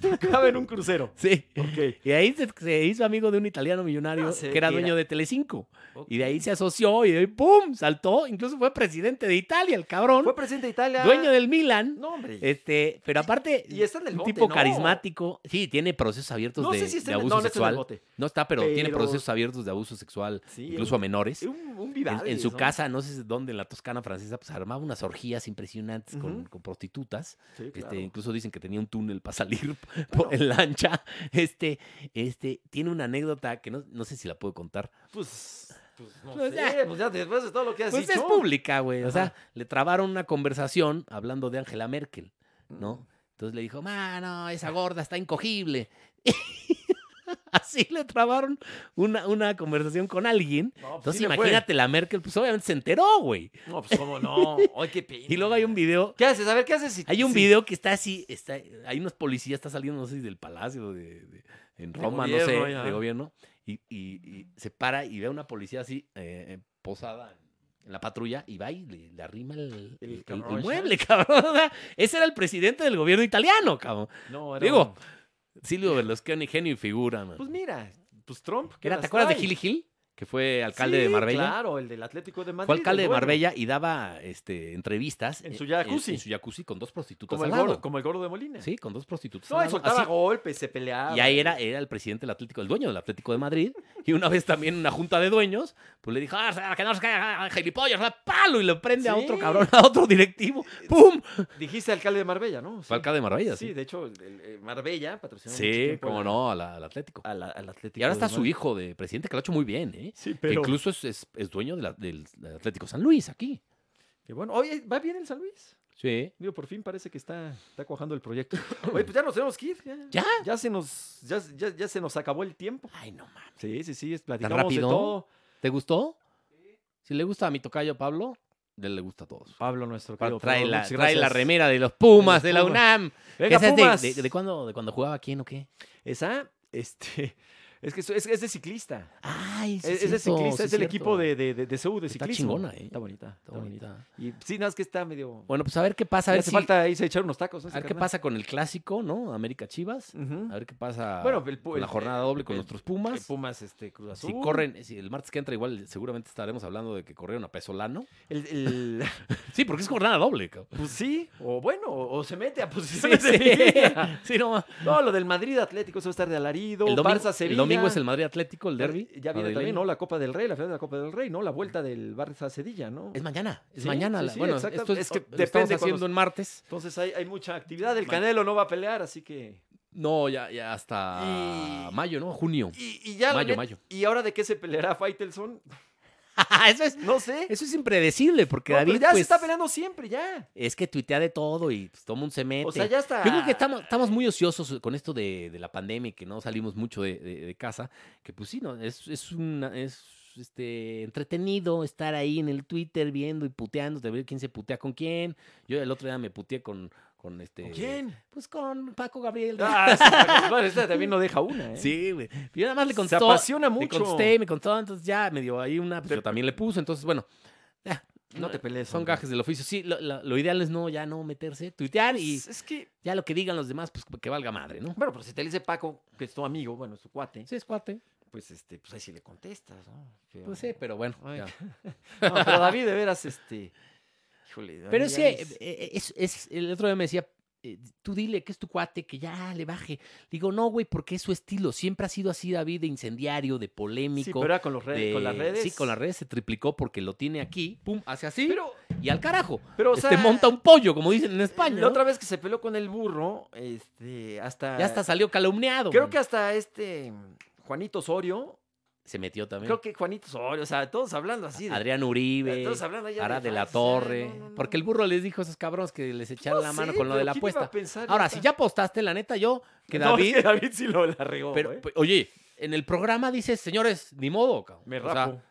[SPEAKER 1] tocaba en un crucero.
[SPEAKER 2] Sí.
[SPEAKER 1] Ok.
[SPEAKER 2] Y ahí se, se hizo amigo de un italiano millonario
[SPEAKER 1] No sé
[SPEAKER 2] que era
[SPEAKER 1] qué
[SPEAKER 2] dueño
[SPEAKER 1] era.
[SPEAKER 2] de Telecinco. Y de ahí se asoció y de ahí ¡pum! saltó. Incluso fue presidente de Italia, el cabrón.
[SPEAKER 1] Fue presidente de Italia.
[SPEAKER 2] Dueño del Milan.
[SPEAKER 1] No, hombre.
[SPEAKER 2] Este, pero aparte,
[SPEAKER 1] y está en el
[SPEAKER 2] un
[SPEAKER 1] bote,
[SPEAKER 2] tipo
[SPEAKER 1] ¿no?
[SPEAKER 2] carismático. Sí, tiene procesos abiertos
[SPEAKER 1] No
[SPEAKER 2] de,
[SPEAKER 1] sé si está
[SPEAKER 2] de
[SPEAKER 1] en el-
[SPEAKER 2] abuso
[SPEAKER 1] no, no está en el
[SPEAKER 2] sexual.
[SPEAKER 1] bote.
[SPEAKER 2] No está, pero, tiene
[SPEAKER 1] Pero-
[SPEAKER 2] procesos abiertos de abuso sexual,
[SPEAKER 1] Sí,
[SPEAKER 2] incluso a
[SPEAKER 1] un-
[SPEAKER 2] menores.
[SPEAKER 1] Un, un
[SPEAKER 2] En- En,
[SPEAKER 1] Vivaldi,
[SPEAKER 2] su
[SPEAKER 1] ¿no?
[SPEAKER 2] casa, no sé dónde, en la Toscana francesa, pues armaba unas orgías impresionantes con,
[SPEAKER 1] Ujú.
[SPEAKER 2] con prostitutas.
[SPEAKER 1] Sí,
[SPEAKER 2] Este,
[SPEAKER 1] claro.
[SPEAKER 2] incluso dicen que tenía un túnel para salir por, en lancha. Este, este, tiene una anécdota que no, no sé si la puedo contar.
[SPEAKER 1] Pues, pues no
[SPEAKER 2] Pues
[SPEAKER 1] sé,
[SPEAKER 2] ya.
[SPEAKER 1] pues ya después de todo lo que has
[SPEAKER 2] Pues
[SPEAKER 1] dicho.
[SPEAKER 2] es pública, güey. O sea,
[SPEAKER 1] Ajá.
[SPEAKER 2] le trabaron una conversación hablando de Angela Merkel,
[SPEAKER 1] Mm.
[SPEAKER 2] ¿no? Entonces le dijo, mano, esa gorda está incogible. Así le trabaron una, una conversación con alguien.
[SPEAKER 1] No, pues
[SPEAKER 2] Entonces
[SPEAKER 1] sí le fue.
[SPEAKER 2] imagínate la Merkel, pues obviamente se enteró, güey.
[SPEAKER 1] No, pues cómo no. Ay, qué pena.
[SPEAKER 2] Y luego hay un video
[SPEAKER 1] ¿Qué haces? A ver, ¿qué haces? si-
[SPEAKER 2] Hay un
[SPEAKER 1] si-
[SPEAKER 2] video que está así, está, hay unos policías, está saliendo, no sé si del palacio, de, de- en
[SPEAKER 1] De
[SPEAKER 2] Roma, no
[SPEAKER 1] gobierno,
[SPEAKER 2] sé,
[SPEAKER 1] ya.
[SPEAKER 2] de gobierno, y, y- y se para y ve a una policía así, eh, eh, posada en la patrulla, y va y le, le arrima el,
[SPEAKER 1] El
[SPEAKER 2] el- el
[SPEAKER 1] cabrón, ¿sí?
[SPEAKER 2] mueble, cabrón. o sea, Ese era el presidente del gobierno italiano, cabrón.
[SPEAKER 1] No, era un-
[SPEAKER 2] Digo, Silvio Berlusconi, genio y figura, man.
[SPEAKER 1] Pues mira, pues Trump. ¿qué
[SPEAKER 2] Era,
[SPEAKER 1] las
[SPEAKER 2] ¿Te acuerdas de
[SPEAKER 1] trae?
[SPEAKER 2] Gil Gil? Que fue alcalde de
[SPEAKER 1] Sí,
[SPEAKER 2] Marbella.
[SPEAKER 1] Claro, el del Atlético de Madrid.
[SPEAKER 2] Fue alcalde
[SPEAKER 1] el
[SPEAKER 2] de
[SPEAKER 1] bueno,
[SPEAKER 2] Marbella y daba este, entrevistas
[SPEAKER 1] En su
[SPEAKER 2] eh,
[SPEAKER 1] jacuzzi.
[SPEAKER 2] En, su jacuzzi con dos prostitutas.
[SPEAKER 1] Como el,
[SPEAKER 2] al lado.
[SPEAKER 1] gordo, como el gordo de Molina.
[SPEAKER 2] Sí, con dos prostitutas. al
[SPEAKER 1] No, y
[SPEAKER 2] lado,
[SPEAKER 1] soltaba
[SPEAKER 2] así.
[SPEAKER 1] golpes, se peleaba.
[SPEAKER 2] Y ahí era, era el presidente del Atlético, el dueño del Atlético de Madrid. Y una vez también una junta de dueños, pues le dijo, ah, que no se caiga, ah, gilipollas, ah, palo, y lo prende a otro
[SPEAKER 1] Sí.
[SPEAKER 2] cabrón, a otro directivo. ¡Pum!
[SPEAKER 1] Dijiste alcalde de Marbella, ¿no?
[SPEAKER 2] Fue alcalde de Marbella,
[SPEAKER 1] Sí,
[SPEAKER 2] sí.
[SPEAKER 1] de hecho, el, el Marbella patrocinó mucho
[SPEAKER 2] Sí,
[SPEAKER 1] tiempo
[SPEAKER 2] cómo
[SPEAKER 1] al-
[SPEAKER 2] no, a la- al Atlético.
[SPEAKER 1] al- al Atlético.
[SPEAKER 2] Y ahora está
[SPEAKER 1] de
[SPEAKER 2] su
[SPEAKER 1] Madrid.
[SPEAKER 2] hijo de presidente, que lo ha hecho muy bien, ¿eh?
[SPEAKER 1] Sí,
[SPEAKER 2] Que
[SPEAKER 1] pero.
[SPEAKER 2] incluso es, es- es dueño de la- del del Atlético San Luis aquí.
[SPEAKER 1] que bueno, oye, ¿va bien el San Luis?
[SPEAKER 2] Sí.
[SPEAKER 1] Digo, por fin parece que está, está cuajando el proyecto. Oye, pues ya nos tenemos que ir. Ya.
[SPEAKER 2] ¿Ya?
[SPEAKER 1] Ya se nos, ya, ya, ya se nos acabó el tiempo.
[SPEAKER 2] Ay, no mames.
[SPEAKER 1] Sí, sí, sí, es- platicamos de
[SPEAKER 2] rápido?
[SPEAKER 1] todo.
[SPEAKER 2] ¿Te gustó? Si le gusta a mi tocayo Pablo, le, le gusta a todos.
[SPEAKER 1] Pablo, nuestro
[SPEAKER 2] Pa-
[SPEAKER 1] querido.
[SPEAKER 2] trae
[SPEAKER 1] Pablo,
[SPEAKER 2] la,
[SPEAKER 1] muchas
[SPEAKER 2] trae la
[SPEAKER 1] gracias.
[SPEAKER 2] remera de los Pumas, de,
[SPEAKER 1] De
[SPEAKER 2] la
[SPEAKER 1] los Pumas.
[SPEAKER 2] UNAM.
[SPEAKER 1] Venga,
[SPEAKER 2] ¿Esa es de-
[SPEAKER 1] Pumas.
[SPEAKER 2] de, de cuándo, de cuando jugaba quién o qué?
[SPEAKER 1] Esa, este, es que es, es- es de ciclista.
[SPEAKER 2] Ay,
[SPEAKER 1] es, es de ciclista, es el equipo de, de, de, de CEU de
[SPEAKER 2] Está
[SPEAKER 1] ciclismo.
[SPEAKER 2] chingona, ¿eh?
[SPEAKER 1] Está bonita, está, bonita. Y sí, nada, es que está medio...
[SPEAKER 2] Bueno, pues a ver qué pasa, a
[SPEAKER 1] Le
[SPEAKER 2] ver,
[SPEAKER 1] hace
[SPEAKER 2] si-
[SPEAKER 1] falta irse a echar unos tacos. ¿no?
[SPEAKER 2] a
[SPEAKER 1] Ese
[SPEAKER 2] ver qué
[SPEAKER 1] carnal.
[SPEAKER 2] pasa con el clásico, ¿no? América Chivas.
[SPEAKER 1] Ujú.
[SPEAKER 2] A ver qué pasa
[SPEAKER 1] Bueno, el pu-
[SPEAKER 2] con la
[SPEAKER 1] el-
[SPEAKER 2] jornada doble con
[SPEAKER 1] el-
[SPEAKER 2] nuestros Pumas.
[SPEAKER 1] El Pumas, este, Cruz Azul.
[SPEAKER 2] Si corren, si el martes que entra igual seguramente estaremos hablando de que corrieron a Pesolano.
[SPEAKER 1] El, el-
[SPEAKER 2] Sí, porque es jornada doble. cabrón.
[SPEAKER 1] pues sí, o bueno, o, o se mete a
[SPEAKER 2] Sí,
[SPEAKER 1] posiciones
[SPEAKER 2] sí.
[SPEAKER 1] de liguilla.
[SPEAKER 2] Sí, no ma-
[SPEAKER 1] No, lo del Madrid Atlético, eso va a estar de alarido.
[SPEAKER 2] El domingo,
[SPEAKER 1] Barça
[SPEAKER 2] el
[SPEAKER 1] Sevilla. Eh,
[SPEAKER 2] domingo es el Madrid Atlético, el derby.
[SPEAKER 1] Ya viene también, ¿no? La Copa del Rey, la final de la Copa del Rey, ¿no? La vuelta del Barça Sevilla, ¿no?
[SPEAKER 2] Es mañana, es
[SPEAKER 1] Sí,
[SPEAKER 2] mañana.
[SPEAKER 1] sí,
[SPEAKER 2] la-
[SPEAKER 1] sí,
[SPEAKER 2] bueno,
[SPEAKER 1] exacta-
[SPEAKER 2] esto es,
[SPEAKER 1] es que
[SPEAKER 2] lo estamos
[SPEAKER 1] depende cuando
[SPEAKER 2] haciendo
[SPEAKER 1] se-
[SPEAKER 2] en martes.
[SPEAKER 1] Entonces hay, hay mucha actividad. El
[SPEAKER 2] Ma-
[SPEAKER 1] Canelo no va a pelear, así que.
[SPEAKER 2] No, ya, ya hasta
[SPEAKER 1] Y-
[SPEAKER 2] mayo, ¿no? Junio.
[SPEAKER 1] Y, y ya. la
[SPEAKER 2] Mayo,
[SPEAKER 1] net-
[SPEAKER 2] mayo.
[SPEAKER 1] ¿Y ahora de qué se peleará Faitelson?
[SPEAKER 2] Ah, Eso es
[SPEAKER 1] No sé.
[SPEAKER 2] Eso es impredecible, porque
[SPEAKER 1] No, pero
[SPEAKER 2] David
[SPEAKER 1] ya se
[SPEAKER 2] pues,
[SPEAKER 1] está peleando siempre, ya.
[SPEAKER 2] es que tuitea de todo y pues, toma un cemento.
[SPEAKER 1] O sea, ya está.
[SPEAKER 2] Yo creo que estamos, estamos muy ociosos con esto de, de la pandemia y que no salimos mucho de, de- de casa. Que pues sí, no, es, es una- es, este, entretenido estar ahí en el Twitter viendo y puteando, de ver quién se putea con quién. Yo el otro día me puteé con, con este.
[SPEAKER 1] ¿Con ¿Quién?
[SPEAKER 2] Pues con Paco Gabriel.
[SPEAKER 1] Ah, esta, bueno, esta también no deja una, ¿eh?
[SPEAKER 2] Sí, güey. Yo nada más le
[SPEAKER 1] Se
[SPEAKER 2] contestó.
[SPEAKER 1] apasiona
[SPEAKER 2] Le
[SPEAKER 1] mucho.
[SPEAKER 2] contesté, me contó, entonces ya me dio ahí una, pues yo también le puse, entonces bueno. ya,
[SPEAKER 1] No te pelees.
[SPEAKER 2] Son
[SPEAKER 1] hombre.
[SPEAKER 2] gajes del oficio. Sí, lo, lo- lo ideal es no, ya no meterse, tuitear y
[SPEAKER 1] Es es que,
[SPEAKER 2] ya lo que digan los demás, pues que valga madre, ¿no?
[SPEAKER 1] bueno, pero si te dice Paco, que es tu amigo, bueno, es tu cuate,
[SPEAKER 2] Sí, es cuate.
[SPEAKER 1] pues este, pues ahí sí le contestas, ¿no? Pero-
[SPEAKER 2] Pues sí, pero bueno.
[SPEAKER 1] Ay,
[SPEAKER 2] ya.
[SPEAKER 1] No, pero David, de veras, este. Híjole, David
[SPEAKER 2] Pero
[SPEAKER 1] ya
[SPEAKER 2] sí,
[SPEAKER 1] es-
[SPEAKER 2] eh, eh, es, es- el otro día me decía, eh, tú dile que es tu cuate, que ya le baje. Digo, no, güey, porque es su estilo. Siempre ha sido así, David, de incendiario, de
[SPEAKER 1] Sí,
[SPEAKER 2] polémico.
[SPEAKER 1] pero era con, los redes,
[SPEAKER 2] de-
[SPEAKER 1] con las redes.
[SPEAKER 2] Sí, con las redes se triplicó porque lo tiene aquí, pum, hace así
[SPEAKER 1] Pero,
[SPEAKER 2] y al carajo.
[SPEAKER 1] pero o
[SPEAKER 2] este
[SPEAKER 1] sea,
[SPEAKER 2] monta un pollo, como dicen en España.
[SPEAKER 1] La
[SPEAKER 2] ¿no?
[SPEAKER 1] otra vez que se peleó con el burro, este, hasta.
[SPEAKER 2] Ya hasta salió calumniado.
[SPEAKER 1] Creo
[SPEAKER 2] man.
[SPEAKER 1] que hasta este. Juanito Osorio.
[SPEAKER 2] se metió también.
[SPEAKER 1] Creo que Juanito Osorio, o sea, todos hablando así. De, eh,
[SPEAKER 2] Adrián Uribe.
[SPEAKER 1] todos hablando allá
[SPEAKER 2] Ara de la
[SPEAKER 1] fans, o sea,
[SPEAKER 2] Torre.
[SPEAKER 1] no, no, no.
[SPEAKER 2] Porque el burro les dijo a esos cabrones que les echaron
[SPEAKER 1] No
[SPEAKER 2] la mano
[SPEAKER 1] sé,
[SPEAKER 2] con lo de
[SPEAKER 1] pero
[SPEAKER 2] la
[SPEAKER 1] ¿quién iba a
[SPEAKER 2] apuesta.
[SPEAKER 1] pensar
[SPEAKER 2] Ahora, si
[SPEAKER 1] esta-
[SPEAKER 2] ya apostaste, la neta, yo, que
[SPEAKER 1] No, es
[SPEAKER 2] David.
[SPEAKER 1] que David sí lo la regó.
[SPEAKER 2] pero, pues,
[SPEAKER 1] ¿eh?
[SPEAKER 2] pe- oye, en el programa dices, señores, ni modo, cabrón.
[SPEAKER 1] Me
[SPEAKER 2] O sea,
[SPEAKER 1] rapo.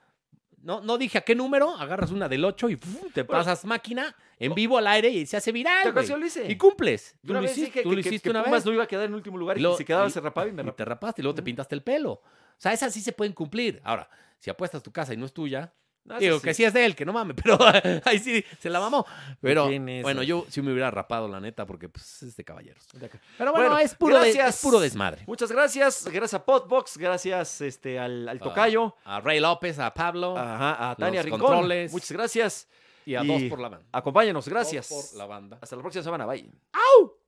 [SPEAKER 2] No, no dije a qué número, agarras una del 8 y ¡fuu! te pasas máquina en vivo al aire y se hace
[SPEAKER 1] Oh. ¿Te
[SPEAKER 2] viral.
[SPEAKER 1] acuerdas
[SPEAKER 2] güey.
[SPEAKER 1] que yo lo hice?
[SPEAKER 2] Y cumples.
[SPEAKER 1] Yo una vez
[SPEAKER 2] hici-
[SPEAKER 1] dije
[SPEAKER 2] tú
[SPEAKER 1] que,
[SPEAKER 2] lo
[SPEAKER 1] que-
[SPEAKER 2] hiciste
[SPEAKER 1] que
[SPEAKER 2] una
[SPEAKER 1] Pumas
[SPEAKER 2] vez.
[SPEAKER 1] no iba a quedar en último lugar y,
[SPEAKER 2] Lo-
[SPEAKER 1] que se quedaba
[SPEAKER 2] y-
[SPEAKER 1] se rapaba y me
[SPEAKER 2] y
[SPEAKER 1] rapaba.
[SPEAKER 2] te rapaste y luego te pintaste el pelo. O sea, esas sí se pueden cumplir. Ahora, si apuestas tu casa y no es tuya,
[SPEAKER 1] No, eso
[SPEAKER 2] digo
[SPEAKER 1] Ah, sí.
[SPEAKER 2] que sí es de él, que no mames, pero ahí sí se la mamó. Pero
[SPEAKER 1] ¿Quién es,
[SPEAKER 2] bueno,
[SPEAKER 1] güey?
[SPEAKER 2] yo sí me hubiera rapado, la neta, porque pues es de caballeros.
[SPEAKER 1] De acá.
[SPEAKER 2] Pero bueno,
[SPEAKER 1] Bueno,
[SPEAKER 2] es, puro de-
[SPEAKER 1] gracias.
[SPEAKER 2] es puro desmadre.
[SPEAKER 1] Muchas gracias. Gracias a Podbox, gracias este, al, al
[SPEAKER 2] Ah.
[SPEAKER 1] Tocayo,
[SPEAKER 2] A Ray López, a Pablo
[SPEAKER 1] ajá, a Tania
[SPEAKER 2] los
[SPEAKER 1] Rincón.
[SPEAKER 2] controles.
[SPEAKER 1] Muchas gracias.
[SPEAKER 2] y a
[SPEAKER 1] Ah, y-
[SPEAKER 2] Dos por la Banda.
[SPEAKER 1] Acompáñanos,
[SPEAKER 2] Dos
[SPEAKER 1] gracias.
[SPEAKER 2] por la Banda.
[SPEAKER 1] Hasta la próxima semana. Bye.